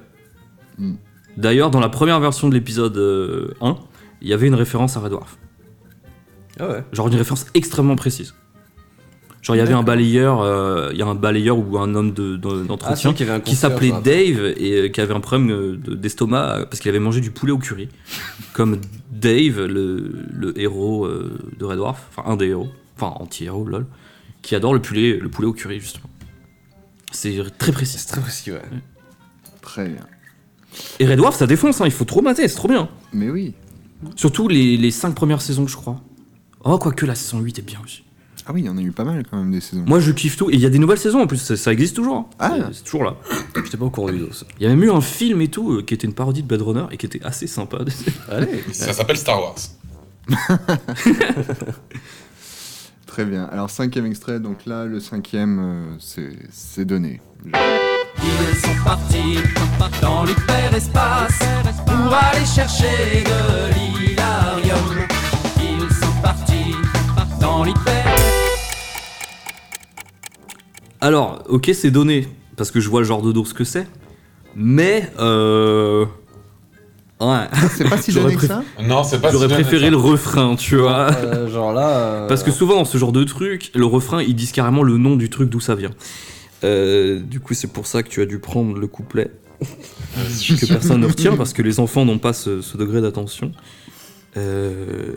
Hmm.
D'ailleurs, dans la première version de l'épisode euh, 1, il y avait une référence à Red Dwarf.
Ah ouais.
Genre une référence extrêmement précise. Genre il y avait un balayeur, euh, il y a un balayeur ou un homme de- de-
Ah, c'est
d'entretien
vrai qu'il y avait un
qui
conteur,
s'appelait
je me
Dave et euh, qui avait un problème euh, de- d'estomac euh, parce qu'il avait mangé du poulet au curry, comme Dave, le, le héros euh, de Red Dwarf, enfin un des héros, enfin anti-héros, lol, qui adore le poulet, le poulet au curry justement. C'est très précis. C'est
très précis, ouais.
Très bien.
Et Red Dwarf, ça défonce, hein, il faut trop mater, c'est trop bien.
Mais oui.
Surtout les, les 5 premières saisons, je crois. Oh, quoique la saison 8 est bien aussi.
Ah oui, il y en a eu pas mal quand même des saisons.
Moi, je kiffe tout. Et il y a des nouvelles saisons en plus, ça, ça existe toujours. hein.
Ah.
C'est- C'est toujours là. J'étais pas au courant du dos. Il y a même eu un film et tout euh, qui était une parodie de Blade Runner et qui était assez sympa.
Allez. Ça s'appelle Star Wars.
Très bien. Alors, cinquième extrait, donc là, le cinquième, euh, c'est c'est donné.
Ils sont partis dans l'hyperespace pour aller chercher de l'hilarium. Ils sont partis dans l'hyper.
Alors, ok, c'est donné parce que je vois le genre de dos que c'est. Mais euh... ouais,
c'est pas si
donné que ça Non, c'est pas si
J'aurais
donné
préféré
que ça.
le refrain, tu vois.
Euh,
genre là.
Parce que souvent, dans ce genre de truc, le refrain, ils disent carrément le nom du truc d'où ça vient. Euh, du coup, c'est pour ça que tu as dû prendre le couplet que personne ne retient parce que les enfants n'ont pas ce, ce degré d'attention. Euh,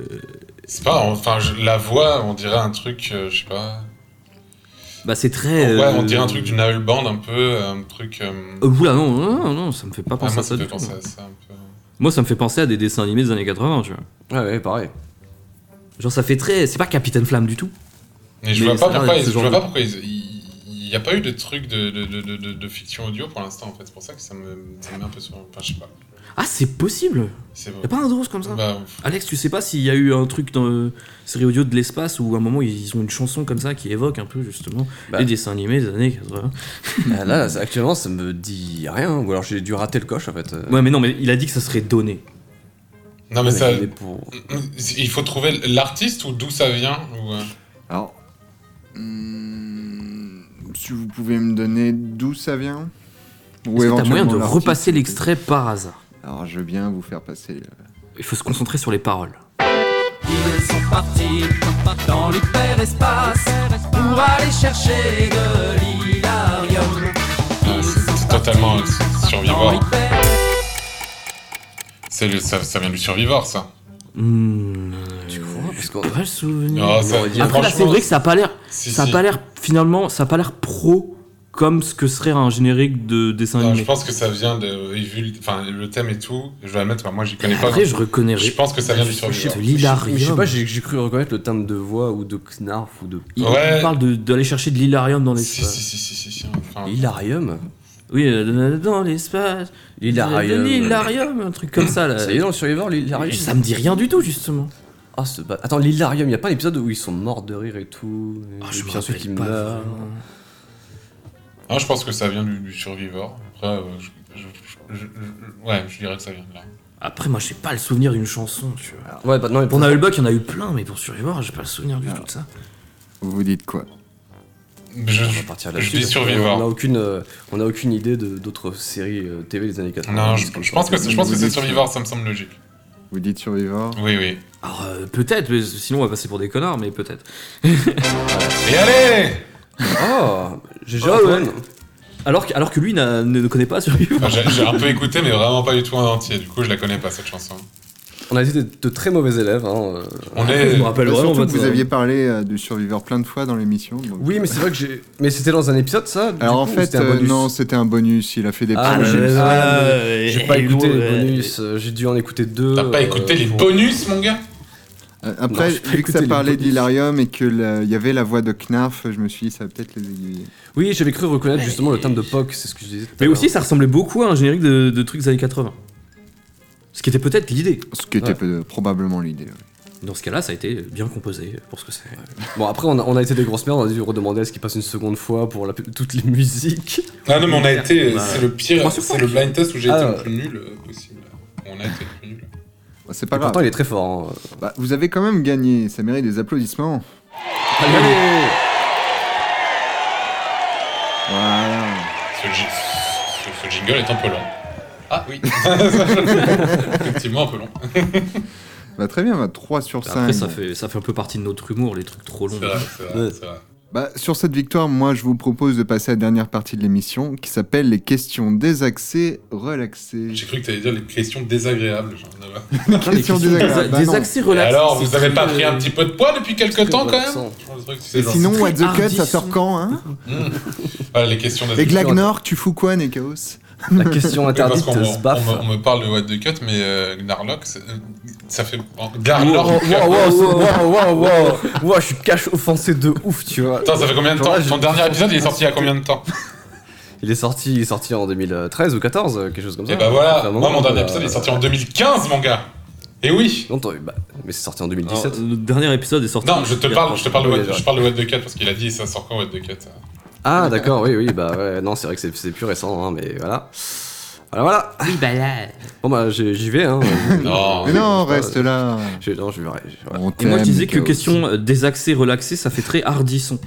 C'est pas, enfin, je- la voix, on dirait un truc, euh, je sais pas.
Bah, c'est très.
Ouais,
euh,
on dirait un truc d'une Owl Band, un peu, un truc. euh,
euh, oula, non, non, non, non, ça me fait pas
Ah,
penser
moi,
à ça
ça me
du
fait
tout.
penser à ça un peu.
Moi, ça me fait penser à des dessins animés des années 80, tu vois.
Ouais, ouais, pareil.
Genre, ça fait très. C'est pas Capitaine Flamme du tout.
Et je
Mais
vois
ça
pas
a l'air
pourquoi,
d'être
ils-
ce
je
genre
vois
de-
pas pourquoi ils- il n'y a pas eu de truc de, de, de, de- de- de fiction audio pour l'instant, en fait. C'est pour ça que ça me, ça me met un peu sur. Enfin, je sais pas.
Ah, c'est possible
C'est
Y'a pas un drôle comme ça
Bah,
Alex, tu sais pas s'il y a eu un truc dans euh, série audio de l'espace où à un moment ils ont une chanson comme ça qui évoque un peu justement les dessins animés des années 80.
Ah, là, ça- actuellement, ça me dit rien. Ou alors j'ai dû rater le coche en fait. Euh,
Ouais, mais non, mais il a dit que ça serait donné.
Non, mais ça.
il est pour-
Il faut trouver l'artiste ou d'où ça vient. Ou... euh,
Alors, hmm, si vous pouvez me donner d'où ça vient
Est-ce que t'as moyen de
l'artiste.
repasser l'extrait par hasard
Alors, je veux bien vous faire passer. euh,
Il faut se concentrer sur les paroles.
Ils sont partis dans l'hyperespace pour aller chercher de l'hilarium.
Ah, c'est c'est totalement euh, survivant. C'est le- ça, ça vient du survivor, ça.
Tu
crois Parce qu'on
pas le souvenir.
Ah, ça-
Hmm. Après, là, bah, c'est
franchement,
vrai que ça a pas l'air.
Si,
ça a
si.
pas l'air. Finalement, ça a pas l'air pro comme ce que serait un générique de dessin
Non,
animé.
je pense que ça vient de. et vu le- Enfin, le thème et tout, je dois admettre, moi, j'y connais pas.
Après, je reconnais-
Je pense que ça vient du
Je-
survivor.
je- l'hilarium.
Je sais pas, j'ai j'ai cru reconnaître le timbre de voix ou de knarf ou de.
Il il parle de- d'aller chercher de l'hilarium dans l'espace.
Si, si, si, si, si, enfin.
Hilarium
Oui, euh, dans l'espace.
L'hilarium. Euh,
De L'hilarium, un truc comme ça. Là. Ah,
Ça y est, dans le Survivor, l'hilarium.
Ça me dit rien du tout, justement.
Ah, ce ba- Attends, l'hilarium, y a pas un épisode où ils sont morts de rire et tout et
Ah, je
puis
me
ensuite
rappelle
ils
pas
meurent.
Ah, je pense que ça vient du, du survivor. Après, euh, je, je- je- je- je- ouais, je dirais que ça vient de là.
Après, moi, j'ai pas le souvenir d'une chanson, tu vois.
Ouais, bah non, mais
pour Ah.
pour-
Naël Buck, il y en a eu plein, mais pour Survivor, j'ai pas le souvenir du tout de ça.
Vous vous dites quoi
Je,
on va partir là-dessus.
dis
parce
survivor.
qu'on- On a aucune, euh, on a aucune idée de- d'autres séries euh, TV des années 80.
Non, je, je pense que c'est- je pense que c'est
dites-
survivor, ça me semble logique.
Vous dites survivor
Oui, oui.
Alors, euh, peut-être, mais sinon, on va passer pour des connards, mais peut-être.
Et allez
Oh GG
Oh,
Antoine.
ouais. alors, que- alors que lui n'a- ne, ne connaît pas Survivor.
Enfin, j'ai j'ai un peu écouté, mais vraiment pas du tout en entier. Du coup, je la connais pas, cette chanson.
On a été de, de très mauvais élèves. hein, euh.
On est- Je me rappelle
Bah,
vraiment
surtout
votre-
que vous aviez parlé euh, de survivor plein de fois dans l'émission. donc-
Oui, mais c'est vrai que j'ai. Mais c'était dans un épisode, ça du
Alors en
coup, ou
fait,
c'était un
euh,
bonus
non, c'était un bonus. Il a fait des
Ah,
projets.
j'ai ah,
ouais,
j'ai pas
et
écouté
gros,
les
ouais.
bonus, euh, j'ai dû en écouter deux.
T'as pas
euh,
écouté les
pour-
bonus, mon gars
Euh, Après,
Non, j'ai pas
vu que
écouté
ça
les
parlait
bonus.
d'Hilarium et qu'il y avait la voix de Knarf, je me suis dit, ça va peut-être les aiguiller.
Oui, j'avais cru reconnaître justement le thème de POC, c'est ce que je disais. tout à
Mais
l'heure.
aussi, ça ressemblait beaucoup à un générique de, de trucs des années 80. Ce qui était peut-être l'idée.
Ce qui était peu- probablement l'idée. oui.
Dans ce cas-là, ça a été bien composé pour ce que c'est.
Bon, après, on a, on a été des grosses merdes, on a dû redemander à ce qu'il passe une seconde fois pour la- toutes les musiques.
Ah non, mais on a été.
Bah,
c'est le pire.
trois sur
C'est
cinq.
le blind test où j'ai
Ah,
été
ouais.
le plus nul euh, possible. On a été le plus nul.
Bah, c'est pas
Et
grave.
pourtant, il est très fort. hein.
Bah, vous avez quand même gagné. Ça mérite des applaudissements.
Allez
jingle est un peu long. Ah oui. Effectivement, un peu long.
Bah, très bien, bah, 3 sur 5.
Après, ça fait, ça fait un peu partie de notre humour, les trucs trop longs.
C'est vrai, c'est vrai, c'est vrai.
Bah, sur cette victoire, moi je vous propose de passer à la dernière partie de l'émission qui s'appelle les questions désaxées, relaxées.
J'ai cru que t'allais dire les questions désagréables. genre, là-bas.
Les questions désagréables. bah non.
Et Alors, vous avez
euh,
pas pris un petit peu de poids depuis quelques temps quand même
Et sinon, What the Cut, ça sort quand hein
Ah, Les questions
Et
désagréables.
Glagnor, tu fous quoi, Nekaos
Oui, parce qu'on
euh,
me- On, me- on me parle de What the Cut, mais euh, Gnarlock, c'est- euh, ça fait. oh, Gnarlock.
Wow, wow, wow, wow, wow, wow. Wow, je suis cash offensé de ouf, tu vois.
Attends, ça fait combien de
Genre
temps
là, j'ai-
Ton dernier épisode, il est sorti il y a combien de temps
Il est sorti, il est sorti en 2013 ou 14, euh, quelque chose comme ça.
Et bah voilà, moi mon
euh,
dernier épisode, il est sorti en 2015, mon gars. Et oui
Non, t'as- bah, mais c'est sorti en 2017.
Alors, le dernier épisode est sorti.
Non, je te
il y a
parle, je te parle de
Oui,
What,
d'accord.
je parle de What the Cut parce qu'il a dit ça sort quand What the Cut. ça.
Ah, d'accord, oui, oui, bah ouais, non, c'est vrai que c'est- c'est plus récent, hein, mais voilà. Voilà, voilà. Oui, bah là. Bon, bah, j'ai- j'y vais, hein.
non,
Mais non, reste là.
Je, non, je vais. je- ouais.
Et moi, je disais que
Chaos.
question euh, désaxée, relaxée, ça fait très hardisson.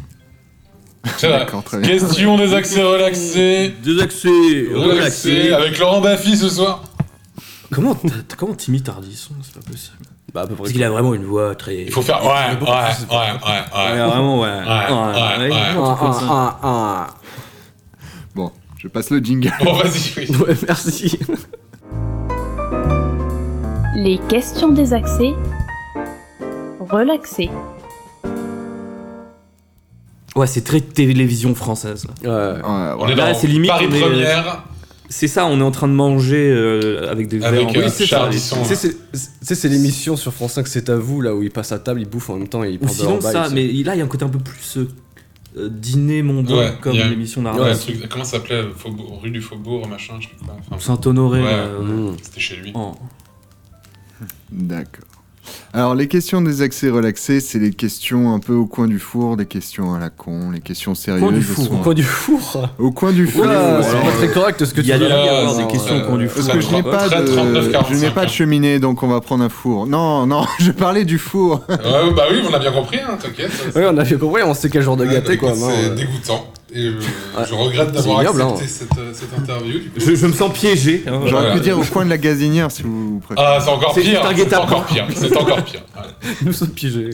C'est vrai.
D'accord, très bien.
Question des accès relaxés.
Désaxée,
Relaxés.
relaxée.
Avec Laurent Baffy ce soir.
Comment t'as- comment t'imites Hardisson C'est pas possible.
Bah, à peu près.
Parce qu'il a vraiment une voix très.
Il faut faire. Ouais, ouais, ouais, ouais, ouais.
Ouais, vraiment, ouais.
Ouais, ouais,
Ouais,
ouais.
ouais.
Ah, ah, ah, ah.
Bon, je passe le jingle.
Bon, vas-y, oui.
Ouais, merci.
Les questions désaxées, relaxées.
Ouais, c'est très télévision française.
On est dans
Là, c'est limite.
Paris
on est-
Première.
C'est ça, on est en train de manger euh, avec des verres.
Avec,
en
euh,
plastique.
c'est ça, Chardisson,
Tu sais, c'est- tu sais, c'est l'émission sur France 5, c'est à vous, là où il passe à table, il bouffe en même temps et il
Ou
prend de
sinon
leur bail,
ça,
tu
mais là, il y a un côté un peu plus euh, euh, dîner mondain
Ouais,
comme
il y a-
l'émission
ouais,
d'Arnaud.
un truc- Comment ça s'appelait le faubourg- Rue du Faubourg, machin, je sais pas. Enfin,
Saint-Honoré,
ouais,
euh,
Hmm.
C'était chez lui.
D'accord. Alors, les questions des accès relaxés, c'est les questions un peu au coin du four, des questions à la con, les questions sérieuses.
du
elles
four,
sont-
au coin du four.
Au coin du four.
Oula, c'est
Alors,
pas très correct ce que
il
tu
y a
dis.
des-
là.
alors,
Non,
des questions
euh,
au coin du
parce
Parce que je n'ai pas,
Retraite
de...
39-45,
je n'ai pas de cheminée, donc on va prendre un four. Non, non, je parlais du four.
Ouais, bah oui, on a bien compris, hein, t'inquiète.
Oui, on a bien compris, on sait quel genre de gâté, quoi.
bah, C'est
non, euh.
dégoûtant. Et je,
Ouais.
je regrette
C'est
d'avoir
ignoble,
accepté
hein.
cette, euh, cette interview. du coup.
Je, je me sens piégé. hein.
J'aurais
Voilà.
pu dire au coin de la gazinière, si vous préférez.
Ah, c'est encore
C'est
pire.
juste un
C'est
guet-apens.
encore pire. C'est encore pire. Ouais.
Nous sommes piégés.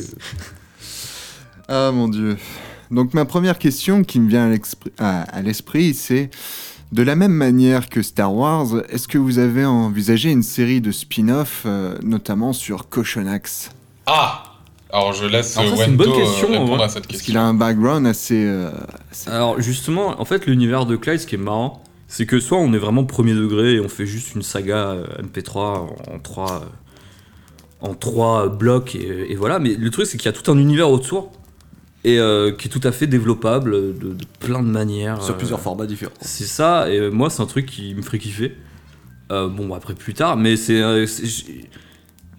Ah mon dieu. Donc ma première question qui me vient à l'expr- à à l'esprit, c'est de la même manière que Star Wars, est-ce que vous avez envisagé une série de spin-off, euh, notamment sur Cochonax
Ah Alors je laisse
Alors ça,
euh,
c'est une bonne
Wento, euh,
question,
répondre
ouais.
à cette
Parce
question.
qu'il a un background assez... euh,
Alors justement, en fait, l'univers de Clyde, ce qui est marrant, c'est que soit on est vraiment premier degré et on fait juste une saga euh, MP3 en- en trois, euh, en trois euh, blocs et, et voilà. Mais le truc, c'est qu'il y a tout un univers autour et euh, qui est tout à fait développable euh, de, de plein de manières. euh,
Sur plusieurs
formats différents. C'est ça. Et euh, moi, c'est un truc qui me ferait kiffer. Euh, bon, après plus tard, mais c'est euh, c'est- j'ai-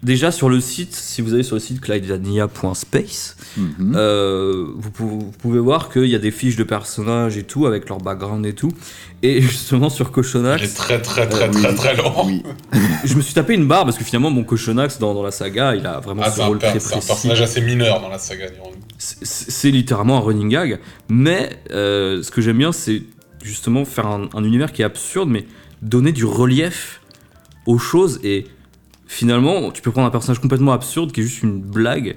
déjà sur le site. Si vous allez sur le site clydevania.space,
Mhm.
euh, vous, pou- vous pouvez voir qu'il y a des fiches de personnages et tout, avec leur background et tout. Et justement, sur Cochonax.
Il est très, très, très, très, très long.
Je me suis tapé une barre parce que finalement, mon Cochonax dans, dans la saga, il a vraiment
Ah,
ce
c'est un,
rôle
per-
très
c'est un
précis.
personnage assez mineur dans la saga, dirons-nous.
C'est- C'est littéralement un running gag. Mais euh, ce que j'aime bien, c'est justement faire un, un univers qui est absurde, mais donner du relief aux choses. Et finalement, tu peux prendre un personnage complètement absurde qui est juste une blague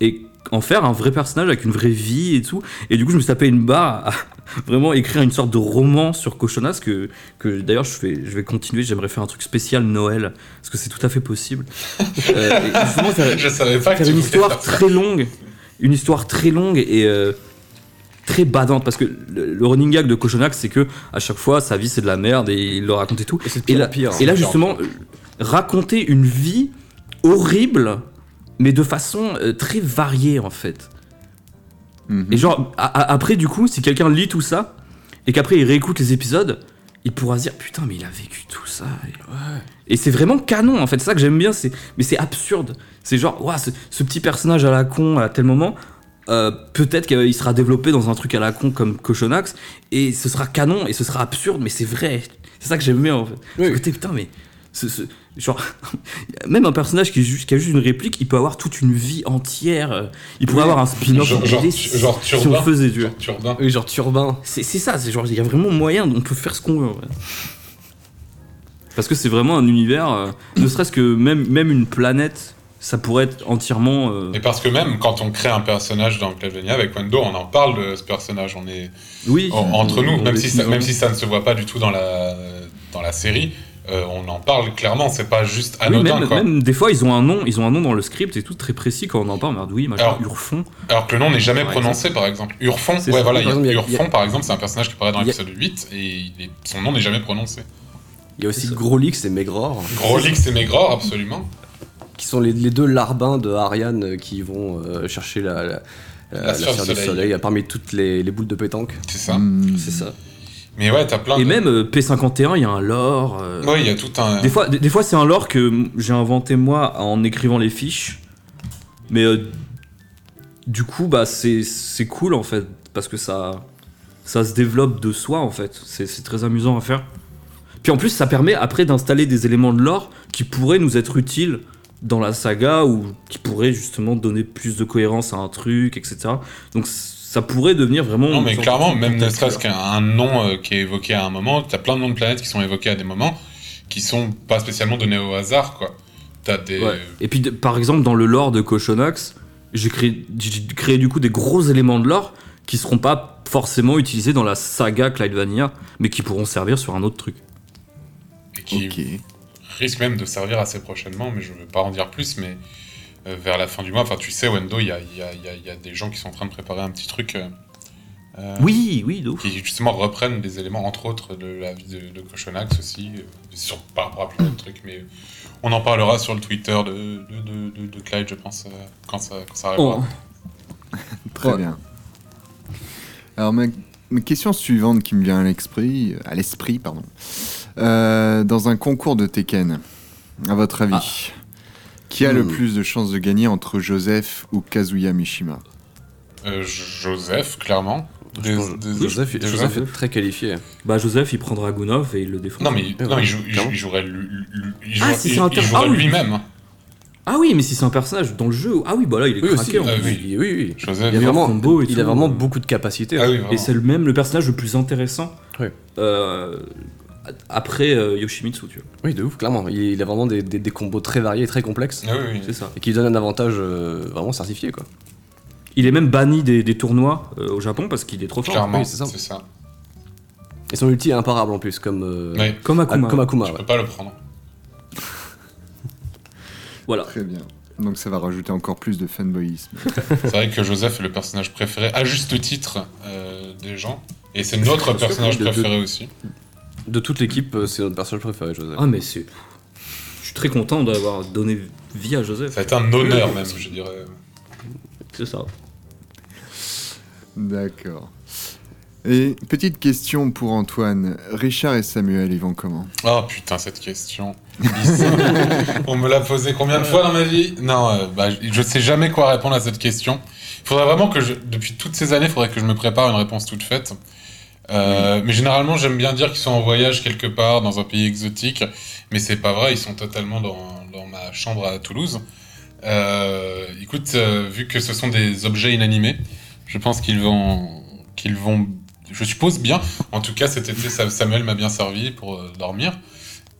et en faire un vrai personnage avec une vraie vie et tout. Et du coup, je me suis tapé une barre à vraiment écrire une sorte de roman sur Cochonas que, que d'ailleurs, je vais, je vais continuer. J'aimerais faire un truc spécial Noël parce que c'est tout à fait possible. Euh, et justement, faire-
Je savais pas que
faire
tu
une
voulais
histoire
faire ça.
très longue, une histoire très longue et euh, très badante parce que le, le running gag de Cochonac c'est que à chaque fois sa vie c'est de la merde et il le raconte et tout. Et,
pire
là,
en pire, hein.
et là
C'est de pire
justement
en
euh, raconter une vie horrible mais de façon euh, très variée en fait. Et genre a- a- après du coup si quelqu'un lit tout ça et qu'après il réécoute les épisodes il pourra se dire putain mais il a vécu tout ça. et- et c'est vraiment canon en fait, c'est ça que j'aime bien, c'est mais c'est absurde. C'est genre, ouah, ce, ce petit personnage à la con à tel moment, euh, peut-être qu'il sera développé dans un truc à la con comme Cochonax, et ce sera canon et ce sera absurde, mais c'est vrai. C'est ça que j'aime bien en fait. Ce côté, putain, mais. ce- ce- genre, même un personnage qui, est juste- qui a juste une réplique, il peut avoir toute une vie entière. euh, Il pourrait
Oui.
avoir un spin-off
Genre-
en
genre-
BD
tu- genre
si on
Turbin.
le faisait, tu vois.
Turbin.
Oui, genre Turbin.
C'est c'est ça, c'est genre, il y a vraiment moyen, on peut faire ce qu'on veut. ouais. Parce que c'est vraiment un univers, euh, ne serait-ce que même, même une planète, ça pourrait être entièrement. euh,
Et parce que même quand on crée un personnage dans Clavenia avec Wendo, on en parle de ce personnage, on est
Oui.
en- entre nous,
On
même
est
si, ça,
vivant.
même si ça ne se voit pas du tout dans la, dans la série, euh, on en parle clairement, c'est pas juste
oui,
anodin.
même,
quoi.
même des fois, ils ont un nom, ils ont un nom dans le script et tout très précis quand on en parle. Merde, oui, machin,
Alors-
Urfon.
Alors que le nom n'est jamais
Par
prononcé,
exemple.
par exemple. Urfon,
C'est
ouais,
ça.
voilà,
Par exemple, il y a-
Urfon,
il y a-
par exemple, c'est un personnage qui apparaît dans
il y a-
l'épisode 8 et il est- son nom n'est jamais prononcé.
Il y a aussi Grolix et Megror.
Grolix et Megror, absolument.
Qui sont les, les deux larbins de Ariane euh, qui vont euh, chercher la, la, la- la sphère du soleil euh, parmi toutes les, les boules de pétanque.
C'est ça.
C'est ça.
Mais ouais, t'as plein
Mm. Et même euh, P51, il y a un lore. euh,
Ah. Ouais, il y a tout un-
Des fois, des, des fois c'est un lore que m- j'ai inventé moi en écrivant les fiches. Mais euh, du coup, bah, c'est c'est cool en fait. Parce que ça, ça se développe de soi en fait. C'est c'est très amusant à faire. Puis en plus, ça permet après d'installer des éléments de lore qui pourraient nous être utiles dans la saga ou qui pourraient justement donner plus de cohérence à un truc, etc. Donc c- ça pourrait devenir vraiment.
Non, mais
une sorte
clairement,
de-
même
de-
ne serait-ce qu'un un nom euh, qui est évoqué à un moment, t'as plein de noms de planètes qui sont évoqués à des moments qui sont pas spécialement donnés au hasard, quoi. T'as des.
euh,
Ouais. Et puis, de- par exemple, dans le lore de Cochonax, j'ai créé, j'ai créé du coup des gros éléments de lore qui seront pas forcément utilisés dans la saga Clydevania, mais qui pourront servir sur un autre truc.
et qui risque même de servir assez prochainement, mais je ne veux pas en dire plus, mais euh, vers la fin du mois, enfin tu sais, Wendo, il y a, il y a- il y a- il y a des gens qui sont en train de préparer un petit truc. euh, euh,
Oui, oui, de ouf.
Qui justement reprennent des éléments, entre autres, de la vie de, de Cochonax aussi, euh, sur, par rapport à plein d'autres trucs, mais on en parlera sur le Twitter de, de, de- de- de Clyde, je pense, euh, quand ça, quand
Ah,
ça arrivera.
Oh.
Très bien. Alors ma, ma question suivante qui me vient à l'esprit, à l'esprit pardon, Euh, dans un concours de Tekken, à votre avis, qui a le
Hmm.
plus de chances de gagner entre Joseph ou Kazuya Mishima
Euh, Jo- Joseph, clairement. Des- des-
Joseph,
des-
Joseph est très qualifié.
Bah, Joseph, il prendra Gunov et il le défendra.
Non, mais, il- non, il, joue- il joue- il jouerait, lui- lui- il
Ah,
jouerait-
si
il-
c'est un
il
ter-
jouerait
ah oui.
lui-même. hein.
Ah oui, mais si c'est un personnage dans le jeu, ah oui, bah là, il est
Oui,
craqué.
aussi.
en
Ah
plus.
oui, oui, oui.
Joseph.
Il a vraiment-
combo et
il a
tout.
vraiment beaucoup de capacités. Ah oui, vraiment.
et c'est le même le personnage le plus intéressant.
Oui.
euh, après euh, Yoshimitsu, tu vois.
Oui, de ouf, clairement. Il, il a vraiment des, des- des combos très variés, très complexes.
Ah oui, oui.
C'est ça.
Et qui lui donnent un avantage euh, vraiment certifié, quoi.
Il est même banni des, des tournois euh, au Japon parce qu'il est trop fort.
Clairement, Oui, c'est ça.
C'est ça.
Et son ulti est imparable en plus, comme, euh,
Ouais. Comme Akuma.
ah, comme Akuma,
Je
ouais.
peux pas le prendre.
Voilà.
Très bien. Donc ça va rajouter encore plus de fanboyisme.
C'est vrai que Joseph est le personnage préféré, à juste titre, euh, des gens. Et c'est notre
Parce que,
personnage
de- de-
préféré aussi.
De toute l'équipe, euh, c'est notre personnage préféré, Joseph.
Ah mais c'est... Je suis très content d'avoir donné vie à Joseph.
Ça a été un honneur même, je dirais.
C'est ça.
D'accord. Et petite question pour Antoine. Richard et Samuel, ils vont comment
Ah putain, cette question. On me l'a posé combien de fois dans ma vie Non, euh, bah, je sais jamais quoi répondre à cette question. Il faudrait vraiment que je, depuis toutes ces années, il faudrait que je me prépare une réponse toute faite. Euh, Mais généralement, j'aime bien dire qu'ils sont en voyage quelque part dans un pays exotique, mais c'est pas vrai. Ils sont totalement dans, dans ma chambre à Toulouse. Euh, écoute, euh, vu que ce sont des objets inanimés, je pense qu'ils vont, qu'ils vont, je suppose bien. En tout cas, cet été, Sam- Samuel m'a bien servi pour euh, dormir.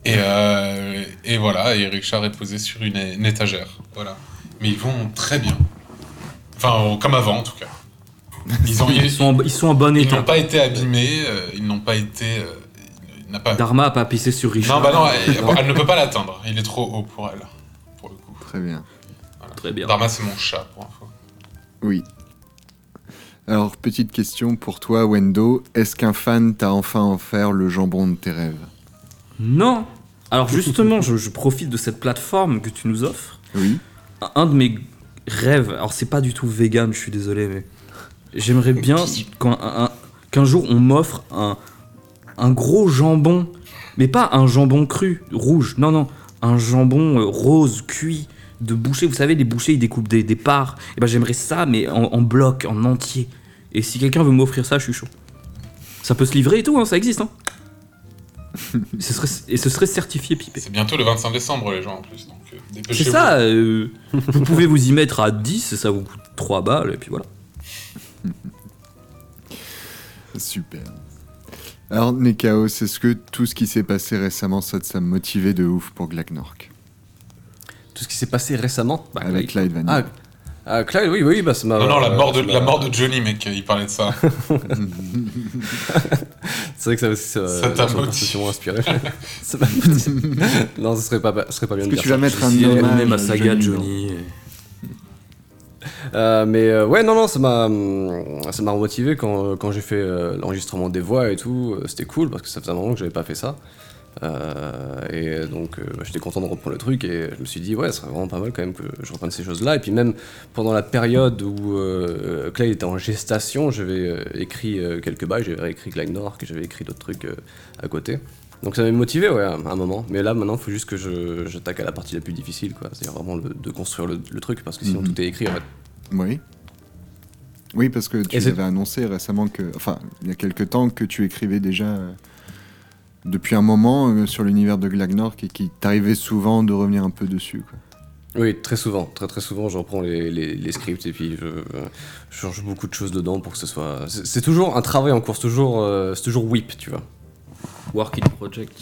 Et, euh, et voilà, et Richard est posé sur une, une étagère. Voilà. Mais ils vont très bien. Enfin, euh, comme avant, en tout cas. Ils, ont-
Ils sont en- ils sont en bon
Ils
état.
n'ont pas été abîmés, euh, ils n'ont pas été. euh, il n'a pas...
Dharma a pas pissé sur Richard.
Non, bah non, elle, elle ne peut pas l'atteindre. Il est trop haut pour elle.
Très bien.
Très bien.
eh, Dharma, c'est mon chat, pour info.
Oui. Alors, petite question pour toi, Wendo. Est-ce qu'un fan t'a enfin offert le jambon de tes rêves
Non Alors justement, je, je profite de cette plateforme que tu nous offres.
Oui.
Un- Un de mes rêves, alors c'est pas du tout vegan, je suis désolé, mais j'aimerais bien qu'un un- un- qu'un jour on m'offre un, un gros jambon, mais pas un jambon cru, rouge, non, non, un jambon euh, rose, cuit, de boucher. Vous savez, les bouchers, ils découpent des, des parts. Et ben j'aimerais ça, mais en, en bloc, en entier. Et si quelqu'un veut m'offrir ça, je suis chaud. Ça peut se livrer et tout, hein, ça existe, hein. Ce serait- et ce serait certifié pipé.
C'est bientôt le 25 décembre, les gens, en plus. Donc, euh,
C'est
dépêchez-vous.
ça, euh, vous pouvez vous y mettre à 10 et ça vous coûte 3 balles et puis voilà.
Super. Alors, Nekaos, est-ce que tout ce qui s'est passé récemment, ça t'a motivé de ouf pour Glagnork
Tout ce qui s'est passé récemment bah,
Avec
Clyde.
Clyde Van
Ah, ah, Clyde, oui, oui, bah ça m'a.
Non, non, la
euh,
mort, de,
ça m'a-
la mort de Johnny, mec, il parlait de ça.
C'est vrai que ça aussi, ça,
Ça t'a
la chanson
motivé.
sûrement inspiré. Ça m'a motivé. non, ce serait pas, ce serait pas bien
Est-ce
de
que
dire
tu vas
ça.
mettre un
Si,
hommage
on aime la
à
saga
Johnny
Johnny. Euh, mais euh, ouais, non, non, ça m'a, hum, ça m'a remotivé quand, quand j'ai fait euh, l'enregistrement des voix et tout. euh, C'était cool parce que ça faisait un moment que j'avais pas fait ça. Euh, et donc, euh, bah, j'étais content de reprendre le truc et je me suis dit, ouais, ce serait vraiment pas mal quand même que je reprenne ces choses-là. Et puis, même pendant la période où euh, Clay était en gestation, j'avais euh, écrit euh, quelques bails, j'avais écrit Clyde North, que j'avais écrit d'autres trucs euh, à côté. Donc, ça m'avait motivé, ouais, à un moment. Mais là, maintenant, il faut juste que je, j'attaque à la partie la plus difficile, quoi. C'est-à-dire vraiment le- de construire le, le truc parce que sinon,
Mhm.
tout est écrit en fait.
Oui. Oui, parce que tu
Ah. Et c'est-
avais annoncé récemment que. Enfin, il y a quelques temps que tu écrivais déjà. euh, depuis un moment euh, sur l'univers de Glagnork et qui t'arrivait souvent de revenir un peu dessus. Quoi.
Oui, très souvent, très très souvent, je reprends les, les- les scripts et puis je, je change beaucoup de choses dedans pour que ce soit. C'est c'est toujours un travail en cours, c'est toujours, euh, c'est toujours whip, tu vois. Work in project.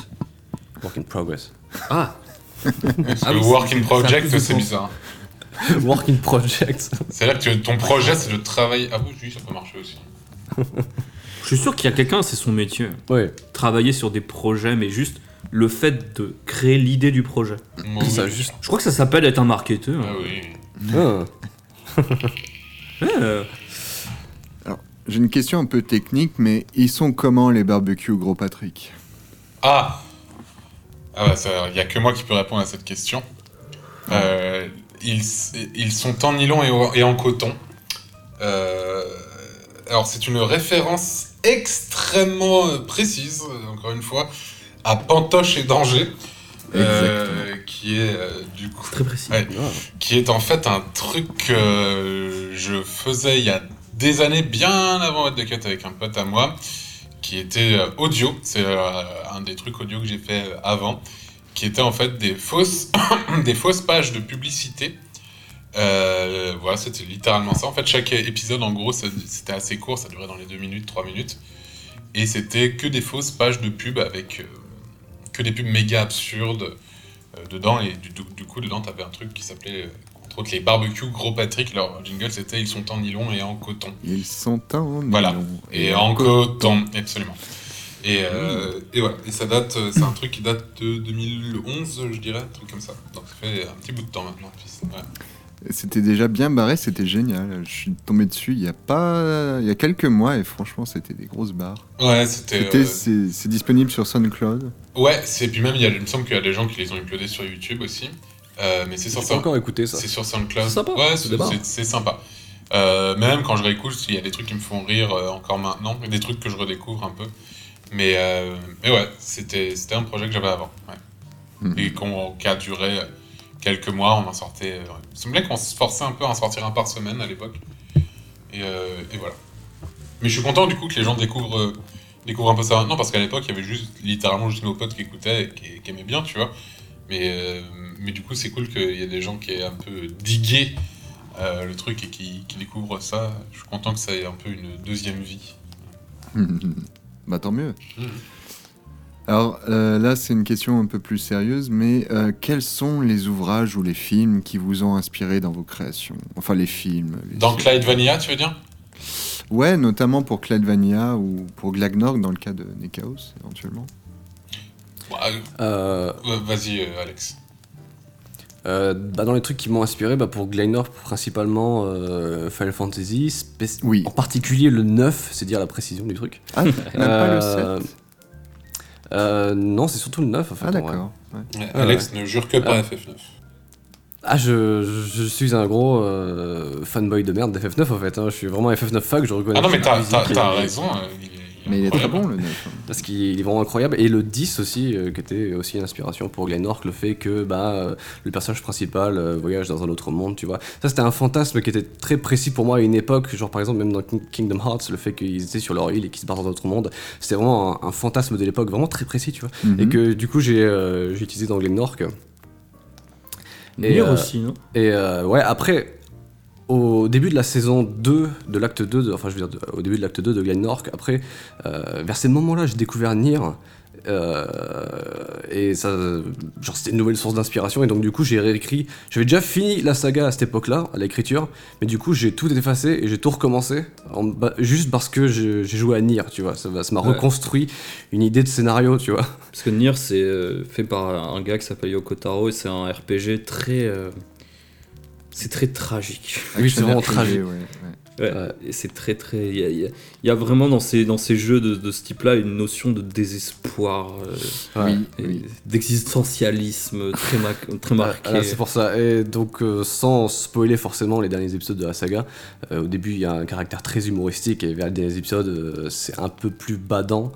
Work in progress.
Ah
Parce que work in project, c'est bizarre.
Work in project.
C'est là que ton projet, c'est de travailler. Ah oui, oui, ça peut marcher aussi.
Je suis sûr qu'il y a quelqu'un, c'est son métier.
Ouais.
Travailler sur des projets, mais juste le fait de créer l'idée du projet.
Ouais, Ça, oui. juste-
Je crois que ça s'appelle être un marketeur.
Ah oui.
hein. Ouais. euh,
Alors, j'ai une question un peu technique, mais ils sont comment les barbecues, gros Patrick
Ah Ah bah, ça- il n'y a que moi qui peux répondre à cette question. Euh, ils, s- ils sont en nylon et, au- et en coton. Euh, alors, c'est une référence extrêmement euh, précise, euh, encore une fois, à Pantoche et Danger. euh, qui est euh, du coup
très précis.
ouais, qui est en fait un truc que je faisais il y a des années bien avant What the Cut avec un pote à moi qui était euh, audio, c'est euh, un des trucs audio que j'ai fait euh, avant, qui était en fait des fausses, des fausses pages de publicité. Euh, voilà, c'était littéralement ça. En fait, chaque épisode, en gros, ça- c'était assez court, ça durait dans les 2 minutes, 3 minutes. Et c'était que des fausses pages de pub avec euh, que des pubs méga absurdes euh, dedans. Et du, du- du coup, dedans, t'avais un truc qui s'appelait, euh, entre autres, les barbecues Gros Patrick. Leur jingle, c'était Ils sont en nylon et en coton.
Ils sont en
Voilà.
nylon
Et en coton, absolument. Et, euh, et voilà. Et ça date, euh, c'est un truc qui date de 2011, je dirais, un truc comme ça. Donc ça fait un petit bout de temps maintenant. Puis c'est- ouais.
C'était déjà bien barré, c'était génial. Je suis tombé dessus il y a pas, il y a quelques mois et franchement c'était des grosses barres.
Ouais, c'était, euh,
c'est c'est disponible sur SoundCloud.
Ouais, c'est puis même, il, y a, il me semble qu'il y a des gens qui les ont uploadés sur YouTube aussi. Euh, mais c'est sur
J'ai
Sound-
pas encore écouté ça.
C'est sur SoundCloud.
C'est sympa,
Ouais,
ce
c'est,
débat.
c'est- c'est sympa. Euh, même quand je réécoute, il y a des trucs qui me font rire euh, encore maintenant, des trucs que je redécouvre un peu. Mais, euh, mais ouais, c'était, c'était un projet que j'avais avant. ouais.
Hmm.
Mhm.
Et qu'on, qui a duré euh, quelques mois, on en sortait. euh, il me semblait qu'on se forçait un peu à en sortir un par semaine à l'époque. Et, euh, et voilà. Mais je suis content du coup que les gens découvrent, euh, découvrent un peu ça maintenant parce qu'à l'époque, il y avait juste littéralement juste nos potes qui écoutaient et qui, qui aimaient bien, tu vois. Mais, euh, mais du coup, c'est cool qu'il y ait des gens qui aient un peu digué euh, le truc et qui, qui découvrent ça. Je suis content que ça ait un peu une deuxième vie.
bah tant mieux.
Mhm.
Alors euh, là c'est une question un peu plus sérieuse, mais euh, quels sont les ouvrages ou les films qui vous ont inspiré dans vos créations Enfin les films. les
Dans
séries.
Clyde Vanilla, tu veux dire
Ouais, notamment pour Clyde Vanilla ou pour Glagnork dans le cas de Nekaos éventuellement.
Ouais,
Euh,
Bah, euh, Vas-y, euh, Alex.
Euh, bah, dans les trucs qui m'ont inspiré, bah, pour Glennor, principalement euh, Final Fantasy, spéc- en particulier le 9, c'est dire la précision du truc.
Ah, même pas le 7.
euh, Non, c'est surtout le 9 en fait.
Ah,
en vrai.
d'accord, ouais.
Ouais, Alex ne jure que par
Ah.
FF9.
Ah, je, je suis un gros euh, fanboy de merde d'FF9 en fait. hein. Je suis vraiment FF9 fuck, je reconnais.
Ah non, mais
que
t'as-
la musique
t'as-
est-
t'as raison, euh,
Mais il est très
incroyable.
bon le 9. hein.
parce qu'il est vraiment incroyable. Et le 10 aussi, euh, qui était aussi une inspiration pour Glenork, le fait que bah, euh, le personnage principal euh, voyage dans un autre monde, tu vois. Ça, c'était un fantasme qui était très précis pour moi à une époque, genre par exemple, même dans King- Kingdom Hearts, le fait qu'ils étaient sur leur île et qu'ils se barrent dans un autre monde, c'était vraiment un, un fantasme de l'époque, vraiment très précis, tu vois.
Mhm.
Et que du coup, j'ai euh, j'ai utilisé dans Glenork.
Nier aussi, non
Et euh, ouais, euh, après, au début de la saison 2, de l'acte 2, de- enfin je veux dire de- au début de l'acte 2 de Glennork, après, euh, vers ces moments-là, j'ai découvert Nier. euh, et ça, genre c'était une nouvelle source d'inspiration et donc du coup j'ai réécrit. J'avais déjà fini la saga à cette époque-là, à l'écriture, mais du coup j'ai tout effacé et j'ai tout recommencé en ba- juste parce que j'ai j'ai joué à Nier, tu vois. Ça m'a ça m'a
Ouais.
reconstruit une idée de scénario, tu vois.
Parce que Nier, c'est euh, fait par un gars qui s'appelle Yoko Taro et c'est un RPG très. euh, c'est très tragique.
Oui, c'est vraiment
Action RPG,
tragique.
Ouais, et c'est très très. Il y a, il y a- il y a vraiment dans ces, dans ces jeux de, de ce type-là une notion de désespoir, euh,
Ouais.
et d'existentialisme très, ma- très marqué.
Voilà, c'est pour ça. Et donc, euh, sans spoiler forcément les derniers épisodes de la saga, euh, au début, il y a un caractère très humoristique et vers les derniers épisodes, euh, c'est un peu plus badant.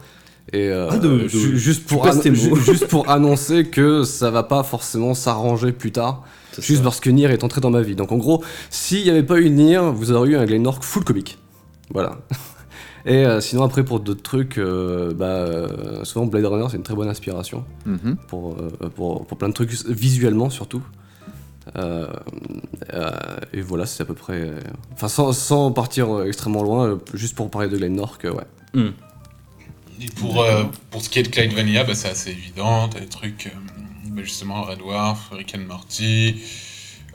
Et euh,
Ah, de- de-
ju- juste,
tu
pour
passes
annon-
tes mots.
ju- juste pour annoncer que ça va pas forcément s'arranger plus tard, juste parce que Nier est entré dans ma vie. Donc en gros, s'il n'y avait pas eu Nier, vous auriez eu un Glenork full comique. Voilà. Et euh, sinon, après, pour d'autres trucs, euh, bah, euh, souvent Blade Runner, c'est une très bonne inspiration
Mhm.
pour, euh, pour, pour plein de trucs, visuellement surtout. Euh, euh, et voilà, c'est à peu près. euh, Enfin, sans, sans partir euh, extrêmement loin, euh, juste pour parler de Glenork, euh, ouais.
Et pour, euh, pour ce qui est de Clyde Vanilla, bah, c'est assez évident. T'as des trucs, euh, bah, justement, Red Dwarf, Rick and Morty.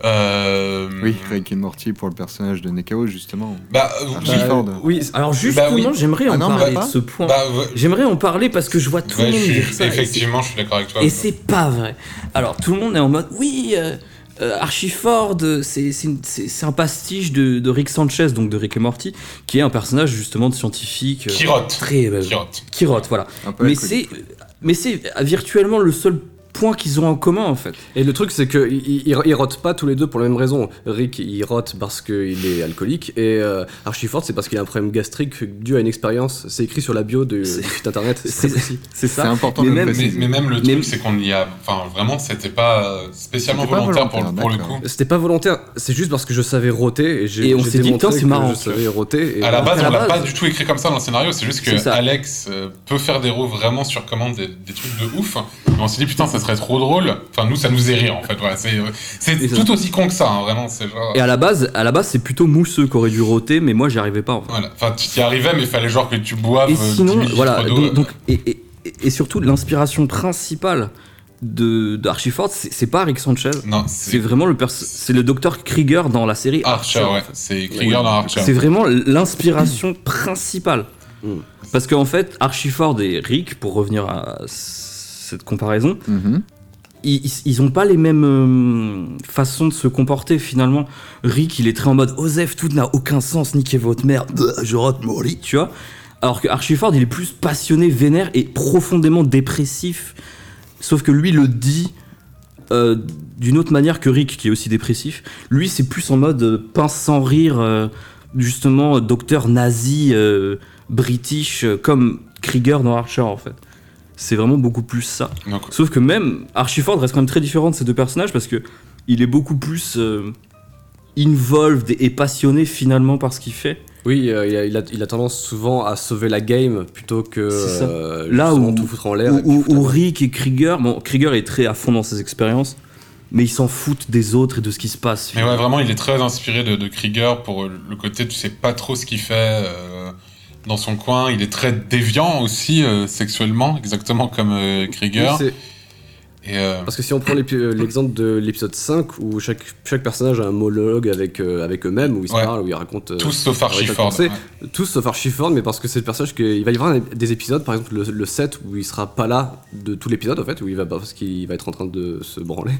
Euh,
Oui, Rick et Morty pour le personnage de Nekao, justement.
Bah, euh,
Harrison
oui.
Ford.
Oui, alors justement,
Bah oui.
j'aimerais
Ah
en
non, bah,
parler de
pas.
ce point.
Bah, ouais.
J'aimerais en parler parce que je vois tout
Bah,
le
je
monde
suis-
dire ça. et
effectivement,
c'est-
je suis d'accord avec toi.
Et c'est pas vrai. Alors tout le monde est en mode oui, euh, euh, Archiford, euh, c'est c'est une- c'est- c'est un pastiche de, de Rick Sanchez, donc de Rick et Morty, qui est un personnage justement de scientifique. euh,
Qui rote.
Très, euh,
Qui rote.
qui rote, voilà.
peu
Mais c'est
alcoolique.
mais c'est virtuellement le seul point qu'ils ont en commun en fait.
Et le truc, c'est qu'ils ils, ils rotent pas tous les deux pour la même raison. Rick, il rote parce qu'il est alcoolique, et euh, Archiford, c'est parce qu'il a un problème gastrique dû à une expérience. C'est écrit sur la bio de, du site internet. C'est très précis.
C'est ça.
mais, mais même le truc, c'est qu'on y a. Enfin, vraiment, c'était pas euh, spécialement
C'était pas
volontaire, pour-
volontaire,
pour, le
d'accord.
coup.
C'était pas volontaire, c'est juste parce que je savais roter et j'ai
Et on
j'ai
s'est dit,
démontré
putain, c'est
que
marrant.
Je savais roter. et
À la
voilà.
base, on l'a pas du tout écrit comme ça dans le scénario. C'est juste que
C'est ça.
Alex euh, peut faire des roues vraiment sur commande, des, des trucs de ouf. Mais on s'est dit, putain, ça serait trop drôle. Enfin, nous, ça nous faisait rire, en fait. Voilà, c'est euh, c'est tout aussi con que ça, hein, vraiment. C'est genre.
Et à la base, à la base, c'est plutôt mousseux qu'aurait dû roter, mais moi j'y arrivais pas. En fait.
euh, Voilà. Enfin, tu t'y arrivais, mais il fallait genre que tu boives.
Et
euh, 10
sinon,
mille litres
voilà,
d'eau,
donc, donc- et, et- et- et surtout l'inspiration principale de d'Archiford, c'est c'est pas Rick Sanchez.
Non,
c'est vraiment le perso- c'est le docteur Krieger dans la série
Ah,
Archer.
ouais.
en fait.
C'est Krieger dans Archer.
C'est vraiment l'inspiration principale. Parce qu'en fait, Archiford et Rick, pour revenir à cette comparaison, ils, ils- ils ont pas les mêmes euh, façons de se comporter finalement. Rick, il est très en mode Osef, tout n'a aucun sens, niquez votre mère, Bleh, je rote mon lit, tu vois. Alors que Archiford, il est plus passionné, vénère et profondément dépressif. Sauf que lui le dit euh, d'une autre manière que Rick, qui est aussi dépressif. Lui, c'est plus en mode euh, pince sans rire, euh, justement, euh, docteur nazi, euh, british, euh, comme Krieger dans Archer en fait. C'est vraiment beaucoup plus ça. Sauf que même Archiford reste quand même très différent de ces deux personnages parce que il est beaucoup plus euh, involved et passionné finalement par ce qu'il fait.
Oui, euh, il, a, il a- il a tendance souvent à sauver la game plutôt que
C'est ça.
euh,
Là
justement
où,
tout foutre en l'air.
où-
et puis
où-
foutre
où Rick et Krieger, bon, Krieger est très à fond dans ses expériences, mais ils s'en foutent des autres et de ce qui se passe.
Mais ouais, vraiment, il est très inspiré de, de Krieger pour le côté, tu sais pas trop ce qu'il fait euh, dans son coin. Il est très déviant aussi euh, sexuellement, exactement comme euh, Krieger.
Oui,
Et, euh,
Parce que si on prend l'épi- euh, l'exemple de l'épisode 5, où chaque, chaque personnage a un monologue avec, euh, avec eux-mêmes, où ils se
Ouais.
parlent, où ils racontent. euh,
Tous sauf
leur état de
Archiford,
pensée.
ouais.
Tous sauf Archiford, mais parce que c'est le personnage qui. Il va y avoir un- des épisodes, par exemple le, le 7, où il sera pas là de tout l'épisode, en fait, où il va. Parce qu'il va être en train de se branler.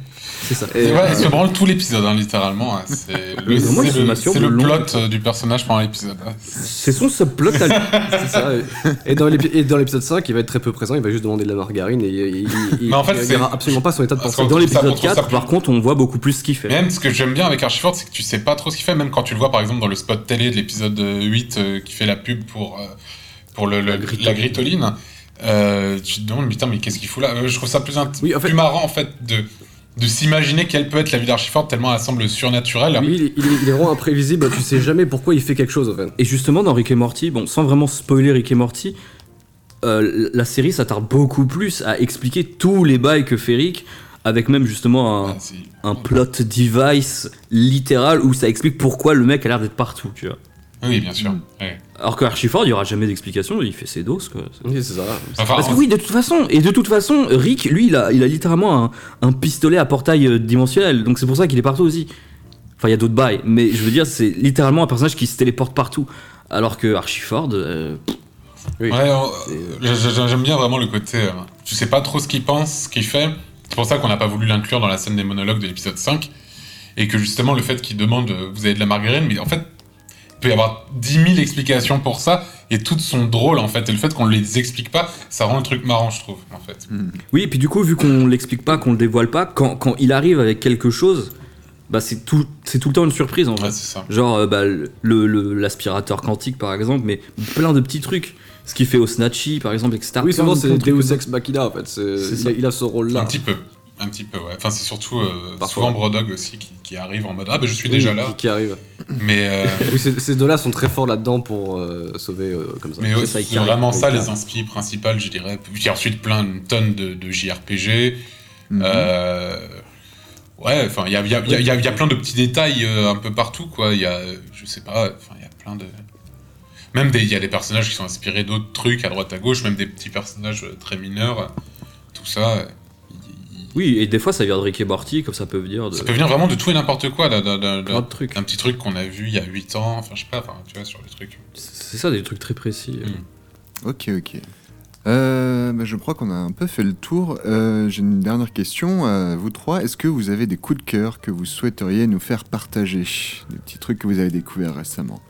C'est ça.
et ouais, il se branle tout l'épisode, hein, littéralement. hein. C'est le,
euh, Mais moi,
c'est
je
le-
m'assure
c'est
de
le
long-
plot euh, du personnage pendant l'épisode. hein.
C'est son subplot à lui. C'est ça, ouais. Et dans l'épi- et dans l'épisode 5, il va être très peu présent, il va juste demander de la margarine et il, il, il-
Mais en fait,
il
c'est-
dira absolument pas son état de
Parce
pensée.
qu'on
Dans
trouve ça- on
l'épisode
trouve ça
4,
plus-
par contre, on voit beaucoup plus ce qu'il fait.
Même ce que j'aime bien avec Archiford, c'est que tu sais pas trop ce qu'il fait, même quand tu le vois par exemple dans le spot télé de l'épisode euh, 8 euh, qui fait la pub pour, euh, pour le, le- la gritoline. euh, tu te demandes, putain, mais qu'est-ce qu'il fout là Euh, Je trouve ça plus, int- plus marrant en fait de, de s'imaginer quelle peut être la vie d'Archiford tellement elle semble surnaturelle.
Oui, il, il est vraiment imprévisible, tu sais jamais pourquoi il fait quelque chose en fait.
Et justement, dans Rick et Morty, bon, sans vraiment spoiler Rick et Morty, euh, la série s'attarde beaucoup plus à expliquer tous les bails que fait Rick, avec même justement
Ah,
un, un plot device littéral où ça explique pourquoi le mec a l'air d'être partout, tu vois.
Oui, bien sûr. Ouais.
Alors que Archiford, il n'y aura jamais d'explication, il fait ses doses, quoi.
Oui, c'est ça.
Enfin,
Parce que
en-
oui, de toute façon, et de toute façon, Rick, lui, il a, il a littéralement un, un pistolet à portail euh, dimensionnel, donc c'est pour ça qu'il est partout aussi. Enfin, il y a d'autres bails, mais je veux dire, c'est littéralement un personnage qui se téléporte partout. Alors que Archiford. euh, pff, oui.
Ouais, on-
euh,
j'ai- j'ai- j'aime bien vraiment le côté. euh, tu sais pas trop ce qu'il pense, ce qu'il fait. C'est pour ça qu'on n'a pas voulu l'inclure dans la scène des monologues de l'épisode 5. Et que justement, le fait qu'il demande euh, Vous avez de la margarine Mais en fait, il peut y avoir 10 000 explications pour ça. Et toutes sont drôles en fait. Et le fait qu'on ne les explique pas, ça rend le truc marrant, je trouve. En fait.
Mm.
Oui, et puis du coup, vu qu'on l'explique pas, qu'on le dévoile pas, quand, quand il arrive avec quelque chose, bah c'est tout, c'est tout le temps une surprise en vrai. Genre euh, bah, le- le- l'aspirateur quantique par exemple, mais plein de petits trucs. Ce qu'il fait au Snatchy par exemple, etc.
Oui,
Plein
souvent
de
c'est
plein de trucs
Deus
comme
Ex Machina en fait. c'est-
C'est
Il
ça.
a, il a ce rôle là.
Un petit peu. Un petit peu, ouais. Enfin, c'est surtout euh, souvent Brodog aussi qui, qui arrive en mode Ah, ben je suis
Oui,
déjà là.
Qui, qui arrive.
Mais. euh,
Oui, ces ces deux-là sont très forts là-dedans pour euh, sauver euh, comme ça.
Mais ouais, c'est vraiment ça les
anciens.
inspirations principales, je dirais. Puis ensuite plein une tonne de, de JRPG.
Mhm.
Euh, ouais, enfin il y a, il y a- il y a- il y a- il y a plein de petits détails euh, un peu partout quoi. Il y a, euh, je sais pas, enfin il y a plein de. Même des- il y a des personnages qui sont inspirés d'autres trucs à droite à gauche, même des petits personnages euh, très mineurs, euh, tout ça. euh,
Oui, et des fois ça vient de Rick et Morty, comme ça peut venir de.
Ça peut venir vraiment de tout et n'importe quoi, là, d'un- d'un d'un-
de trucs.
d'un petit truc qu'on a vu il y a 8 ans, enfin je sais pas, enfin, tu vois, sur les trucs.
C'est ça, des trucs très précis.
Ok, ok. Euh, bah, je crois qu'on a un peu fait le tour. Euh, J'ai une dernière question. à vous trois, est-ce que vous avez des coups de cœur que vous souhaiteriez nous faire partager Des petits trucs que vous avez découverts récemment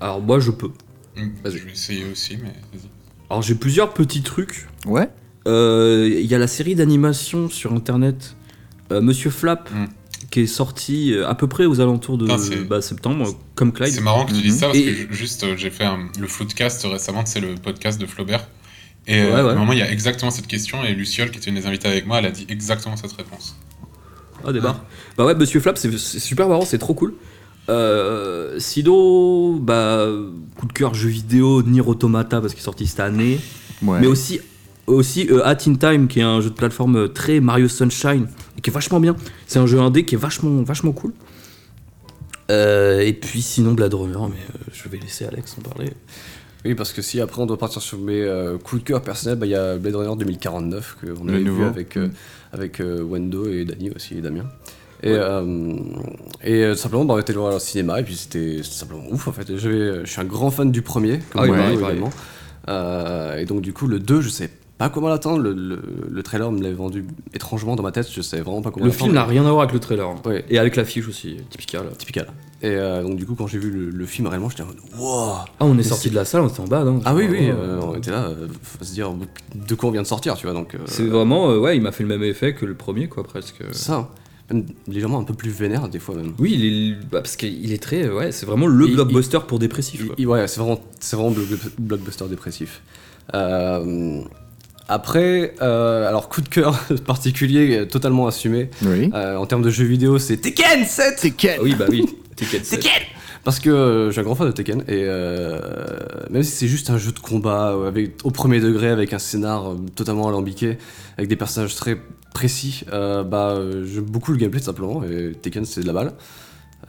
Alors moi je peux.
Je vais essayer aussi, mais vas-y.
Alors j'ai plusieurs petits trucs.
Ouais.
Il Euh, y a la série d'animation sur internet euh, Monsieur Flap qui est sortie euh, à peu près aux alentours de
Putain, Mm. Ah, c'est-
bah, septembre, euh, comme Clyde.
C'est marrant que tu dises ça parce
Et-
que ju- juste euh, j'ai fait un- le floodcast récemment, c'est le podcast de Flaubert. Et
Ouais,
euh,
ouais.
à un moment, il y a exactement cette question et Luciole, qui était une des invitées avec moi, elle a dit exactement cette réponse.
Ah, des barres. Bah ouais, Monsieur Flap, c'est c'est super marrant, c'est trop cool. Euh, sinon, bah, coup de cœur jeu vidéo, Nier Automata, parce qu'il est sorti cette année.
Ouais.
Mais aussi, aussi euh, At in Time, qui est un jeu de plateforme euh, très Mario Sunshine, et qui est vachement bien. C'est un jeu indé qui est vachement, vachement cool. Euh, et puis sinon, Blade Runner, mais euh, je vais laisser Alex en parler.
Oui, parce que si après on doit partir sur mes euh, coups de cœur personnels, bah, il y a Blade Runner 2049 qu'on
Le
avait vu
nouveau.
avec, euh,
Mm.
avec euh, Wendo et Dany aussi, et Damien. Et, euh, et euh, tout simplement, bah, on était le voir au cinéma et puis c'était c'était simplement ouf en fait. Et Je, je suis un grand fan du premier,
Ah
comme
oui,
Wendo
pareil, pareil.
également. Euh, et donc, du coup, le 2, je sais pas comment l'attendre. Le, le- le trailer me l'avait vendu étrangement dans ma tête, je sais vraiment pas comment
Le film n'a
l'attendre.
rien à voir avec le trailer. hein.
Ouais.
Et avec l'affiche aussi, typical.
Typical. Et euh, donc, du coup, quand j'ai vu le, le film réellement, j'étais en mode wow!
Ah, on est
Mais
sorti
c'est-
de la salle, on était en bas, non
Ah oui, oui,
Vraiment,
euh, on était là, euh, faut se dire de quoi on vient de sortir, tu vois, donc... euh,
C'est vraiment, euh, ouais, il m'a fait le même effet que le premier, quoi, presque.
ça, même légèrement un peu plus vénère, des fois même.
Oui, il est- bah, parce qu'il est très, ouais, c'est vraiment le
Il-
blockbuster pour dépressif.
Il- il- ouais, c'est vraiment, c'est vraiment blo- blo- blockbuster dépressif. Euh, après, euh, alors coup de cœur particulier, euh, totalement assumé. Euh, en termes de jeux vidéo, c'est Tekken 7
Tekken
Oui, bah oui, Tekken 7.
Parce que euh, je suis un grand fan de Tekken, et euh, même si c'est juste un jeu de combat euh, avec, au premier degré, avec un scénar euh, totalement alambiqué, avec des personnages très précis, euh, bah, euh, j'aime beaucoup le gameplay tout simplement, et Tekken c'est de la balle.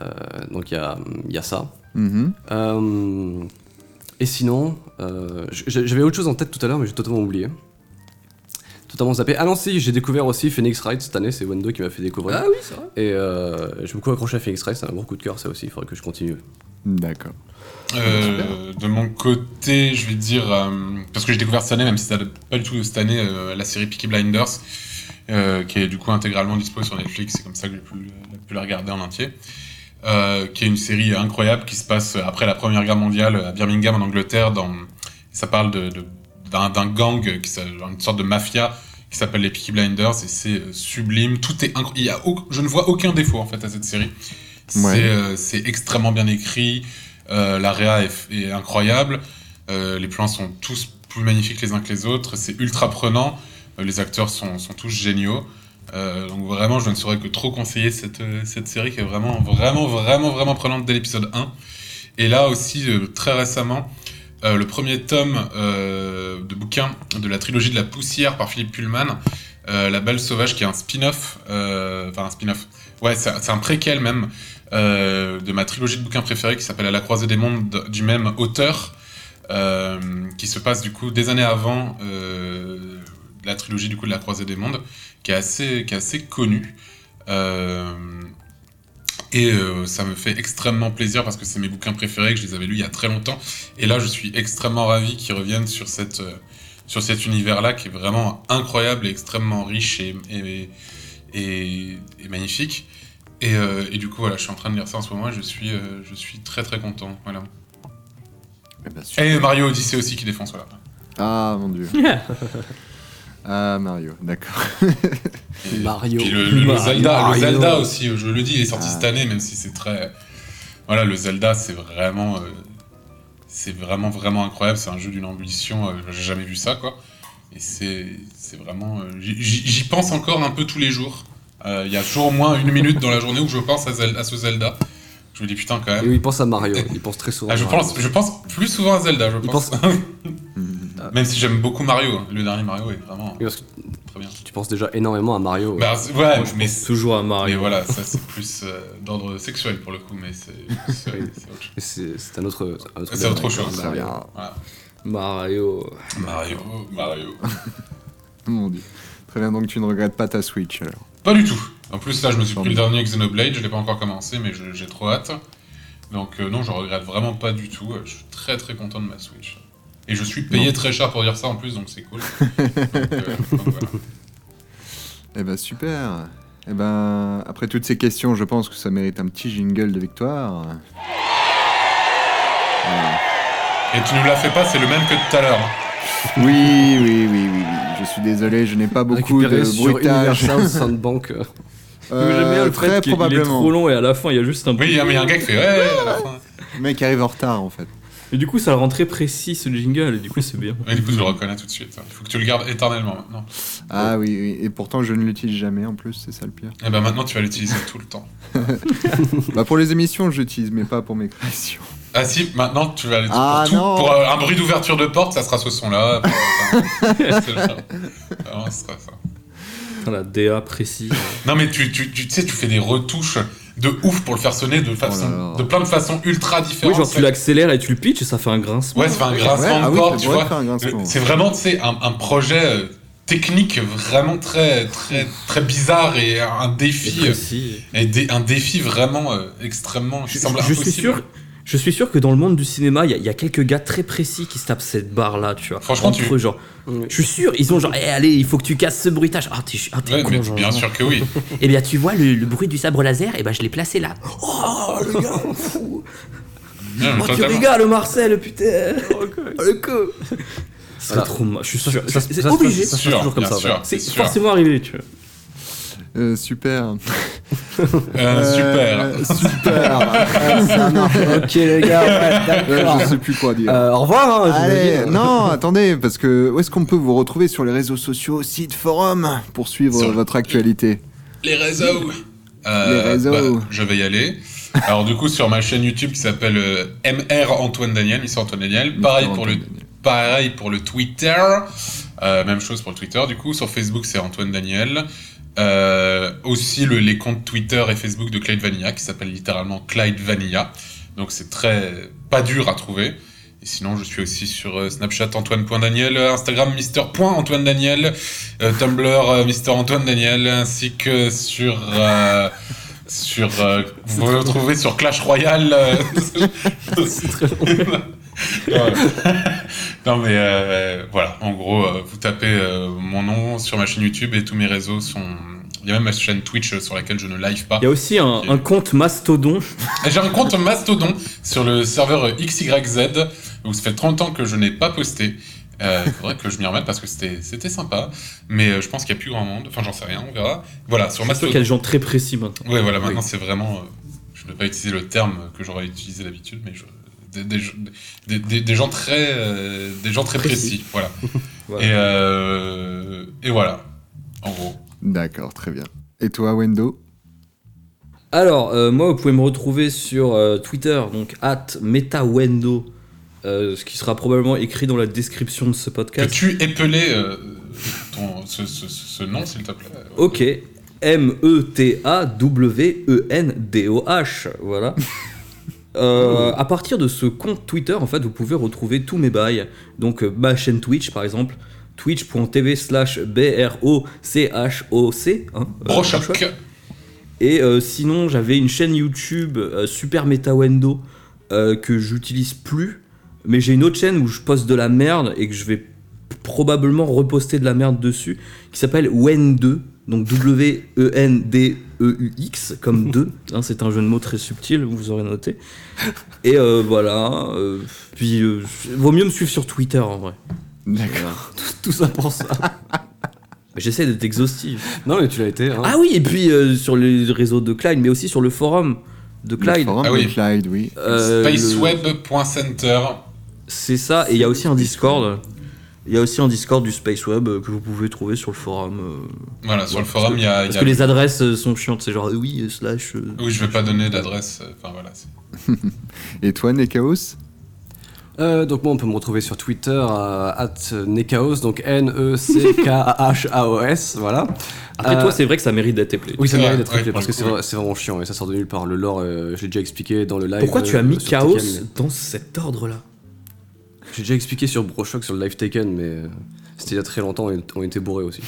Euh, donc il y a, il y a ça.
Mhm.
Euh, et sinon, euh, j- j'avais autre chose en tête tout à l'heure, mais j'ai totalement oublié. Totalement zappé. Ah non, si, j'ai découvert aussi Phoenix Wright cette année, c'est Wendo qui m'a fait découvrir.
Ah oui, c'est vrai.
Et euh, j'ai beaucoup accroché à Phoenix Wright, c'est un gros coup de cœur ça aussi, il faudrait que je continue.
D'accord.
Ah,
Euh, de mon côté, je vais dire, euh, parce que j'ai découvert cette année, même si ça date pas du tout de cette année, euh, la série Peaky Blinders, euh, qui est du coup intégralement dispo sur Netflix, c'est comme ça que j'ai pu, pu la regarder en entier, euh, qui est une série incroyable qui se passe après la Première Guerre mondiale à Birmingham en Angleterre, dans, ça parle de- de- d'un d'un gang, qui, s'a- une sorte de mafia qui s'appelle les Peaky Blinders, et c'est euh, sublime, tout est incroyable, Il y a au- je ne vois aucun défaut en fait à cette série. C'est
Ouais.
euh, c'est extrêmement bien écrit. Euh, la réa est, est incroyable. Euh, les plans sont tous plus magnifiques les uns que les autres. C'est ultra prenant. Euh, les acteurs sont, sont tous géniaux. Euh, donc vraiment, je ne saurais que trop conseiller cette, euh, cette série qui est vraiment, vraiment, vraiment, vraiment prenante dès l'épisode 1. Et là aussi, euh, très récemment, euh, le premier tome euh, de bouquin de la trilogie de la poussière par Philippe Pullman euh, La Balle Sauvage, qui est un spin-off, euh, enfin un spin-off, ouais, c'est c'est un préquel même, euh, de ma trilogie de bouquins préférés qui s'appelle À la croisée des mondes, du même auteur, euh, qui se passe du coup des années avant euh, la trilogie du coup de La croisée des mondes, qui est assez, qui est assez connue. Euh, et euh, ça me fait extrêmement plaisir parce que c'est mes bouquins préférés, que je les avais lus il y a très longtemps. Et là, je suis extrêmement ravi qu'ils reviennent sur, cette, euh, sur cet univers-là qui est vraiment incroyable et extrêmement riche et, et, et- et magnifique. Et, euh, et du coup, voilà, je suis en train de lire ça en ce moment et je suis, euh, je suis très très content. Voilà.
Eh
Et
ben.
Mario Odyssey aussi qui défonce, voilà.
Eh ben, Ah mon dieu. ah Mario, d'accord.
Mario. Puis le, le- le Zelda, le Zelda aussi, euh, je le dis, il est sorti cette année, même si c'est très. Voilà, le Zelda, c'est vraiment. euh, c'est vraiment, vraiment incroyable. C'est un jeu d'une ambition. euh, J'ai jamais vu ça, quoi. Et c'est c'est vraiment. euh, j'y- J'y j'y pense encore un peu tous les jours. Euh, Il y a toujours au moins une minute dans la journée où je pense à, Zelda- à ce Zelda. Je me dis putain, quand même.
Et oui, il pense à Mario, il pense très souvent.
Ah, je,
à Mario.
pense, je pense plus souvent à Zelda, je pense. Même si j'aime beaucoup Mario, hein. le dernier Mario est vraiment très bien.
Tu penses déjà énormément à Mario.
Bah, c'est- ouais,
Moi, je
mais
pense toujours à Mario.
Mais Ah voilà, ça c'est plus euh, d'ordre sexuel pour le coup, mais c'est c'est- c'est autre chose.
C'est c'est un autre. un
C'est autre chose,
Mario.
ça vient. Voilà.
Mario.
Mario, Mario.
Mon dieu. Très bien, donc tu ne regrettes pas ta Switch alors.
Pas du tout. En plus, là, je me suis
Tant
pris le
mieux.
dernier Xenoblade, je l'ai pas encore commencé, mais je- j'ai trop hâte. Donc, euh, non, je regrette vraiment pas du tout. euh, Je suis très très content de ma Switch. Et je suis payé
Non.
très cher pour dire ça en plus, donc c'est cool. Donc, euh, donc voilà.
Eh ben super. Eh ben après toutes ces questions, je pense que ça mérite un petit jingle de victoire. Voilà.
Et tu nous la fais pas, c'est le même que tout à l'heure.
Oui, oui, oui, oui, oui. Je suis désolé, je n'ai pas beaucoup
Récupéré
de
sur
bruitage. Euh,
Universal Soundbank. euh.
J'aime bien le
très
fait qu'il il est
probablement.
trop long et à la fin il y a juste un.
Oui, ah, mais il y a un gars qui fait ouais à la fin.
Le mec arrive en retard en fait.
Et du coup ça le rend très précis ce jingle et du coup c'est bien.
Et du coup, je le reconnais tout de suite. Il faut que tu le gardes éternellement maintenant.
Ah oui, oui, et pourtant je ne l'utilise jamais en plus, c'est ça le pire.
Et ben maintenant, tu vas l'utiliser tout le temps.
bah pour les émissions, je l'utilise, mais pas pour mes créations.
Ah si, maintenant tu vas aller pour
Ah,
tout-
non.
pour, euh, un bruit d'ouverture de porte, ça sera ce son-là. Pour, euh, c'est le genre. Vraiment, ce sera ça.
Putain, la DA précise.
Non mais tu, tu, tu tu sais, tu fais des retouches de ouf pour le faire sonner
Oh
de façon, de plein de façons ultra
Oui,
différentes.
genre tu l'accélères et tu le pitches et ça fait un grincement.
Ouais, c'est un grincement
ah
de porte, tu vois. Le- C'est vraiment, tu sais, un, un projet euh, technique vraiment très, très, très bizarre et un défi.
Et
euh, Et dé- un défi vraiment euh, extrêmement. qui semble
Je suis
impossible.
sûr. Je suis sûr que dans le monde du cinéma, il y a- il y, a quelques gars très précis qui se tapent cette barre là, tu vois.
Franchement,
Entre
tu-
eux, genre, je suis sûr, ils ont genre, Eh, allez, il faut que tu casses ce bruitage. Ah, t'es ah, t'es
Ouais,
con,
mais
genre.
bien sûr que oui.
Eh bien, tu vois le, le bruit du sabre laser, eh ben je l'ai placé là. Oh, le gars, fou.
Non, mais
Oh, tu
totalement.
rigoles, Marcel, putain. Oh, le co. Ce serait
Voilà.
trop mal. Je suis sûr.
Ça-
C'est
ça- ça-
obligé.
ça- ça- Sûr,
toujours comme
bien
ça.
sûr,
voilà.
c'est
C'est
sûr.
forcément arrivé, tu vois.
Euh, super.
Euh,
super. Super. Euh, ça marche.
Ah, Ok, les gars, ouais, d'accord.
Euh, Je sais plus quoi dire.
Euh, au revoir, hein, je
Allez,
veux dire.
non, attendez, parce que où est-ce qu'on peut vous retrouver sur les réseaux sociaux, sites, forums, pour suivre
Sur-
votre actualité
Les réseaux.
Les réseaux.
bah, je vais y aller. Alors du coup sur ma chaîne YouTube qui s'appelle euh, MR Antoine Daniel, Mr Antoine Daniel, pareil pour le pareil pour le Twitter, Euh, même chose pour le Twitter du coup. Sur Facebook c'est Antoine Daniel. Euh, aussi le- les comptes Twitter et Facebook de Clyde Vanilla qui s'appelle littéralement Clyde Vanilla. Donc c'est très pas dur à trouver. Et sinon, je suis aussi sur euh, Snapchat Antoine.Daniel, euh, Instagram Mister.AntoineDaniel, euh, Tumblr euh, Mister Antoine Daniel, ainsi que sur. euh, sur euh, vous pouvez me retrouver sur Clash Royale. euh, Ouais. non, mais euh, voilà, en gros, euh, vous tapez euh, mon nom sur ma chaîne YouTube et tous mes réseaux sont. Il y a même ma chaîne Twitch euh, sur laquelle je ne live pas.
Il y a aussi un, un compte mastodon.
Et J'ai un compte Mastodon sur le serveur euh, XYZ, où ça fait 30 ans que je n'ai pas posté. Euh, Il faudrait que je m'y remette parce que c'était c'était sympa. Mais euh, je pense qu'il n'y a plus grand monde. Enfin, j'en sais rien, on verra. Voilà, sur
Je suis sûr
Mastodon.
qu'il y a des gens très précis maintenant.
Ouais, voilà, maintenant
Oui.
c'est vraiment. euh, je ne vais pas utiliser le terme que j'aurais utilisé d'habitude, mais je- des, des- des- des- des gens très, euh, des gens très
Précis.
précis. Voilà.
Voilà.
Et, euh, et voilà, en gros.
D'accord, très bien. Et toi, Wendo
Alors, euh, moi, vous pouvez me retrouver sur euh, Twitter, donc at metawendo, euh, ce qui sera probablement écrit dans la description de ce podcast.
Tu épelais. euh, ton, ce, ce- ce- ce nom, s'il te plaît
Ok. E M-E-T-A-W-E-N-D-O-H. Voilà. Euh, à partir de ce compte Twitter, en fait, vous pouvez retrouver tous mes bails. Donc, euh, ma chaîne Twitch, par exemple, twitch.tv slash B-R-O-C-H-O-C. hein, euh,
Brochoc.
Brochoc. Et euh, sinon, j'avais une chaîne YouTube euh, Super Meta Wendo euh, que j'utilise plus. Mais j'ai une autre chaîne où je poste de la merde et que je vais probablement reposter de la merde dessus, qui s'appelle Wen2, donc E W-E-N-D-E-U-X, E comme 2. hein, c'est un jeu de mots très subtil, vous aurez noté. Et euh, voilà. euh, puis, euh, vaut mieux me suivre sur Twitter en vrai.
D'accord.
Tout, tout ça pour ça. Mais J'essaie d'être exhaustif.
Non, mais tu l'as été. hein.
Ah oui, et puis euh, sur les réseaux de Clyde, mais aussi sur le forum de Clyde.
forum Ah oui. de Clyde,
oui.
Euh,
Spaceweb.center.
C'est ça, et il y a aussi un Discord. Il y a aussi un Discord du Spaceweb euh, que vous pouvez trouver sur le forum. euh.
Voilà, sur le
parce
forum,
que-
il y a- Ah, il y
Parce
a-
que les adresses euh, sont chiantes, c'est genre euh, oui, euh, slash. euh,
Oui, je vais pas donner d'adresse. euh, Enfin, voilà. c'est-
Et toi, Nekaos
Euh, donc moi on peut me retrouver sur Twitter à @necaos donc N E C K H A O S voilà. Euh,
Après, toi, c'est vrai que ça mérite d'être éplé.
Oui ça
Ouais,
mérite d'être
ouais,
éplé parce
pour
que
le
c'est
coup,
vrai- c'est vraiment chiant et ça sort de nulle part le lore euh, je l'ai déjà expliqué dans le live.
Pourquoi tu
euh,
as mis
sur
Chaos
Taken, mais-
dans cet ordre-là
J'ai déjà expliqué sur Brochoc sur le live Taken, mais euh, c'était il y a très longtemps et on était bourrés aussi.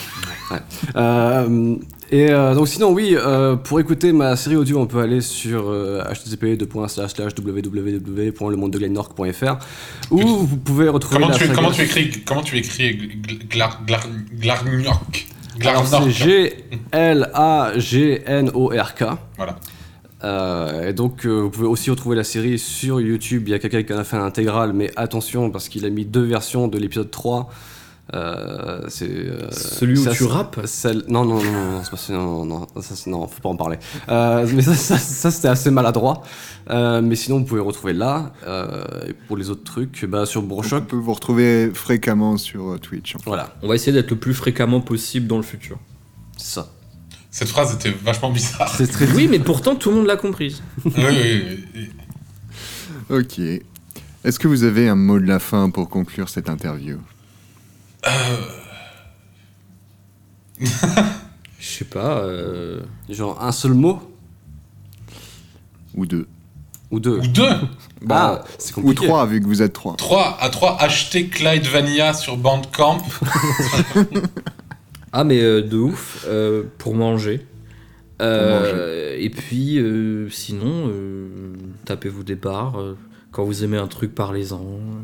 Ouais. Euh, et euh, donc sinon oui, euh, pour écouter ma série audio, on peut aller sur euh, http://www.lemondeglenorg.fr où vous pouvez retrouver
Comment
la
tu,
saga-
comment tu écris, comment tu écris gl- gl- glar- glar- Glargnork
Alors,
Glargnork.
c'est G-L-A-G-N-O-R-K.
Voilà.
Euh, et donc, euh, vous pouvez aussi retrouver la série sur YouTube. Il y a quelqu'un qui en a fait un intégral, mais attention, parce qu'il a mis deux versions de l'épisode 3. Euh, c'est euh,
Celui où
ça,
tu
c'est-
rappes
celle- Non, non, non, non, non, c'est pas celui- non, non, non, ça, c'est- non, faut pas en parler. Euh, mais ça, ça- ça, c'était assez maladroit. Euh, mais sinon, vous pouvez retrouver là. Euh, et pour les autres trucs, bah, sur Brochoc.
On peut vous retrouver fréquemment sur euh, Twitch.
Voilà.
On va essayer d'être le plus fréquemment possible dans le futur.
Ça.
Cette phrase était vachement bizarre.
Oui, mais pourtant tout le monde l'a comprise.
Oui, oui, oui.
Ok. Est-ce que vous avez un mot de la fin pour conclure cette interview
Je sais pas. euh,
Genre un seul mot
Ou deux
Ou deux
Ou deux
Bah, c'est compliqué.
Ou trois, vu que vous êtes trois.
3 à 3, achetez Clyde Vanilla sur Bandcamp.
Ah, mais euh, de ouf, euh, pour manger. Euh, Et puis, euh, sinon, euh, tapez-vous des barres. euh, quand vous aimez un truc, parlez-en. euh,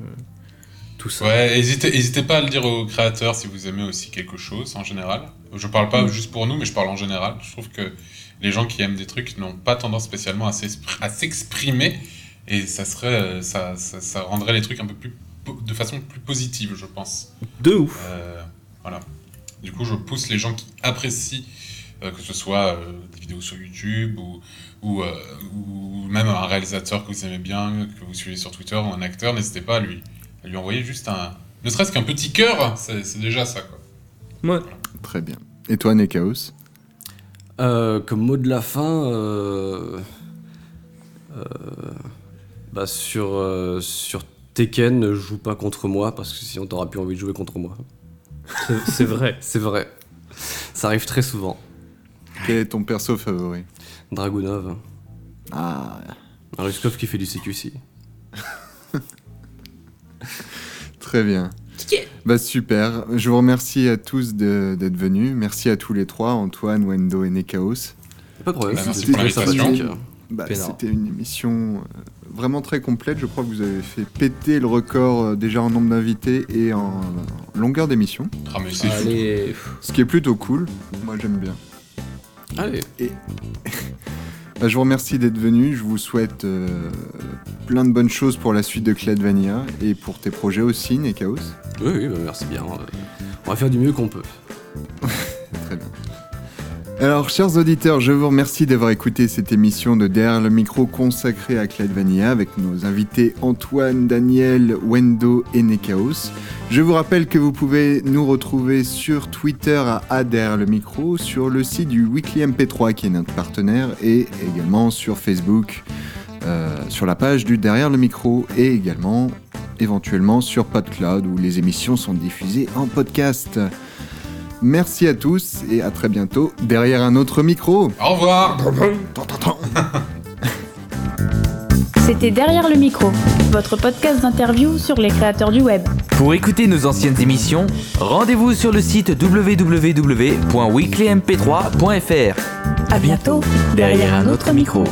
tout ça.
Ouais, hésitez, hésitez pas à le dire aux créateurs si vous aimez aussi quelque chose en général. Je parle pas
Mm.
juste pour nous, mais je parle en général. Je trouve que les gens qui aiment des trucs n'ont pas tendance spécialement à s'expr- à s'exprimer et ça serait, euh, ça, ça, ça rendrait les trucs un peu plus po- de façon plus positive, je pense.
De ouf.
Euh, voilà. Du coup, je pousse les gens qui apprécient euh, que ce soit euh, des vidéos sur YouTube ou, ou, euh, ou même un réalisateur que vous aimez bien, que vous suivez sur Twitter ou un acteur, n'hésitez pas à lui, à lui envoyer juste un. Ne serait-ce qu'un petit cœur, c'est c'est déjà ça. Quoi.
Très bien. Et toi, Nekaos
Euh, comme mot de la fin, euh, euh, bah sur, euh, sur Tekken, ne joue pas contre moi parce que sinon t'auras plus envie de jouer contre moi.
C'est- c'est vrai.
C'est vrai. Ça arrive très souvent.
Quel est ton perso favori
Dragunov.
Ah.
Un Ruskov qui fait du CQC.
Très bien. Bah super. Je vous remercie à tous de- d'être venus. Merci à tous les trois, Antoine, Wendo et Nekaos.
Pas de problème,
C'était-
merci pour l'invitation.
c'était- bah,
Peinard.
C'était une émission euh, vraiment très complète. Je crois que vous avez fait péter le record euh, déjà en nombre d'invités et en en longueur d'émission.
Ah, mais c'est fou.
Allez.
Ce qui est plutôt cool. Moi j'aime bien.
Allez.
Et... Bah, je vous remercie d'être venu. Je vous souhaite euh, plein de bonnes choses pour la suite de Clyde Vanilla et pour tes projets aussi, Nekaos.
Oui, oui, bah merci bien. Euh, On va faire du mieux qu'on peut.
Très bien. Alors, chers auditeurs, je vous remercie d'avoir écouté cette émission de Derrière le micro consacrée à Clyde Vanilla avec nos invités Antoine, Daniel, Wendo et Nekaos. Je vous rappelle que vous pouvez nous retrouver sur Twitter à à Derrière le micro, sur le site du Weekly MP3 qui est notre partenaire et également sur Facebook, euh, sur la page du Derrière le micro et également éventuellement sur PodCloud où les émissions sont diffusées en podcast. Merci à tous et à très bientôt derrière un autre micro.
Au revoir.
C'était Derrière le micro, votre podcast d'interview sur les créateurs du web.
Pour écouter nos anciennes émissions, rendez-vous sur le site www.weeklymp3.fr.
À bientôt
Derrière un autre micro.